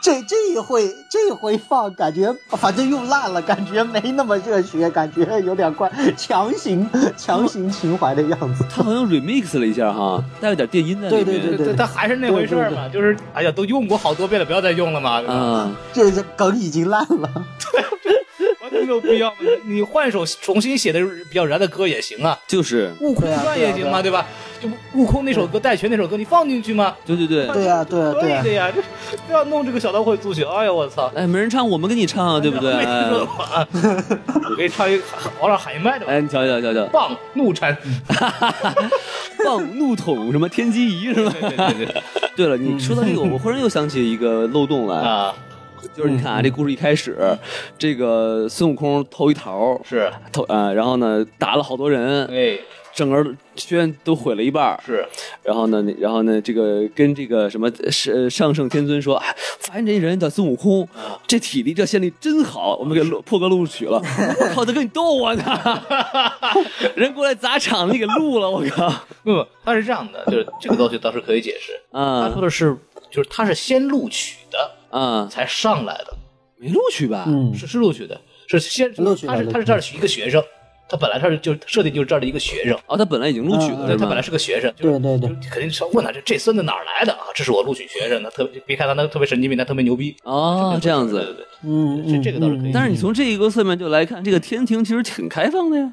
Speaker 1: 这这一回这一回放，感觉反正又烂了，感觉没那么热血，感觉有点怪，强行强行情怀的样子。
Speaker 3: 他好像 remix 了一下哈，带了点电音在里面。
Speaker 1: 对对对
Speaker 2: [LAUGHS] 对，它还是那回事儿嘛，就是哎呀，都用过好多遍了，不要再用了嘛。对吧
Speaker 1: 嗯
Speaker 3: 啊，
Speaker 1: 这这梗已经烂了。
Speaker 2: 完全没有必要嘛。你你换一首重新写的比较燃的歌也行啊，
Speaker 3: 就是，
Speaker 2: 《悟空
Speaker 1: 对啊对
Speaker 2: 传》
Speaker 1: 啊嗯
Speaker 2: 也行嘛，对吧？就悟空那首歌，戴荃那首歌，你放进去吗？
Speaker 3: 对对对，
Speaker 1: 对呀、对啊呀、
Speaker 2: 可
Speaker 1: 对
Speaker 2: 以
Speaker 1: 呀、
Speaker 2: 的呀，这不要弄这个小刀会组曲。哎呀，我操！
Speaker 3: 哎，没人唱，我们给你唱啊，对不对？
Speaker 2: 没听说
Speaker 3: 哎，
Speaker 2: 过啊我给你唱一个往上喊一麦的吧。
Speaker 3: 哎你瞧瞧瞧瞧，
Speaker 2: 棒怒沉，
Speaker 3: 棒怒桶什么天机仪是吧？
Speaker 2: 对对对对
Speaker 3: 对了，你说到这个，我忽然又想起一个漏洞来。
Speaker 2: 啊！
Speaker 3: 就是你看啊，这故事一开始，这个孙悟空偷一桃，
Speaker 2: 是，
Speaker 3: 偷啊、然后呢打了好多人，
Speaker 2: 哎，
Speaker 3: 整个圈都毁了一半儿。
Speaker 2: 是，
Speaker 3: 然后呢，然后呢，这个跟这个什么是呃上圣天尊说，哎，发现这人叫孙悟空，
Speaker 2: 啊
Speaker 3: 这体力这仙力真好，我们给录破格录取了。我靠，他跟你逗我呢，
Speaker 2: [LAUGHS]
Speaker 3: 人过来砸场子，你给录了，我靠，
Speaker 2: 不不，他是这样的，就是这个东西倒是可以解释。他说
Speaker 3: 啊
Speaker 2: 的是，就是他是先录取的，
Speaker 3: 啊，
Speaker 2: 才上来的，
Speaker 3: 没录取吧？
Speaker 1: 嗯，
Speaker 2: 是是录取的，是先
Speaker 1: 录取的
Speaker 2: 他是他是这儿一个学生，他本来他是就设定就是这儿的一个学生。
Speaker 3: 哦，他本来已经录取
Speaker 1: 嗯
Speaker 3: 了，
Speaker 2: 对
Speaker 3: 是
Speaker 2: 他
Speaker 3: 吗
Speaker 2: 本来是个学生，就
Speaker 1: 对
Speaker 2: 是
Speaker 1: 对对
Speaker 2: 就，肯定是要问他这这孙子哪儿来的啊？这是我录取学生的，特别别看他那特别神经病，他特别牛逼
Speaker 3: 哦，这样
Speaker 2: 对对
Speaker 3: 子。
Speaker 2: 对，
Speaker 1: 嗯，
Speaker 2: 这
Speaker 1: 嗯
Speaker 2: 这个倒是可以
Speaker 3: 但是你从这一个侧面就来看，这个天庭其实挺开放的呀。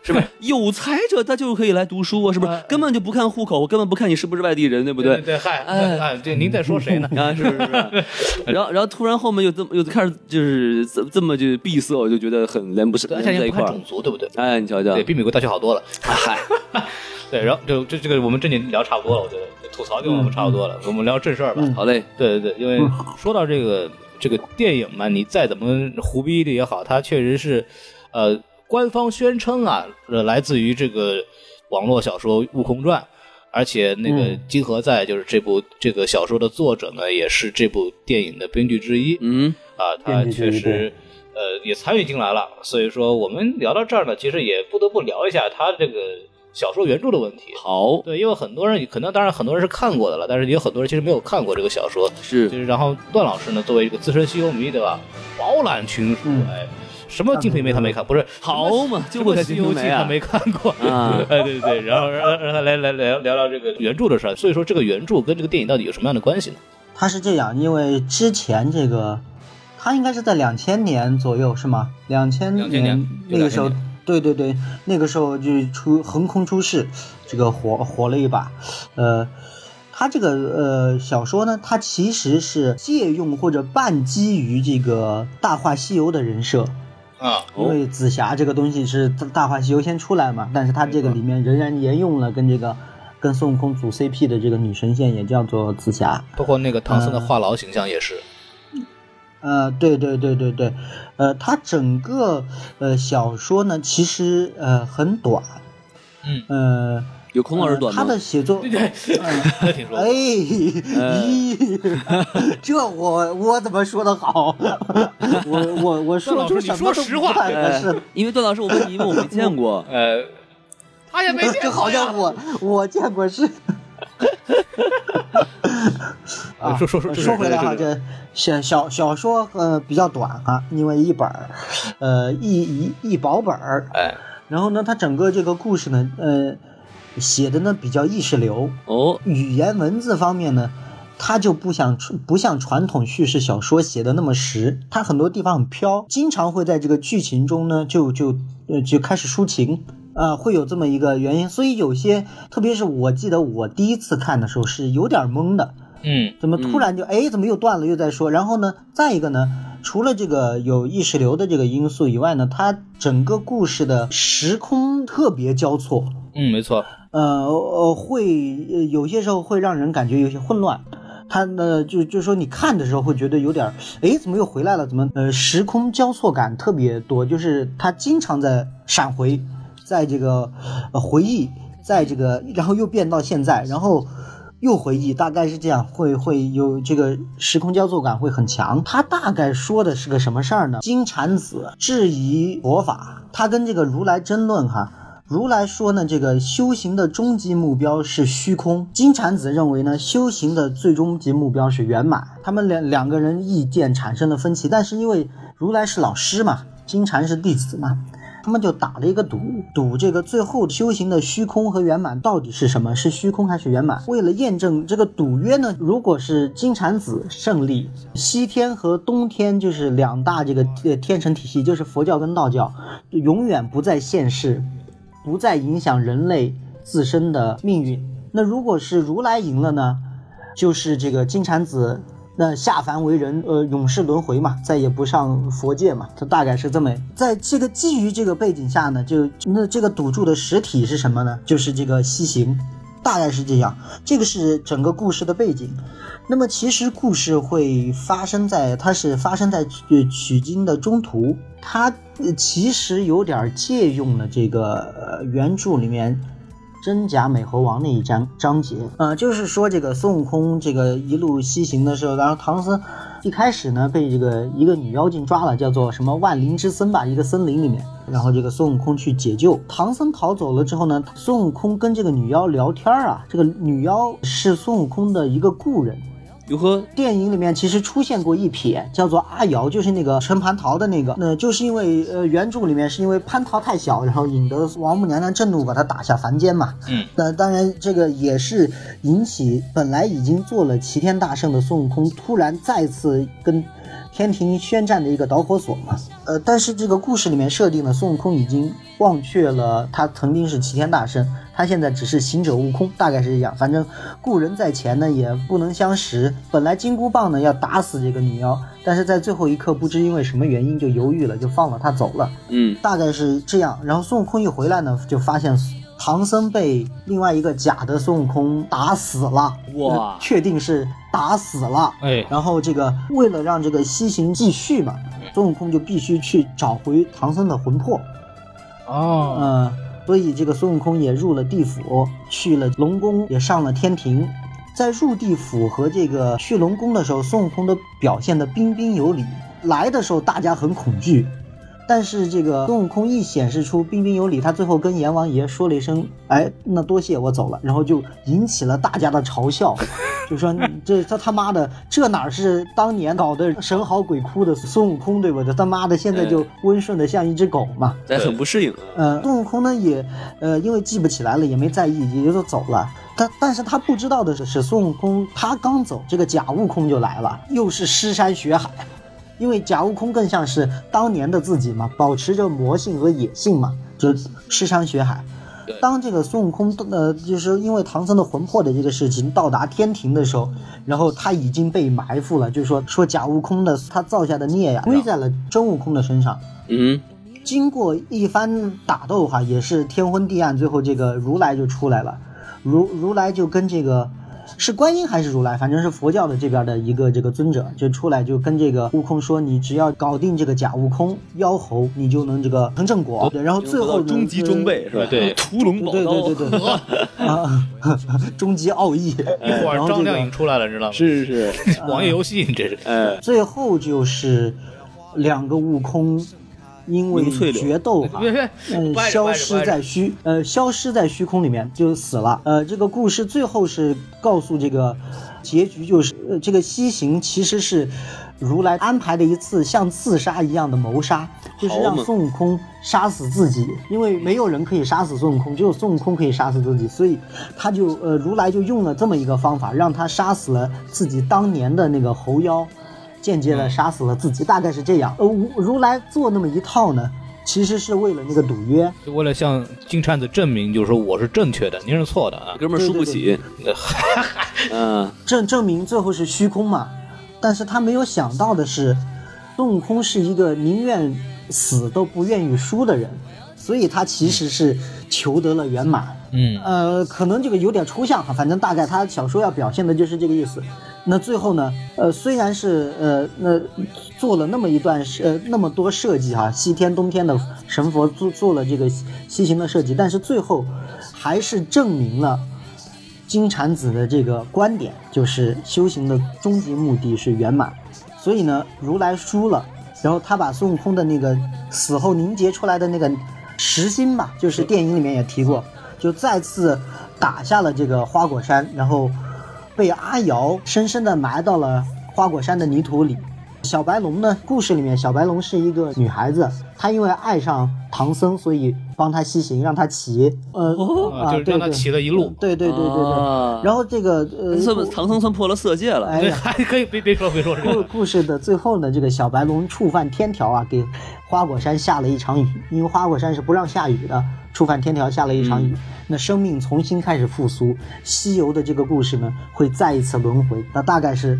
Speaker 2: 是 [LAUGHS] 吧？
Speaker 3: 有才者他就可以来读书啊，是不是
Speaker 2: 啊？
Speaker 3: 根本就不看户口，根本不看你是不是外地人，对不对
Speaker 2: 对？对，嗨，
Speaker 3: 哎
Speaker 2: 哎，嗯对，您在说谁呢？
Speaker 3: 啊，是不是？是不是然后，然后突然后面又这么又开始就是这这么就闭塞，我就觉得很连不上，
Speaker 2: 而
Speaker 3: 连
Speaker 2: 且
Speaker 3: 不在
Speaker 2: 也
Speaker 3: 一
Speaker 2: 不
Speaker 3: 块
Speaker 2: 看
Speaker 3: 儿
Speaker 2: 种。族，对不对？
Speaker 3: 哎，你瞧瞧
Speaker 2: 对，，比美国大学好 [LAUGHS] 多了。哎嗨， [LAUGHS] 对，然后就这这个我们正经聊差不多了，我觉得吐槽就我们差不多了，我们聊正事儿吧。
Speaker 3: 好嘞，
Speaker 2: 对对对，因为
Speaker 1: 嗯
Speaker 2: 说到这个这个电影嘛，你再怎么胡逼的也好，它确实是，呃，官方宣称啊，呃来自于这个网络小说《悟空传》，而且那个
Speaker 1: 嗯
Speaker 2: 金河在就是这部这个小说的作者呢，也是这部电影的编剧之一。
Speaker 3: 嗯，
Speaker 2: 啊，他
Speaker 1: 编剧
Speaker 2: 确
Speaker 1: 之一
Speaker 2: 实呃也参与进来了，所以说我们聊到这儿呢，其实也不得不聊一下他这个小说原著的问题。
Speaker 3: 好，
Speaker 2: 对，因为很多人可能，当然很多人是看过的了，但是也有很多人其实没有看过这个小说。就是是然后段老师呢，作为一个资深西游迷，对吧？饱览群书，
Speaker 1: 嗯
Speaker 2: 哎，什么《金瓶梅》他没看，不是
Speaker 3: 好嘛，
Speaker 2: 什
Speaker 3: 就
Speaker 2: 么
Speaker 3: 不
Speaker 2: 《
Speaker 3: 在
Speaker 2: 西
Speaker 3: 金
Speaker 2: 游
Speaker 3: 瓶
Speaker 2: 记》
Speaker 3: 梅
Speaker 2: 他
Speaker 3: 啊。
Speaker 2: 没看过
Speaker 3: 啊
Speaker 2: 哎，对对对，然后然后让他来来来聊聊这个原著的事儿。所以说，这个原著跟这个电影到底有什么样的关系呢？
Speaker 1: 他是这样，因为之前这个，他应该是在两千年左右是吗？两千
Speaker 2: 2000年
Speaker 1: 那个时候
Speaker 2: 2000年，
Speaker 1: 对对对，那个时候就出横空出世，这个火火了一把。呃，他这个呃小说呢，它其实是借用或者半基于这个《大话西游》的人设，
Speaker 2: 啊，
Speaker 1: 因为紫霞这个东西是《大话西游》先出来嘛，但是它这个里面仍然沿用了跟这个跟孙悟空组 CP 的这个女神线，也叫做紫霞。
Speaker 2: 包括那个唐僧的话痨形象也是。
Speaker 1: 呃，对对对对对，呃，它整个呃小说呢，其实呃很短，
Speaker 2: 嗯
Speaker 1: 呃，
Speaker 3: 有孔老师短
Speaker 1: 他
Speaker 3: 吗
Speaker 1: 的？写作，嗯
Speaker 2: 我听说
Speaker 1: 哎，
Speaker 2: 过，。
Speaker 3: 呃
Speaker 1: 咦， [LAUGHS] 这我我怎么说的好？ [LAUGHS] 我我我说出什么都不太合适。
Speaker 3: 哎因为段老师，我问你，因为我没见过
Speaker 2: 呃，他也没见过
Speaker 1: 这
Speaker 2: 呀
Speaker 1: 好
Speaker 2: [LAUGHS]
Speaker 1: 像我我见过是。啊，
Speaker 2: 说说说
Speaker 1: 说回来哈，
Speaker 2: 这
Speaker 1: 这小小小说呃比较短啊，因为一本儿，呃一一一薄本儿，
Speaker 2: 哎，
Speaker 1: 然后呢，它整个这个故事呢，呃写的呢比较意识流，
Speaker 3: 哦，
Speaker 1: 语言文字方面呢，它就不想不像传统叙事小说写的那么实，它很多地方很飘，经常会在这个剧情中呢就就呃就开始抒情。啊、会有这么一个原因，所以有些，特别是我记得我第一次看的时候是有点懵的，
Speaker 2: 嗯
Speaker 1: 怎么突然就哎、怎么又断了又在说？然后呢，再一个呢，除了这个有意识流的这个因素以外呢，它整个故事的时空特别交错，
Speaker 2: 嗯，没错，
Speaker 1: 呃呃，会呃有些时候会让人感觉有些混乱。它呢，就就说你看的时候会觉得有点儿，哎，怎么又回来了？怎么呃，时空交错感特别多，就是它经常在闪回，在这个呃回忆，在这个，然后又变到现在，然后又回忆，大概是这样，会会有这个时空交错感会很强。它大概说的是个什么事儿呢？金蝉子质疑佛法，他跟这个如来争论哈。如来说呢，这个修行的终极目标是虚空。金蝉子认为呢，修行的最终极目标是圆满。他们两两个人意见产生了分歧，但是因为如来是老师嘛，金蝉是弟子嘛，他们就打了一个赌，赌这个最后修行的虚空和圆满到底是什么？是虚空还是圆满？为了验证这个赌约呢，如果是金蝉子胜利，西天和东天就是两大这个呃天神体系，就是佛教跟道教，永远不在现世，不再影响人类自身的命运。那如果是如来赢了呢，就是这个金蝉子。那下凡为人，呃，永世轮回嘛，再也不上佛界嘛，它大概是这么。在这个基于这个背景下呢，就那这个赌注的实体是什么呢？就是这个西行，大概是这样。这个是整个故事的背景。那么其实故事会发生在，它是发生在取取经的中途，它呃其实有点借用了这个呃原著里面真假美猴王那一章章节，呃，就是说这个孙悟空这个一路西行的时候，然后唐僧一开始呢被这个一个女妖精抓了，叫做什么万灵之僧吧，一个森林里面，然后这个孙悟空去解救，唐僧逃走了之后呢，孙悟空跟这个女妖聊天儿啊，这个女妖是孙悟空的一个故人，
Speaker 3: 如何？
Speaker 1: 电影里面其实出现过一撇，叫做阿瑶，就是那个陈蟠桃的那个。那就是因为呃原著里面是因为蟠桃太小，然后引得王母娘娘震怒，把她打下凡间嘛。
Speaker 2: 嗯，
Speaker 1: 那当然这个也是引起本来已经做了齐天大圣的孙悟空，突然再次跟天庭宣战的一个导火索嘛。呃，但是这个故事里面设定了孙悟空已经忘却了他曾经是齐天大圣，他现在只是行者悟空，大概是这样。反正故人在前呢，也不能相识。本来金箍棒呢要打死这个女妖，但是在最后一刻不知因为什么原因就犹豫了，就放了她走了。
Speaker 3: 嗯，
Speaker 1: 大概是这样。然后孙悟空一回来呢，就发现唐僧被另外一个假的孙悟空打死了，
Speaker 3: 哇
Speaker 1: 确定是打死了。
Speaker 2: 哎，
Speaker 1: 然后这个为了让这个西行继续嘛，孙悟空就必须去找回唐僧的魂魄。
Speaker 2: 哦，
Speaker 1: 嗯，所以这个孙悟空也入了地府，去了龙宫，也上了天庭。在入地府和这个去龙宫的时候，孙悟空都表现得彬彬有礼。来的时候大家很恐惧，但是这个孙悟空一显示出彬彬有礼，他最后跟阎王爷说了一声：“哎，那多谢，我走了。”然后就引起了大家的嘲笑， [LAUGHS] 就说你这他他妈的这哪是当年搞得神嚎鬼哭的孙悟空，对不对？他妈的现在就温顺的像一只狗嘛。
Speaker 3: 咱很不适应啊。
Speaker 1: 呃，孙悟空呢也，呃，因为记不起来了，也没在意，也就走了。但但是他不知道的是，是孙悟空他刚走，这个假悟空就来了，又是尸山血海。因为假悟空更像是当年的自己嘛，保持着魔性和野性嘛，就尸山血海
Speaker 2: 对。
Speaker 1: 当这个孙悟空呃，就是因为唐僧的魂魄的这个事情到达天庭的时候，然后他已经被埋伏了，就是说说假悟空的他造下的孽呀，归在了真悟空的身上。
Speaker 3: 嗯，
Speaker 1: 经过一番打斗哈，也是天昏地暗，最后这个如来就出来了。如如来就跟这个是观音还是如来，反正是佛教的这边的一个这个尊者，就出来就跟这个悟空说：“你只要搞定这个假悟空妖猴，你就能这个成正
Speaker 2: 哦
Speaker 1: 果。”对然后最后呢
Speaker 3: 终极装备是吧？
Speaker 2: 对
Speaker 3: 屠龙宝
Speaker 1: 对
Speaker 3: 刀
Speaker 1: 对 [LAUGHS] 对对呃啊，终极奥义。
Speaker 2: 哎一会
Speaker 1: 然
Speaker 2: 儿
Speaker 1: 后
Speaker 2: 张
Speaker 1: 这
Speaker 2: 靓
Speaker 1: 个
Speaker 2: 颖出来了，知道吗？
Speaker 3: 是是是，
Speaker 2: [LAUGHS] 网页游戏，你这是
Speaker 3: 哎，
Speaker 1: 最后就是两个悟空因为
Speaker 3: 零翠柳
Speaker 1: 决斗哈，
Speaker 2: 别别
Speaker 1: 嗯，
Speaker 2: 歪着
Speaker 1: 消
Speaker 2: 歪
Speaker 1: 失
Speaker 2: 着歪
Speaker 1: 在
Speaker 2: 着，
Speaker 1: 虚呃，消失在虚空里面就死了。呃，这个故事最后是告诉这个结局，就是、呃、这个西行其实是如来安排的一次像刺杀一样的谋杀，就是
Speaker 3: 好
Speaker 1: 让
Speaker 3: 嘛
Speaker 1: 孙悟空杀死自己，因为没有人可以杀死孙悟空，只有孙悟空可以杀死自己，所以他就呃如来就用了这么一个方法，让他杀死了自己当年的那个猴妖。间接
Speaker 3: 嗯
Speaker 1: 的杀死了自己，大概是这样。呃，如如来做那么一套呢，其实是为了那个赌约，
Speaker 2: 就为了向金蝉子证明，就是说我是正确的，您是错的啊。
Speaker 3: 哥们儿输不起。嗯，
Speaker 1: 证证明最后是虚空嘛。但是他没有想到的是，孙悟空是一个宁愿死都不愿意输的人，所以他其实是求得了圆满。
Speaker 2: 嗯，
Speaker 1: 呃，可能这个有点抽象哈，反正大概他小说要表现的就是这个意思。那最后呢，呃，虽然是呃那做了那么一段是呃那么多设计哈、西天东天的神佛做做了这个西西行的设计，但是最后还是证明了金蝉子的这个观点，就是修行的终极目的是圆满。所以呢，如来输了，然后他把孙悟空的那个死后凝结出来的那个石心吧，就是电影里面也提过，就再次打下了这个花果山，然后被阿瑶深深的埋到了花果山的泥土里。小白龙呢？故事里面，小白龙是一个女孩子，她因为爱上唐僧，所以帮他西行，让他骑，呃，
Speaker 2: 啊就是让他骑了一路，
Speaker 1: 对对对对对对。
Speaker 3: 啊
Speaker 1: 然后这个呃，
Speaker 3: 算不
Speaker 1: 故
Speaker 3: 唐僧算破了色戒
Speaker 1: [LAUGHS]
Speaker 3: 了。
Speaker 1: 哎
Speaker 2: 对，
Speaker 1: 呀，
Speaker 2: 还可以，别别说别说这
Speaker 1: 故
Speaker 2: [LAUGHS] 个，
Speaker 1: 故事的最后呢，这个小白龙触犯天条啊，给花果山下了一场雨，因为花果山是不让下雨的，触犯天条下了一场
Speaker 3: 嗯
Speaker 1: 雨，那生命重新开始复苏。西游的这个故事呢，会再一次轮回，那大概是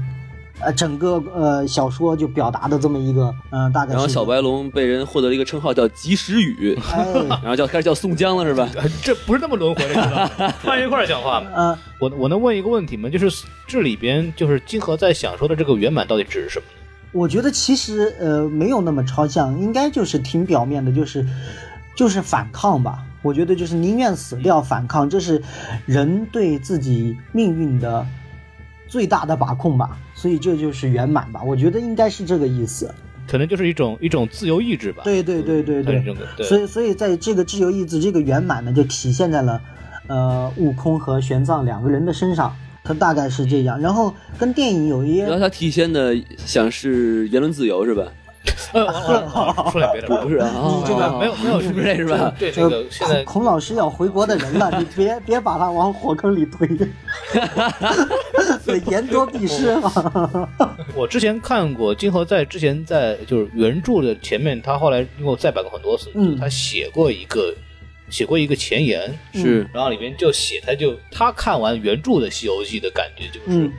Speaker 1: 呃整个呃小说就表达的这么一个嗯、呃、大概。
Speaker 3: 然后小白龙被人获得了一个称号叫及时雨，
Speaker 1: 哎
Speaker 3: 然后叫开始叫宋江了是吧？
Speaker 2: 哎这不是那么轮回的，是 [LAUGHS] 吧放一块儿讲话嘛。
Speaker 1: 呃
Speaker 2: 我我能问一个问题吗？就是这里边就是金河在想说的这个圆满到底指什么？
Speaker 1: 我觉得其实呃没有那么超像，应该就是挺表面的，就是就是反抗吧。我觉得就是宁愿死掉反抗，这是人对自己命运的最大的把控吧。所以这就是圆满吧。我觉得应该是这个意思。
Speaker 2: 可能就是一种一种自由意志吧。
Speaker 1: 对对对对
Speaker 2: 它是
Speaker 1: 对
Speaker 2: 这。个对，
Speaker 1: 所以所以在这个自由意志这个圆满呢，就体现在了呃悟空和玄奘两个人的身上。它大概是这样，然后跟电影有一些
Speaker 3: 然后他体现的想是言论自由是吧？
Speaker 2: 呃，我我我说点别的吧，
Speaker 3: 不是啊，
Speaker 1: 嗯这个
Speaker 3: 哦
Speaker 2: 没有没有
Speaker 3: 是不是这是吧？
Speaker 2: 对这
Speaker 1: 呃，
Speaker 2: 个现在
Speaker 1: 孔孔老师要回国的人了，你
Speaker 2: [LAUGHS]
Speaker 1: 别别把他往火坑里推，对言多必失啊嘛。
Speaker 2: 我之前看过金河在之前在就是原著的前面，他后来因为我再版过很多次，
Speaker 1: 嗯
Speaker 2: 他写过一个写过一个前言，
Speaker 3: 是
Speaker 2: 然后里面就写他就他看完原著的《西游记》的感觉就是、
Speaker 1: 嗯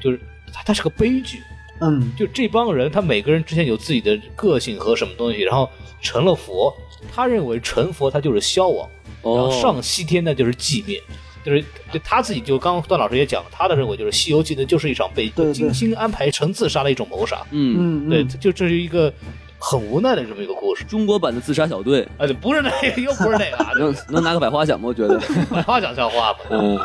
Speaker 2: 就是他他是个悲剧，
Speaker 1: 嗯，
Speaker 2: 就这帮人，他每个人之前有自己的个性和什么东西，然后成了佛，他认为成佛他就是消亡，然后
Speaker 3: 哦，
Speaker 2: 上西天呢就是寂灭，就是就他自己就刚刚段老师也讲，他的认为就是《西游记》呢就是一场被
Speaker 1: 对对
Speaker 2: 精心安排成自杀的一种谋杀，
Speaker 3: 嗯，
Speaker 1: 嗯
Speaker 2: 对，
Speaker 1: 嗯，
Speaker 2: 就这是一个很无奈的这么一个故事。
Speaker 3: 中国版的自杀小队，
Speaker 2: 啊，对，不是那个，又不是那个
Speaker 1: [LAUGHS]
Speaker 2: 啊，
Speaker 3: 能能拿个百花奖吗？我觉得，
Speaker 2: 百花讲笑话嘛。
Speaker 3: 嗯，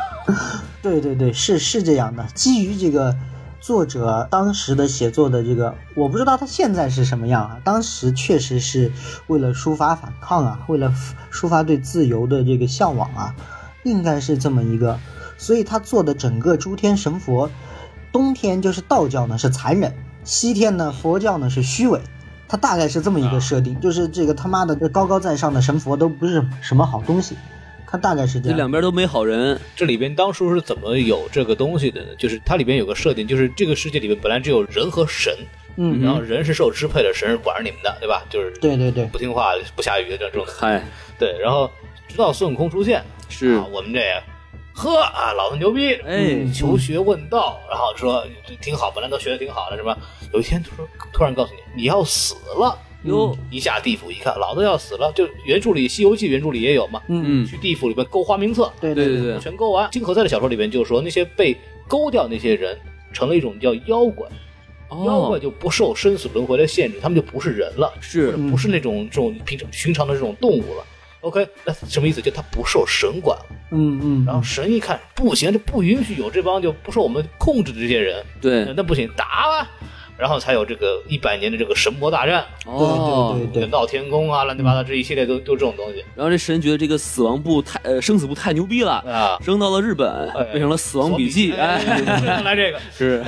Speaker 1: 对对对，是是这样的。基于这个作者当时的写作的这个，我不知道他现在是什么样啊。当时确实是为了抒发反抗啊，为了抒发对自由的这个向往啊，应该是这么一个。所以他做的整个诸天神佛，冬天就是道教呢是残忍，西天呢佛教呢是虚伪。他大概是这么一个设定，就是这个他妈的这高高在上的神佛都不是什么好东西，他大概是这
Speaker 3: 这
Speaker 1: 样。
Speaker 3: 两边都没好人，
Speaker 2: 这里边当初是怎么有这个东西的呢？就是它里边有个设定，就是这个世界里面本来只有人和神，
Speaker 1: 嗯
Speaker 2: 然后人是受支配的，神是管着你们的，对吧？就是
Speaker 1: 对对对
Speaker 2: 不听话不下雨的这种。
Speaker 3: 嗨，
Speaker 2: 对，然后直到孙悟空出现，
Speaker 3: 是
Speaker 2: 啊，我们这呵啊，老子牛逼，
Speaker 3: 哎
Speaker 2: 求学问道，然后说这挺好，本来都学的挺好的，是吧？有一天突然突然告诉你，你要死了。嗯
Speaker 3: 哟，
Speaker 2: 一下地府一看，老子要死了。就原著里《西游记》原著里也有嘛，
Speaker 1: 嗯，
Speaker 3: 嗯，
Speaker 2: 去地府里面勾花名册，
Speaker 1: 对
Speaker 3: 对
Speaker 1: 对
Speaker 3: 对对，
Speaker 2: 全勾完。金口在的小说里面就说，那些被勾掉那些人成了一种叫妖怪，妖怪
Speaker 3: 哦，
Speaker 2: 就不受生死轮回的限制，他们就不是人了，
Speaker 3: 是
Speaker 1: 嗯
Speaker 2: 不是那种这种平常寻常的这种动物了。OK，那什么意思？就他不受神管，
Speaker 1: 嗯嗯，
Speaker 2: 然后神一看不行，这不允许有这帮就不受我们控制的这些人，
Speaker 3: 对，
Speaker 2: 那不行，打吧。然后才有这个一百年的这个神魔大战，
Speaker 3: 哦，
Speaker 1: 对对对
Speaker 2: 闹天宫啊，乱七八糟这一系列都都这种东西
Speaker 3: 然后这神觉得这个死亡簿太呃生死簿太牛逼了，
Speaker 2: 啊。
Speaker 3: 扔到了日本，
Speaker 2: 哎
Speaker 3: 变成了哎死亡笔记，
Speaker 2: 哎，
Speaker 3: 哎，
Speaker 2: [LAUGHS] 来这个，
Speaker 3: 是，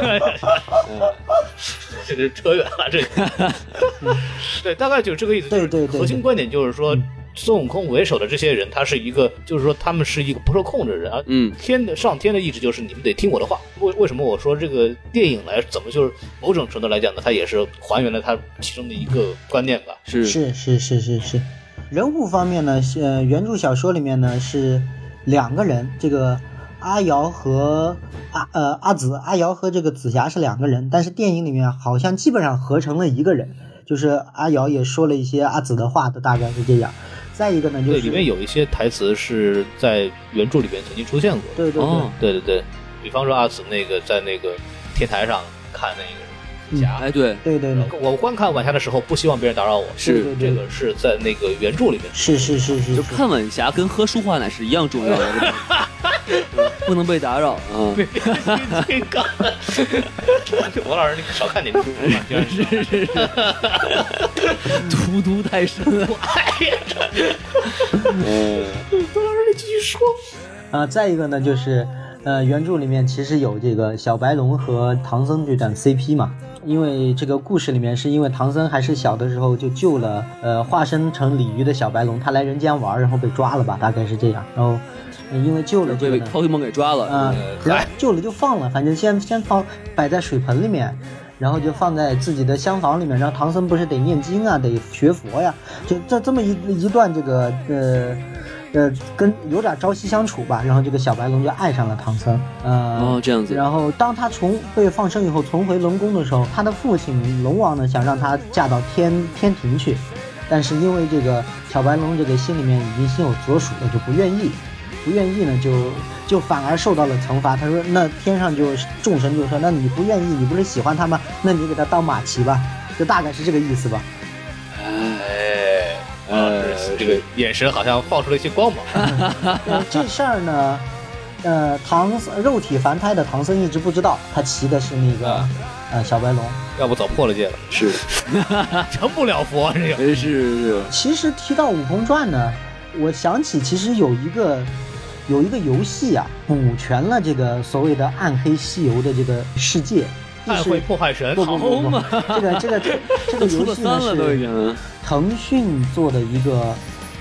Speaker 2: 这就扯远了，这个。对，大概就是这个意思。
Speaker 1: 对对对
Speaker 2: 核心观点就是说，孙悟空为首的这些人，他是一个，就是说他们是一个不受控制的人啊。
Speaker 3: 嗯，
Speaker 2: 天的上天的意志就是你们得听我的话。为为什么我说这个电影来怎么就是某种程度来讲呢？它也是还原了它其中的一个观念吧。
Speaker 3: 是
Speaker 1: 是是是是是。人物方面呢，是呃，原著小说里面呢是两个人，这个阿瑶和阿呃阿紫，阿瑶和这个紫霞是两个人，但是电影里面好像基本上合成了一个人，就是阿瑶也说了一些阿紫的话的，大概是这样。再一个呢，就
Speaker 2: 对，
Speaker 1: 是
Speaker 2: 里面有一些台词是在原著里边曾经出现过的。
Speaker 1: 对对对，
Speaker 3: 哦，
Speaker 2: 对对对，比方说阿紫那个在那个天台上看
Speaker 1: 嗯
Speaker 2: 那个侠，
Speaker 3: 哎，对，
Speaker 1: 对对对，
Speaker 2: 我观看晚霞的时候，不希望别人打扰我。
Speaker 3: 是
Speaker 1: 对对
Speaker 2: 这
Speaker 1: 对，
Speaker 2: 个是在那个原著里面。
Speaker 1: 是是是是，
Speaker 3: 就是看晚霞跟喝舒化奶是一样重要的， [LAUGHS] 是吧嗯不能被打扰啊。
Speaker 2: 这个， [LAUGHS] 王老师，你少看点书 [LAUGHS] 嘛，就是。
Speaker 3: 是是是，荼毒太深了。
Speaker 2: 哎呀，王老师，你继续说。
Speaker 1: 啊，再一个呢，就是，呃，原著里面其实有这个小白龙和唐僧这段 CP 嘛，因为这个故事里面是因为唐僧还是小的时候就救了，呃，化身成鲤鱼的小白龙，他来人间玩儿，然后被抓了吧，大概是这样，然后、呃因为救了这个
Speaker 3: 被被
Speaker 1: 呢
Speaker 3: Pokemon 给抓了
Speaker 1: 啊，，然后救了就放了，反正先先放摆在水盆里面，然后就放在自己的厢房里面。然后唐僧不是得念经啊，得学佛呀，就这这么一一段这个呃呃，跟有点朝夕相处吧，然后这个小白龙就爱上了唐僧，呃，
Speaker 3: 哦，这样子，
Speaker 1: 然后当他重被放生以后，重回龙宫的时候，他的父亲龙王呢想让他嫁到天天庭去，但是因为这个小白龙这个心里面已经心有所属了，就不愿意，不愿意呢就就反而受到了惩罚。他说那天上就众神就说那你不愿意，你不是喜欢他吗？那你给他当马骑吧，就大概是这个意思吧。
Speaker 2: 哎，呃，这个眼神好像放出了一些光芒。
Speaker 1: 呃这事儿呢，呃，唐肉体凡胎的唐僧一直不知道，他骑的是那个
Speaker 2: 啊
Speaker 1: 呃小白龙。
Speaker 2: 要不早破了戒了，
Speaker 3: 是，
Speaker 2: [LAUGHS] 成不了佛
Speaker 1: [LAUGHS]
Speaker 2: 这个。
Speaker 3: 哎是是，
Speaker 1: 其实提到《武功传》呢，我想起其实有一个有一个游戏啊，补全了这个所谓的暗黑西游的这个世界。就
Speaker 2: 太会
Speaker 1: 是
Speaker 2: 破坏神，
Speaker 1: 不不不不，这个这个
Speaker 3: [LAUGHS]
Speaker 1: 这个
Speaker 3: 都出
Speaker 1: 游
Speaker 3: 了
Speaker 1: 戏
Speaker 3: 三
Speaker 1: 呢
Speaker 3: 了都
Speaker 1: 是
Speaker 3: 已经，
Speaker 1: 腾讯做的一个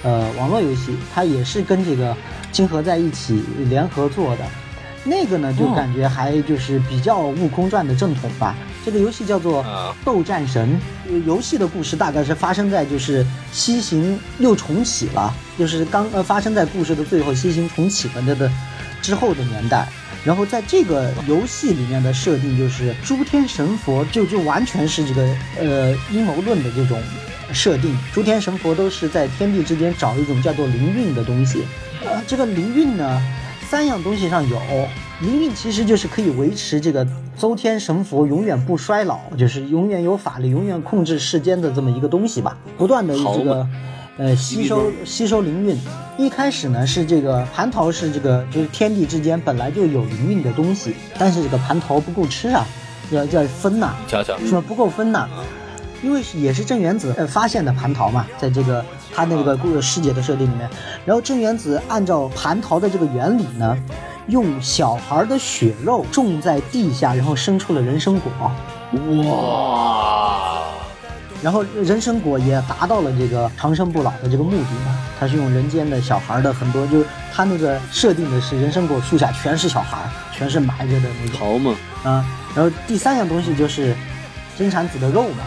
Speaker 1: 呃网络游戏，它也是跟这个金河在一起联合做的。那个呢，就
Speaker 3: 哦
Speaker 1: 感觉还就是比较《悟空传》的正统吧。这个游戏叫做
Speaker 2: 啊
Speaker 1: 斗战神。呃游戏的故事大概是发生在就是西行又重启了，就是刚呃发生在故事的最后，西行重启了的的之后的年代。然后在这个游戏里面的设定就是诸天神佛就就完全是这个呃阴谋论的这种设定，诸天神佛都是在天地之间找一种叫做灵运的东西。呃，这个灵运呢，三样东西上有，灵运其实就是可以维持这个周天神佛永远不衰老，就是永远有法力，永远控制世间的这么一个东西吧，不断的
Speaker 3: 好
Speaker 1: 这个
Speaker 3: 嘛。
Speaker 1: 呃，吸收吸收灵运。一开始呢是这个蟠桃是这个就是天地之间本来就有灵运的东西，但是这个蟠桃不够吃啊，要要分呐、
Speaker 2: 你瞧瞧，
Speaker 1: 说不够分呐，因为是也是郑元子呃发现的蟠桃嘛，在这个他那个故世界的设定里面，然后郑元子按照蟠桃的这个原理呢，用小孩的血肉种在地下，然后生出了人参果，
Speaker 2: 哇，
Speaker 1: 然后人参果也达到了这个长生不老的这个目的嘛，它是用人间的小孩的很多，就是它那个设定的是人参果树下全是小孩，全是埋着的那种。
Speaker 3: 桃嘛，
Speaker 1: 啊，然后第三样东西就是金蝉子的肉嘛，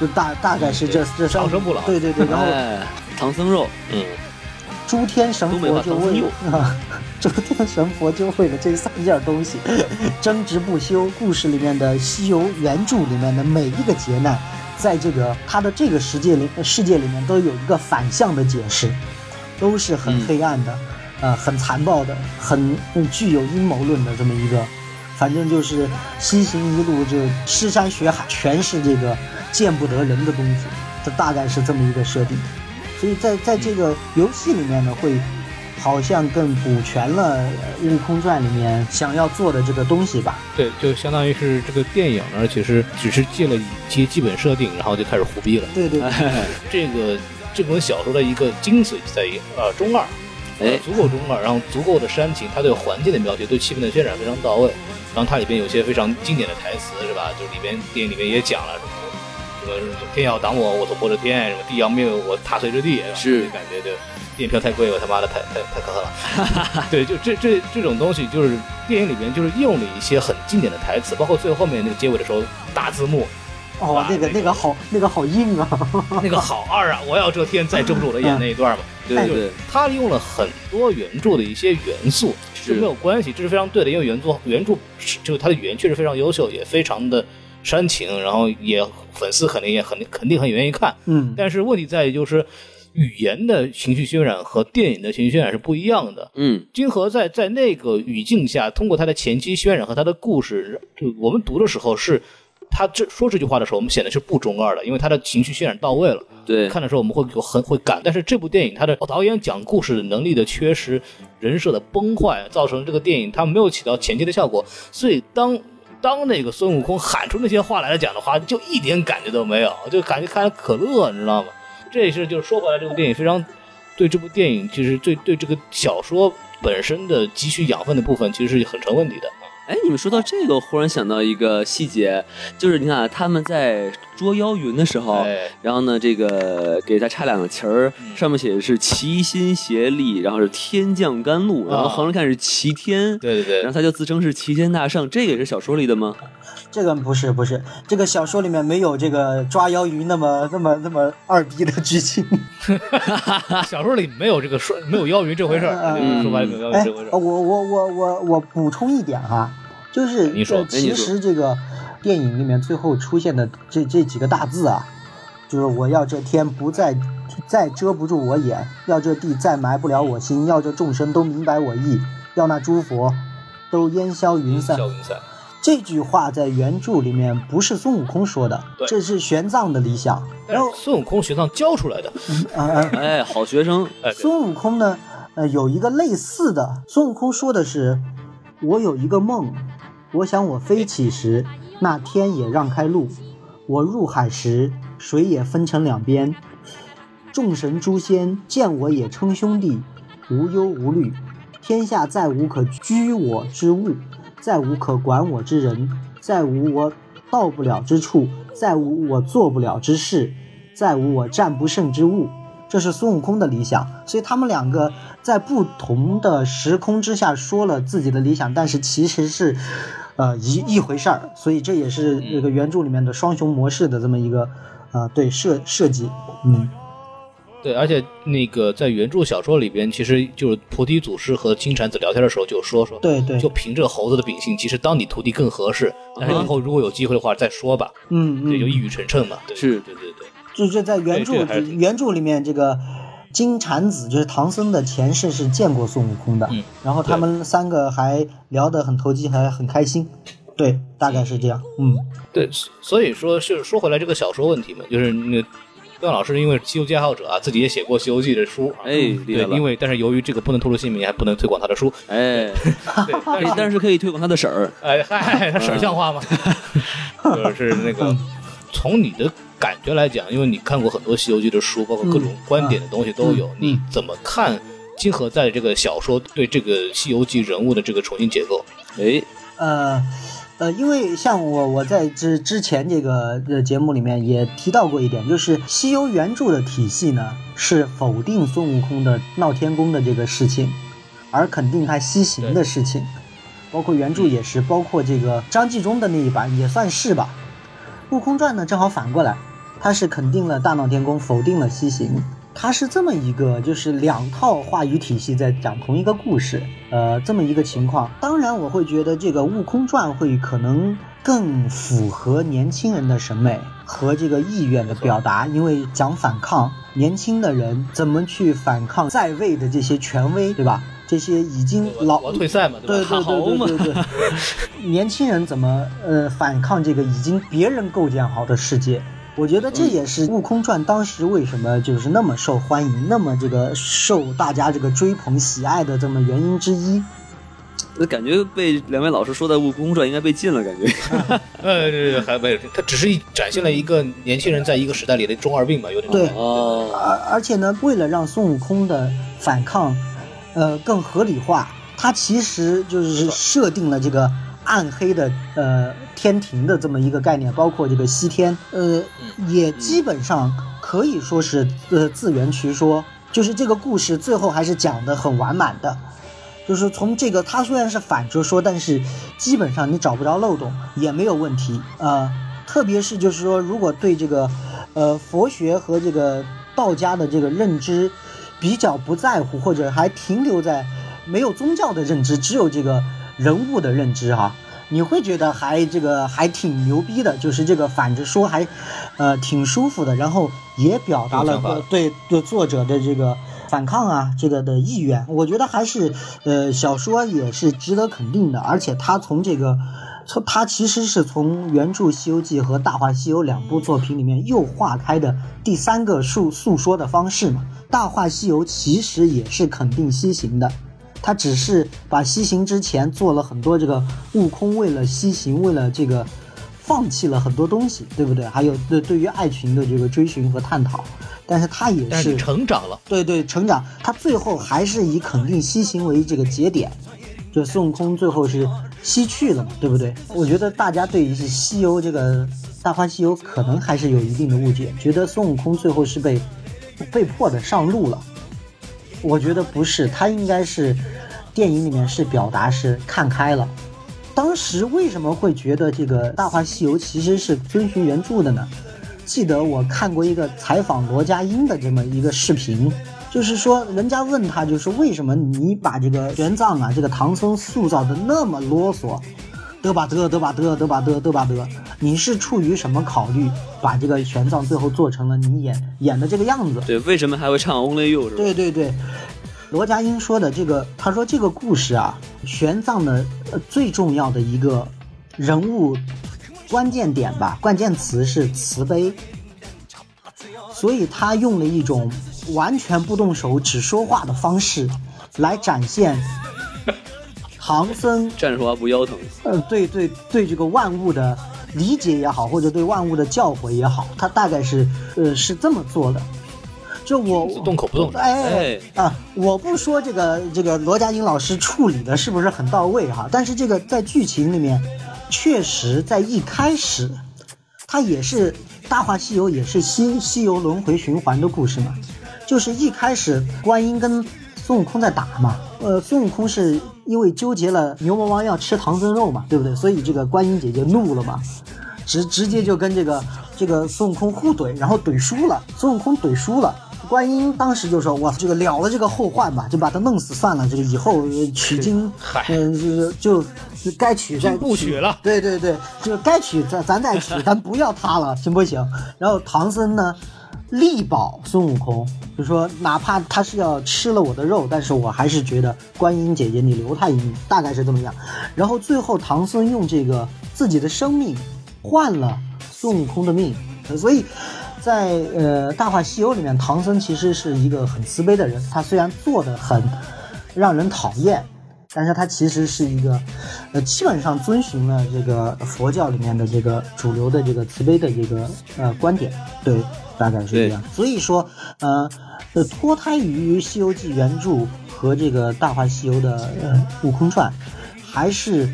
Speaker 1: 就大大概是这这三
Speaker 2: 嗯长生不老
Speaker 1: 对对对，然后
Speaker 3: 哎，唐僧肉，
Speaker 2: 嗯，
Speaker 1: 诸天神
Speaker 3: 东北
Speaker 1: 佛
Speaker 3: 话
Speaker 1: 就
Speaker 3: 唐僧
Speaker 1: 为
Speaker 3: 肉
Speaker 1: [LAUGHS] 啊，诸天神佛就为了这三件东西 [LAUGHS] 争执不休。故事里面的西游原著里面的每一个劫难，在这个它的这个世界里世界里面都有一个反向的解释，都是很黑暗的，
Speaker 3: 嗯
Speaker 1: 呃，很残暴的，很嗯具有阴谋论的这么一个。反正就是西行一路就尸山血海，全是这个见不得人的东西，这大概是这么一个设定。所以在在这个游戏里面呢，会好像更补全了呃《悟空传》里面想要做的这个东西吧。
Speaker 2: 对，就相当于是这个电影呢，其实只是借了一些基本设定，然后就开始胡逼了。
Speaker 1: 对对对，
Speaker 2: 这个这本小说的一个精髓在于呃中二，
Speaker 3: 哎
Speaker 2: 足够中二，然后足够的煽情，它对环境的描写、对气氛的渲染非常到位。然后它里边有些非常经典的台词是吧？就是里边电影里面也讲了什么什么天要挡我，我走破了天；什么地要灭我，我踏碎这地。吧
Speaker 3: 是
Speaker 2: 就感觉就电影票太贵，我他妈的太太太可恨了。对，就这这这种东西，就是电影里面就是用了一些很经典的台词，包括最后面那个结尾的时候大字幕，
Speaker 1: [LAUGHS] 哦
Speaker 2: 哇，
Speaker 1: 那 [LAUGHS] 个
Speaker 2: 那个
Speaker 1: 那个好，那个好硬啊！ [LAUGHS]
Speaker 2: [LAUGHS] 那个好二啊，我要遮天再遮不住我的眼那一段嘛。
Speaker 3: 嗯对对，
Speaker 2: 他用了很多原著的一些元素，这
Speaker 3: 是
Speaker 2: 没有关系，这是非常对的，因为原作原著是就是它的语言确实非常优秀，也非常的煽情，然后也粉丝肯定也很肯定很愿意看。
Speaker 1: 嗯，
Speaker 2: 但是问题在于就是语言的情绪渲染和电影的情绪渲染是不一样的。
Speaker 3: 嗯，
Speaker 2: 金河在在那个语境下，通过他的前期渲染和他的故事，就我们读的时候是，他这说这句话的时候，我们显得是不中二的，因为他的情绪渲染到位了。
Speaker 3: 对，
Speaker 2: 看的时候我们会有很会感，但是这部电影它的导演讲故事的能力的缺失，人设的崩坏，造成这个电影它没有起到前期的效果，所以当。当那个孙悟空喊出那些话来讲的话，就一点感觉都没有，就感觉看可乐，你知道吗？这是就是说回来，这部电影非常对这部电影，其实对对这个小说本身的汲取养分的部分，其实是很成问题的。
Speaker 3: 哎，你们说到这个，我忽然想到一个细节，就是你看啊他们在捉妖云的时候，
Speaker 1: 哦
Speaker 2: 哎，嗯
Speaker 3: 然后呢，这个给它插两个旗儿，上面写的是齐心协力，然后是天降甘露，
Speaker 2: 啊
Speaker 3: 然后横着看是齐天，
Speaker 2: 对对
Speaker 3: 然后
Speaker 2: 对，
Speaker 3: 他就自称是齐天大圣，这个也是小说里的吗？
Speaker 1: 这个不是不是，这个小说里面没有这个抓妖鱼那么那么那么二逼的剧情。
Speaker 2: 小说里没有这个说没有妖云这回事儿，
Speaker 1: 嗯
Speaker 2: 就是说白了没有妖云
Speaker 1: 哎
Speaker 2: 呃这回事，
Speaker 1: 我
Speaker 2: 儿。
Speaker 1: 我我我我补充一点哈，就是
Speaker 2: 你说
Speaker 1: 呃
Speaker 3: 哎你
Speaker 1: 其
Speaker 3: 说
Speaker 1: 实这个电影里面最后出现的这这几个大字啊，就是我要这天不再再遮不住我眼，要这地再埋不了我心，要这众生都明白我意，要那诸佛都烟消云散。
Speaker 2: 笑云散，
Speaker 1: 这句话在原著里面不是孙悟空说的
Speaker 2: 对，
Speaker 1: 这是玄奘的理想。
Speaker 2: 但
Speaker 1: 然后
Speaker 2: 是，孙悟空学堂教出来的，
Speaker 1: 啊啊，
Speaker 3: 哎，好学生，
Speaker 2: 哎，对
Speaker 1: 孙悟空呢，呃，有一个类似的，孙悟空说的是：“我有一个梦，我想我飞起时，那天也让开路；我入海时，水也分成两边。众神诸仙见我也称兄弟，无忧无虑，天下再无可拘我之物，再无可管我之人，再无我到不了之处，再无我做不了之事，再无我战不胜之物。这是孙悟空的理想，所以他们两个在不同的时空之下说了自己的理想，但是其实是，呃一一回事儿，所以这也是这个原著里面的双雄模式的这么一个，呃对设设计，嗯，
Speaker 2: 对，而且那个在原著小说里边，其实就是菩提祖师和金蝉子聊天的时候就说说，
Speaker 1: 对对，
Speaker 2: 就凭这猴子的秉性，其实当你徒弟更合适，
Speaker 3: 嗯
Speaker 2: 但是以后如果有机会的话再说吧，
Speaker 1: 嗯嗯，
Speaker 2: 对，就一语成谶嘛，对
Speaker 3: 是
Speaker 2: 对对对，
Speaker 1: 就是在原
Speaker 2: 对
Speaker 1: 著
Speaker 2: 这个还是挺
Speaker 1: 原著里面，这个金蝉子就是唐僧的前世是见过孙悟空的，
Speaker 2: 嗯
Speaker 1: 然后他们三个还聊得很投机，还很开心。对，大概是这样。嗯，
Speaker 2: 对，所所以说是说回来这个小说问题嘛，就是那个段老师因为《西游记》爱好者啊，自己也写过《西游记》的书啊，
Speaker 3: 哎，厉
Speaker 2: 对
Speaker 3: 害，了，
Speaker 2: 因为但是由于这个不能透露姓名，还不能推广他的
Speaker 3: [LAUGHS]
Speaker 2: 书，
Speaker 3: 哎，
Speaker 2: 对，但是
Speaker 3: 但是可以推广他的婶儿，
Speaker 2: 哎嗨， [LAUGHS] 他婶像
Speaker 1: [LAUGHS]
Speaker 2: 话吗？就是那个，从你的感觉来讲，因为你看过很多《西游记》的书，包括各种观点的东西都有，
Speaker 1: 嗯
Speaker 2: 你怎么看金河在这个小说对这个《西游记》人物的这个重新结构？
Speaker 3: 哎，
Speaker 1: 呃，呃，因为像我我在之之前这个呃节目里面也提到过一点，就是西游原著的体系呢是否定孙悟空的闹天宫的这个事情，而肯定他西行的事情，包括原著也是，包括这个张纪中的那一版也算是吧。《悟空传》呢正好反过来，它是肯定了大闹天宫，否定了西行。它是这么一个，就是两套话语体系在讲同一个故事，呃，这么一个情况。当然，我会觉得这个《悟空传》会可能更符合年轻人的审美和这个意愿的表达，因为讲反抗，年轻的人怎么去反抗在位的这些权威，对吧？这些已经老
Speaker 2: 我要退赛嘛，
Speaker 1: 对
Speaker 2: 吧？
Speaker 1: 对对对对对，
Speaker 2: [LAUGHS]
Speaker 1: 年轻人怎么呃反抗这个已经别人构建好的世界？我觉得这也是《悟空传》当时为什么就是那么受欢迎，那么这个受大家这个追捧喜爱的这么原因之一。
Speaker 3: 那感觉被两位老师说的《悟空传》应该被禁了，感觉，
Speaker 2: 呃，对对对，还没有，他只是一展现了一个年轻人在一个时代里的中二病吧，有点
Speaker 1: 对
Speaker 3: 哦，
Speaker 1: 而而且呢，为了让孙悟空的反抗，呃，更合理化，他其实就是设定了这个暗黑的呃天庭的这么一个概念，包括这个西天，呃，也基本上可以说是呃自圆其说，就是这个故事最后还是讲的很完满的。就是从这个，它虽然是反着说，但是基本上你找不着漏洞也没有问题。呃，特别是就是说，如果对这个，呃，佛学和这个道家的这个认知比较不在乎，或者还停留在没有宗教的认知，只有这个人物的认知哈、你会觉得还这个还挺牛逼的，就是这个反着说还，呃，挺舒服的，然后也表达
Speaker 2: 挺有
Speaker 1: 了
Speaker 2: 想法的
Speaker 1: 个对对作者的这个反抗啊，这个的意愿，我觉得还是呃小说也是值得肯定的，而且他从这个。从他其实是从原著《西游记》和《大话西游》两部作品里面又化开的第三个诉诉说的方式嘛，《大话西游》其实也是肯定西行的，他只是把西行之前做了很多这个悟空为了西行，为了这个放弃了很多东西，对不对？还有对对于爱情的这个追寻和探讨，但是他也
Speaker 2: 但是
Speaker 1: 是
Speaker 2: 你成长了，
Speaker 1: 对对成长，他最后还是以肯定西行为这个节点，就孙悟空最后是西去了嘛，对不对？我觉得大家对于西游这个大话西游可能还是有一定的误解，觉得孙悟空最后是被被迫的上路了。我觉得不是，他应该是电影里面是表达是看开了。当时为什么会觉得这个《大话西游》其实是遵循原著的呢？记得我看过一个采访罗家英的这么一个视频，就是说人家问他，就是为什么你把这个玄奘啊，这个唐僧塑造的那么啰嗦，嘚吧嘚嘚吧嘚嘚吧嘚嘚吧嘚，你是出于什么考虑把这个玄奘最后做成了你演演的这个样子？
Speaker 3: 对，为什么还会唱 Only You 是吧？
Speaker 1: 对对对，罗家英说的这个，他说这个故事啊，玄奘的、呃最重要的一个人物关键点吧，关键词是慈悲，所以他用了一种完全不动手只说话的方式来展现唐僧
Speaker 3: 站着说话不腰疼。
Speaker 1: 呃，对对对，这个万物的理解也好，或者对万物的教诲也好，他大概是呃是这么做的。就我
Speaker 2: 动口不动手
Speaker 1: 哎啊！我不说这个这个罗家英老师处理的是不是很到位哈，但是这个在剧情里面，确实在一开始，它也是《大话西游》也是西西游轮回循环的故事嘛，就是一开始观音跟孙悟空在打嘛，呃，孙悟空是因为纠结了牛魔王要吃唐僧肉嘛，对不对？所以这个观音姐姐怒了嘛，直直接就跟这个这个孙悟空互怼，然后怼输了，孙悟空怼输了。观音当时就说：“我这个了了这个后患吧，就把他弄死算了。这个以后呃取经，嗯、就就就该取再
Speaker 2: 就不取了
Speaker 1: 对对对，就该取咱咱再
Speaker 2: [LAUGHS]
Speaker 1: 取，咱不要他了，行不行？然后唐僧呢，力保孙悟空，就说哪怕他是要吃了我的肉，但是我还是觉得观音姐姐你留他一命，大概是这么样。然后最后唐僧用这个自己的生命换了孙悟空的命，呃所以。在呃《大话西游》里面，唐僧其实是一个很慈悲的人。他虽然做的很让人讨厌，但是他其实是一个，呃，基本上遵循了这个佛教里面的这个主流的这个慈悲的这个呃观点，对，大概是这样。所以说，呃，呃，脱胎于《西游记》原著和这个《大话西游》的呃《悟空传》，还是。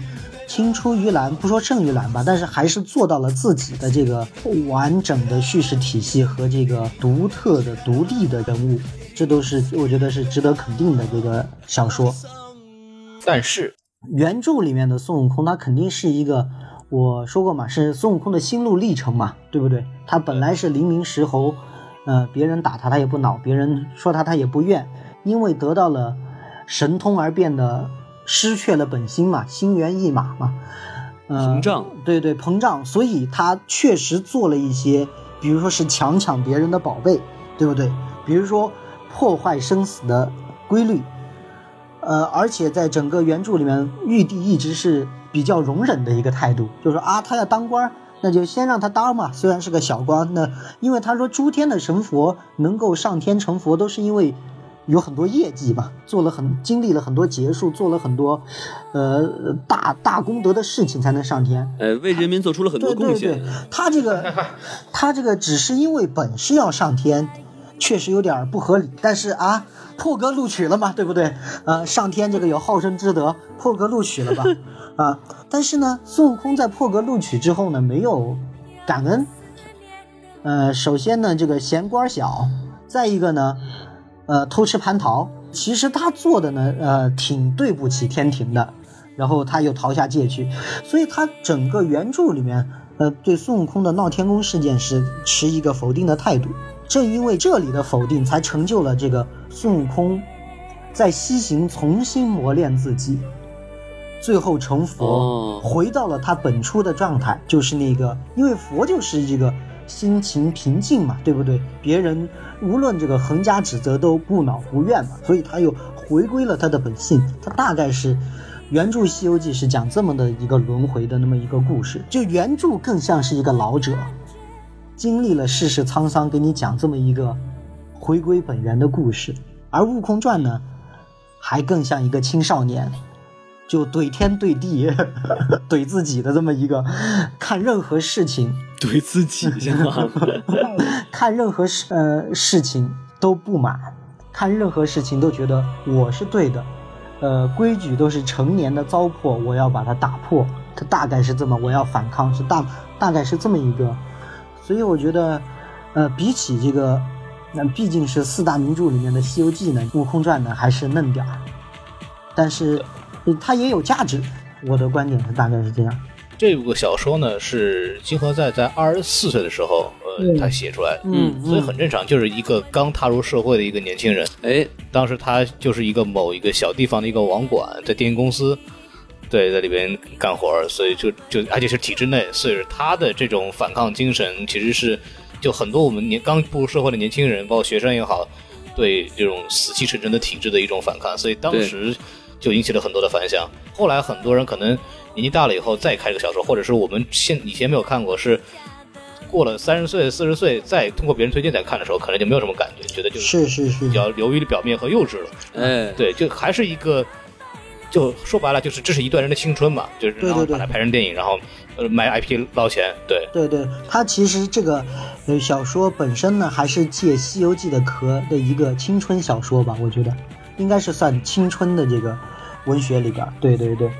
Speaker 1: 青出于蓝，不说胜于蓝吧，但是还是做到了自己的这个完整的叙事体系和这个独特的、独立的人物，这都是我觉得是值得肯定的这个小说。
Speaker 2: 但是
Speaker 1: 原著里面的孙悟空，他肯定是一个，我说过嘛，是孙悟空的心路历程嘛，对不对？他本来是黎明石猴，呃，别人打他他也不恼，别人说他他也不怨，因为得到了神通而变得失去了本心嘛，心猿意马嘛，
Speaker 2: 嗯
Speaker 1: 呃，
Speaker 3: 膨胀，
Speaker 1: 对对，膨胀，所以他确实做了一些，比如说是强抢别人的宝贝，对不对？比如说破坏生死的规律，呃，而且在整个原著里面，玉帝一直是比较容忍的一个态度，就是啊，他要当官儿，那就先让他当嘛，虽然是个小官，那因为他说诸天的神佛能够上天成佛，都是因为有很多业绩嘛，做了很经历了很多劫数，做了很多，呃大大功德的事情才能上天。
Speaker 3: 哎，为人民做出了很多
Speaker 1: 对
Speaker 3: 贡
Speaker 1: 对
Speaker 3: 献。嗯
Speaker 1: 对，他这个他这个只是因为本是要上天，确实有点儿不合理。但是啊，破格录取了嘛，对不对？呃，上天这个有好生之德，破格录取了
Speaker 3: [LAUGHS]
Speaker 1: 吧？啊，但是呢，孙悟空在破格录取之后呢，没有感恩。呃，首先呢，这个嫌官儿小，再一个呢，呃，偷吃蟠桃。其实他做的呢，呃，挺对不起天庭的。然后他又逃下界去，所以他整个原著里面，呃，对孙悟空的闹天宫事件是持一个否定的态度。正因为这里的否定，才成就了这个孙悟空在西行重新磨练自己，最后成佛，
Speaker 3: 哦
Speaker 1: 回到了他本初的状态，就是那个，因为佛就是这个心情平静嘛，对不对？别人无论这个横加指责都不恼不怨嘛，所以他又回归了他的本性。他大概是原著《西游记》是讲这么的一个轮回的那么一个故事，就原著更像是一个老者，经历了世事沧桑，给你讲这么一个回归本源的故事。而《悟空传》呢，还更像一个青少年，就怼天怼地、 [LAUGHS] 怼自己的这么一个，看任何事情，
Speaker 3: 怼自己是吗？
Speaker 1: 看任何事呃事情都不满，看任何事情都觉得我是对的，呃，规矩都是成年的糟粕，我要把它打破。它大概是这么，我要反抗，是大大概是这么一个。所以我觉得，呃，比起这个，那、毕竟是四大名著里面的《西游记》呢，《悟空传》呢还是嫩点儿，但是嗯它也有价值。我的观点是大概是这样。
Speaker 2: 这部小说呢是金河在在二十四岁的时候，呃，
Speaker 1: 嗯
Speaker 2: 他写出来的，
Speaker 3: 嗯
Speaker 2: 所以很正常，就是一个刚踏入社会的一个年轻人。
Speaker 3: [LAUGHS] 哎，
Speaker 2: 当时他就是一个某一个小地方的一个网管，在电影公司，对，在里边干活儿，所以就就而且是体制内，所以他的这种反抗精神其实是就很多我们年刚步入社会的年轻人，包括学生也好，对这种死气沉沉的体制的一种反抗，所以当
Speaker 3: 对
Speaker 2: 时就引起了很多的反响。后来很多人可能年纪大了以后再看这个小说，或者是我们现以前没有看过是。过了三十岁、四十岁，再通过别人推荐再看的时候，可能就没有什么感觉，觉得就是
Speaker 1: 是是
Speaker 2: 比，较流于的表面和幼稚了。
Speaker 3: 哎，
Speaker 2: 对，就还是一个，就说白了，就是这是一段人的青春嘛，就是
Speaker 1: 对
Speaker 2: 然后
Speaker 1: 对
Speaker 2: 把它拍成电影，然后呃卖 IP 捞钱，对，
Speaker 1: 对对，它其实这个呃小说本身呢，还是借《西游记》的壳的一个青春小说吧，我觉得应该是算青春的这个文学里边儿。对对对，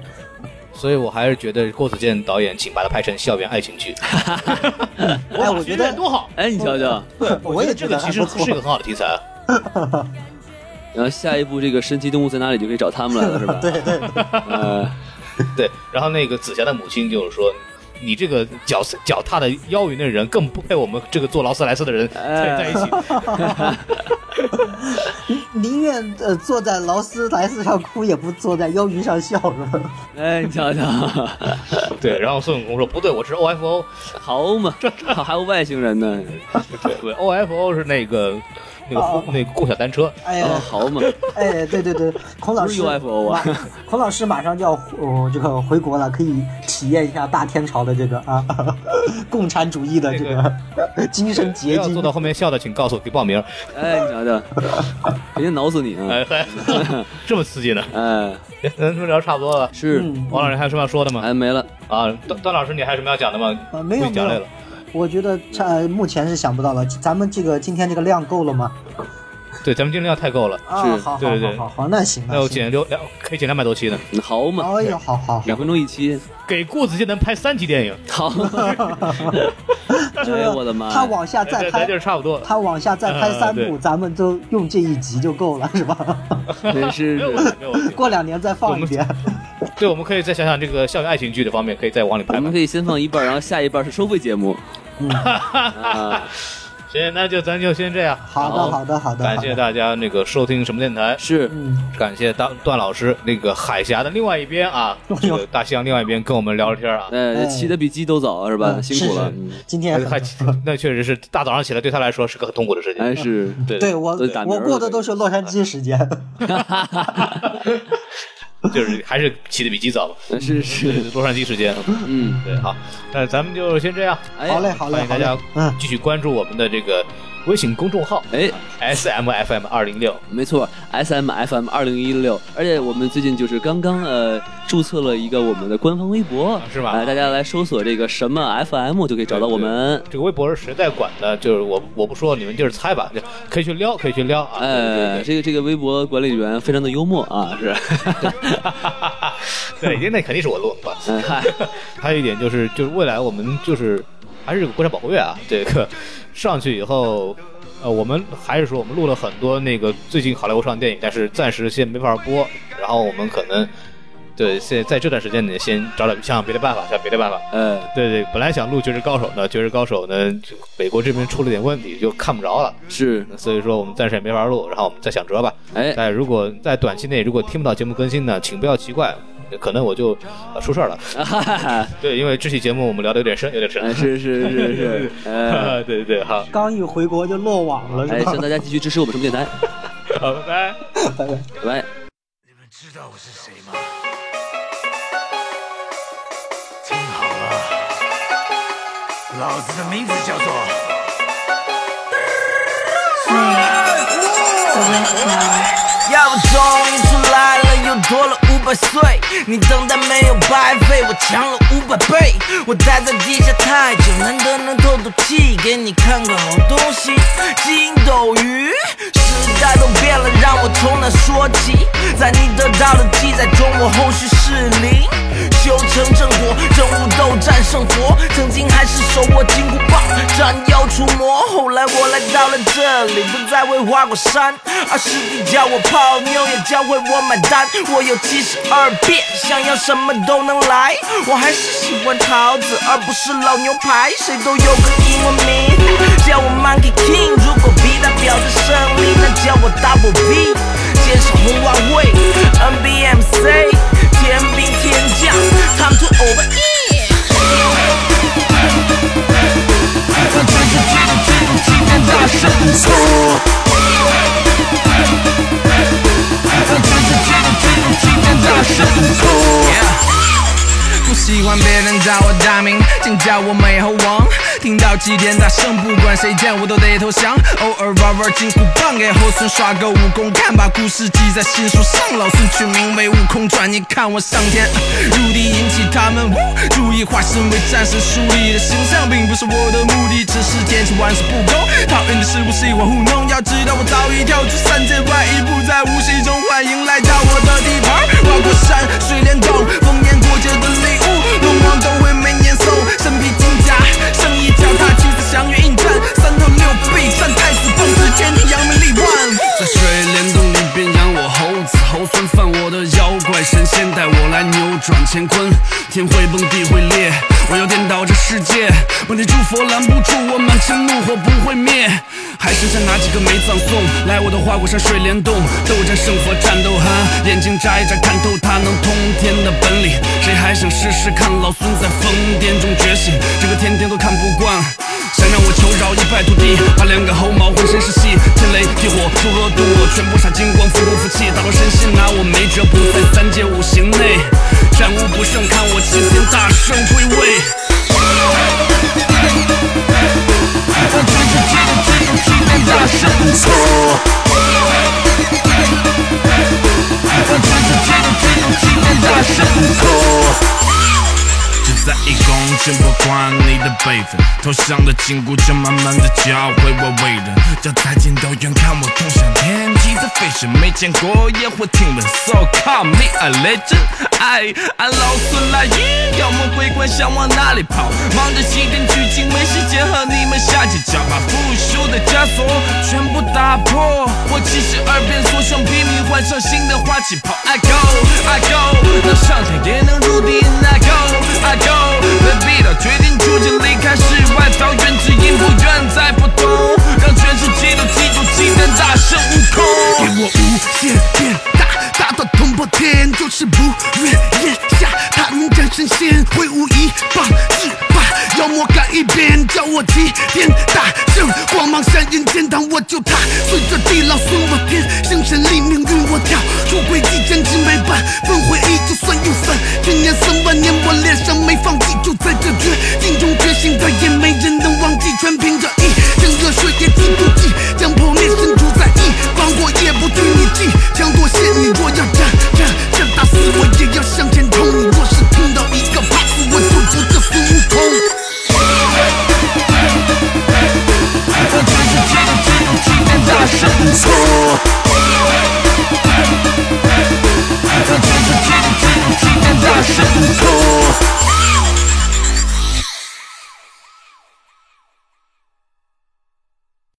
Speaker 2: 所以我还是觉得郭子健导演，请把它拍成校园爱
Speaker 1: [LAUGHS]
Speaker 2: 情剧，
Speaker 1: 哎，我觉得 [LAUGHS]
Speaker 2: 多好。
Speaker 3: 哎，你瞧瞧，
Speaker 1: 我也觉
Speaker 2: 这个
Speaker 1: 得
Speaker 2: 其
Speaker 1: 还
Speaker 2: 实
Speaker 1: 不错
Speaker 2: 是一。个很好的题材，啊
Speaker 3: 然后下一步这个神奇动物在哪里就可以找他们来了，是吧？ [LAUGHS]
Speaker 1: [LAUGHS] 对对对，
Speaker 3: 呃，
Speaker 2: 对。然后那个紫霞的母亲就是说，你这个脚脚踏的妖云的人，更不配我们这个做劳斯莱斯的人
Speaker 1: 哎
Speaker 2: 在在一
Speaker 1: [LAUGHS]
Speaker 2: 起。
Speaker 1: 宁愿呃坐在劳斯莱斯上哭，也不坐在妖鱼上笑，是吧？
Speaker 3: 哎，你瞧瞧，
Speaker 2: 对，然后孙悟空说不对，我
Speaker 1: [LAUGHS]
Speaker 2: 是 OFO，
Speaker 3: 好嘛，好还有外星人呢，
Speaker 2: 对，OFO 是那个那个
Speaker 1: 哦
Speaker 2: 那个共享单车，
Speaker 1: 哎呀
Speaker 3: 哦，，好嘛，
Speaker 1: 哎，对对对，孔老师，
Speaker 3: 不是 UFO 啊
Speaker 1: 马孔老师马上就要哦这个回国了，可以体验一下大天朝的这个啊， [LAUGHS] 共产主义的这个 [LAUGHS] 精神
Speaker 2: 不
Speaker 1: 结
Speaker 2: 要
Speaker 1: 晶
Speaker 2: 坐。到后面笑的，请告诉我，给报名。
Speaker 3: 哎，你瞧瞧，肯定挠死你
Speaker 1: 嗯
Speaker 3: 啊！
Speaker 2: 哎，还 [LAUGHS] 这么刺激呢？
Speaker 1: [LAUGHS]
Speaker 3: 哎，
Speaker 2: 咱们聊差不多了。
Speaker 3: 是，
Speaker 1: 嗯
Speaker 2: 王老师还有什么要说的吗？
Speaker 3: 哎，没了，
Speaker 2: 啊，段段老师，你还有什么要讲的吗？
Speaker 1: 啊没有
Speaker 2: 不讲
Speaker 1: 没有
Speaker 2: 累了。
Speaker 1: 我觉得这呃目前是想不到了，咱们这个今天这个量够了吗？
Speaker 2: 对，咱们今天量太够了，
Speaker 1: 啊，
Speaker 3: 是
Speaker 1: 好好
Speaker 2: 对
Speaker 1: 好
Speaker 2: 对对
Speaker 1: 好好，那行
Speaker 2: 那
Speaker 1: 那
Speaker 2: 我
Speaker 1: 行。
Speaker 2: 剪六两，可以剪两百多期呢。
Speaker 3: 好嘛，
Speaker 1: 哎呦，好好，
Speaker 3: 两分钟一期，
Speaker 2: 给顾子健能拍三集电影，
Speaker 3: 好，
Speaker 1: [LAUGHS] 就是
Speaker 3: 哎我的妈
Speaker 1: 他往下
Speaker 2: 咱
Speaker 1: 啊再
Speaker 2: 咱
Speaker 1: 拍
Speaker 2: 就，是差不多。
Speaker 1: 他往下再拍
Speaker 2: 呃
Speaker 1: 三
Speaker 2: 对
Speaker 1: 部，咱们都用这一集就够了，是吧？ [LAUGHS]
Speaker 3: 真是
Speaker 2: 没有问题，没有问题。
Speaker 1: 过两年再放一遍。
Speaker 2: 对，我们可以再想想这个校园爱情剧的方面，可以再往里
Speaker 3: 我
Speaker 2: 拍
Speaker 3: 们
Speaker 2: 吧。
Speaker 3: 可以先放一半，然后下一半是收费节目。
Speaker 1: 嗯，
Speaker 3: 啊，
Speaker 2: 行，那就咱就先这样。
Speaker 1: 好的，好的，好的。
Speaker 2: 感
Speaker 1: 好
Speaker 2: 谢
Speaker 1: 的
Speaker 2: 大家那个收听什么电台，
Speaker 3: 是，
Speaker 1: 嗯，
Speaker 2: 感谢段段老师那个海峡的另外一边啊，这个大西洋另外一边跟我们聊聊天啊。
Speaker 3: 哎，
Speaker 1: 哎
Speaker 3: 骑得比鸡都早是吧？
Speaker 1: 嗯
Speaker 3: 辛苦了，
Speaker 1: 是
Speaker 3: 嗯
Speaker 1: 今天也
Speaker 2: 还
Speaker 1: 很
Speaker 2: [LAUGHS]
Speaker 1: [LAUGHS]
Speaker 2: 那确实是大早上起来对他来说是个很痛苦的事情。
Speaker 3: 哎是，
Speaker 2: 对
Speaker 1: 对我
Speaker 3: 都打鸣
Speaker 1: 我
Speaker 3: 儿
Speaker 1: 过
Speaker 3: 了
Speaker 1: 的都是洛杉矶时间。
Speaker 2: 就是还是起得比鸡早嘛，
Speaker 3: 是是，
Speaker 2: 洛杉矶时间。
Speaker 3: 嗯，
Speaker 2: 对，好，那咱们就先这样，
Speaker 3: 哎，
Speaker 1: 好嘞，，好
Speaker 2: 欢
Speaker 1: 嘞，
Speaker 2: 迎
Speaker 1: 好
Speaker 2: 大家
Speaker 1: 嘞。嗯，
Speaker 2: 继续关注我们的这个微信公
Speaker 1: [LAUGHS]
Speaker 2: 众号
Speaker 3: 哎，
Speaker 2: S M F M 二零六。
Speaker 3: 没错，S M F M 二零一六，而且我们最近就是刚刚呃注册了一个我们的官方微博，
Speaker 2: 啊是吧
Speaker 3: 哎，大家来搜索这个什么 F M 就可以找到我们。
Speaker 2: 这个微博是谁在管的？就是我，我不说，你们就是猜吧，就可以去撩，可以去撩啊。
Speaker 1: 呃
Speaker 3: 哎，
Speaker 2: 对
Speaker 3: 这个这个微博管理员非常的幽默啊，
Speaker 2: [LAUGHS]
Speaker 3: 是，
Speaker 2: 对对，对，那肯定是我录的吧。
Speaker 3: 哎嗨，
Speaker 2: 还有一点就是，就是未来我们就是还是有国产保护月啊，这个上去以后，呃，我们还是说我们录了很多那个最近好莱坞上的电影，但是暂时先没法播，然后我们可能对现在这段时间呢，先找点想想别的办法，想别的办法。
Speaker 3: 哎，
Speaker 2: 对对，本来想录《绝世高手》呢，《绝世高手》呢，就美国这边出了点问题，就看不着了，
Speaker 3: 是，
Speaker 2: 所以说我们暂时也没法录，然后我们再想辙吧。
Speaker 3: [LAUGHS] 哎，
Speaker 2: 但如果在短期内如果听不到节目更新呢，请不要奇怪，可能我就、呃出事儿了。
Speaker 3: 哈哈，
Speaker 2: 对，因为这期节目我们聊的有点深，有点深。
Speaker 3: 哎是是是是，哎，
Speaker 2: [LAUGHS] 对对对，好，
Speaker 1: 刚一回国就落网了，
Speaker 3: 哎，
Speaker 1: 是吧
Speaker 3: 向？大家继续支持我们什么电台，
Speaker 2: 好，拜拜。
Speaker 1: 拜拜。
Speaker 3: 拜拜。
Speaker 4: 你们知道我是谁吗？听好了，老子的名字叫做。要我终于出来了，又多了五
Speaker 1: 百岁，你等待没有白费，我强了五百倍。我待在地下太久，难得能透透气，给你看个好东西。金斗鱼，时代都变了，让我从哪说起？在你得到的记载中，我后续是零。修成正果，正悟斗战胜佛。曾经还是手握金箍棒，斩妖除魔。后来我来到了这里，不再为花果山，而师弟教我泡妞，也教会我买单。我有七十二变，想要什么都能来。我还是喜欢桃子，而不是老牛排。谁都有个英文名，叫我 Monkey King。如果比他表示胜利，那叫我 Double B。接上红花会，NBMC，天兵天将，Time to over E。我只是记住记住今天大胜出。我只是记住记住今天大胜出。不喜欢别人叫我大名，请叫我美猴王。听到齐天大圣，不管谁见我都得投降。偶尔玩玩金箍棒，给后孙耍个武功，看把故事记在新书上。老孙取名为《悟空传》，你看我上天入地，引起他们呜注意，化身为战神，树立的形象并不是我的目的，只是坚持玩世不恭。讨厌的是我喜欢糊弄，要知道我早已跳出三界外，一步在无形中欢迎来到我的地盘。跨过山水帘洞，逢年过节的礼物，龙王都会每年送。身披金甲，圣衣脚踏七色祥云应战，三头六臂战太子奉旨，天地扬名立万。
Speaker 5: 在水帘洞里边养我猴子，猴孙犯我的妖怪，神仙带我来扭转乾坤，天会崩地会裂，我要颠倒这世界。问题诸佛拦不住我满腔怒火不会灭，还剩下哪几个没葬送？来我的花果山水帘洞，斗战胜佛战斗哈，眼睛眨一眨看透他能通天的本领，谁还想试试看？老孙在疯癫中觉醒，这个天天都看不惯。想让我求饶，一败涂地，把两个猴毛浑身是血，天雷地火、诸恶毒我全部杀精光，服不服气？打到身心拿我没辙，不在三界五行内，战无不胜，看我齐天大圣归位。
Speaker 1: 我只是记得记得齐天大圣出。我只是记得记得齐天大圣出。
Speaker 5: 只在意攻，全不管你的辈分。头上的紧箍咒慢慢的教会我为人，叫再见都远看我冲上天际的飞升，没见过也会听闻。So call me a legend，哎，俺老孙来也，妖魔鬼怪想往哪里跑？忙着西天取经，没时间和你们下起脚，把腐朽的枷锁全部打破。我七十二变所向披靡，换上新的花旗袍。I go I go，能上天也能入地。I go I go，被逼到决定出境离开世外桃源，只因不愿再破土，让全世界都记住齐天大圣悟空。
Speaker 6: 给我无限变大，大到捅破天，就是不愿咽下，他能战神仙，挥舞一棒制霸，妖魔改一边，叫我齐天大圣，光芒闪人天堂，我就踏碎这地老孙我天，生神立命运我跳，出轨即将金没办，分回忆就算又散，千年三万年我脸上没放弃，就在这绝境中觉醒的也没人能忘记，全凭着一身热血也记不记，将破灭身处在一方我也不惧你计，强夺现你若要战战战打死我也要向前冲，你若是听到一个怕死我就不叫孙悟空。
Speaker 1: 我只是记得记住齐天大圣出。我只是记得记住齐天大圣出。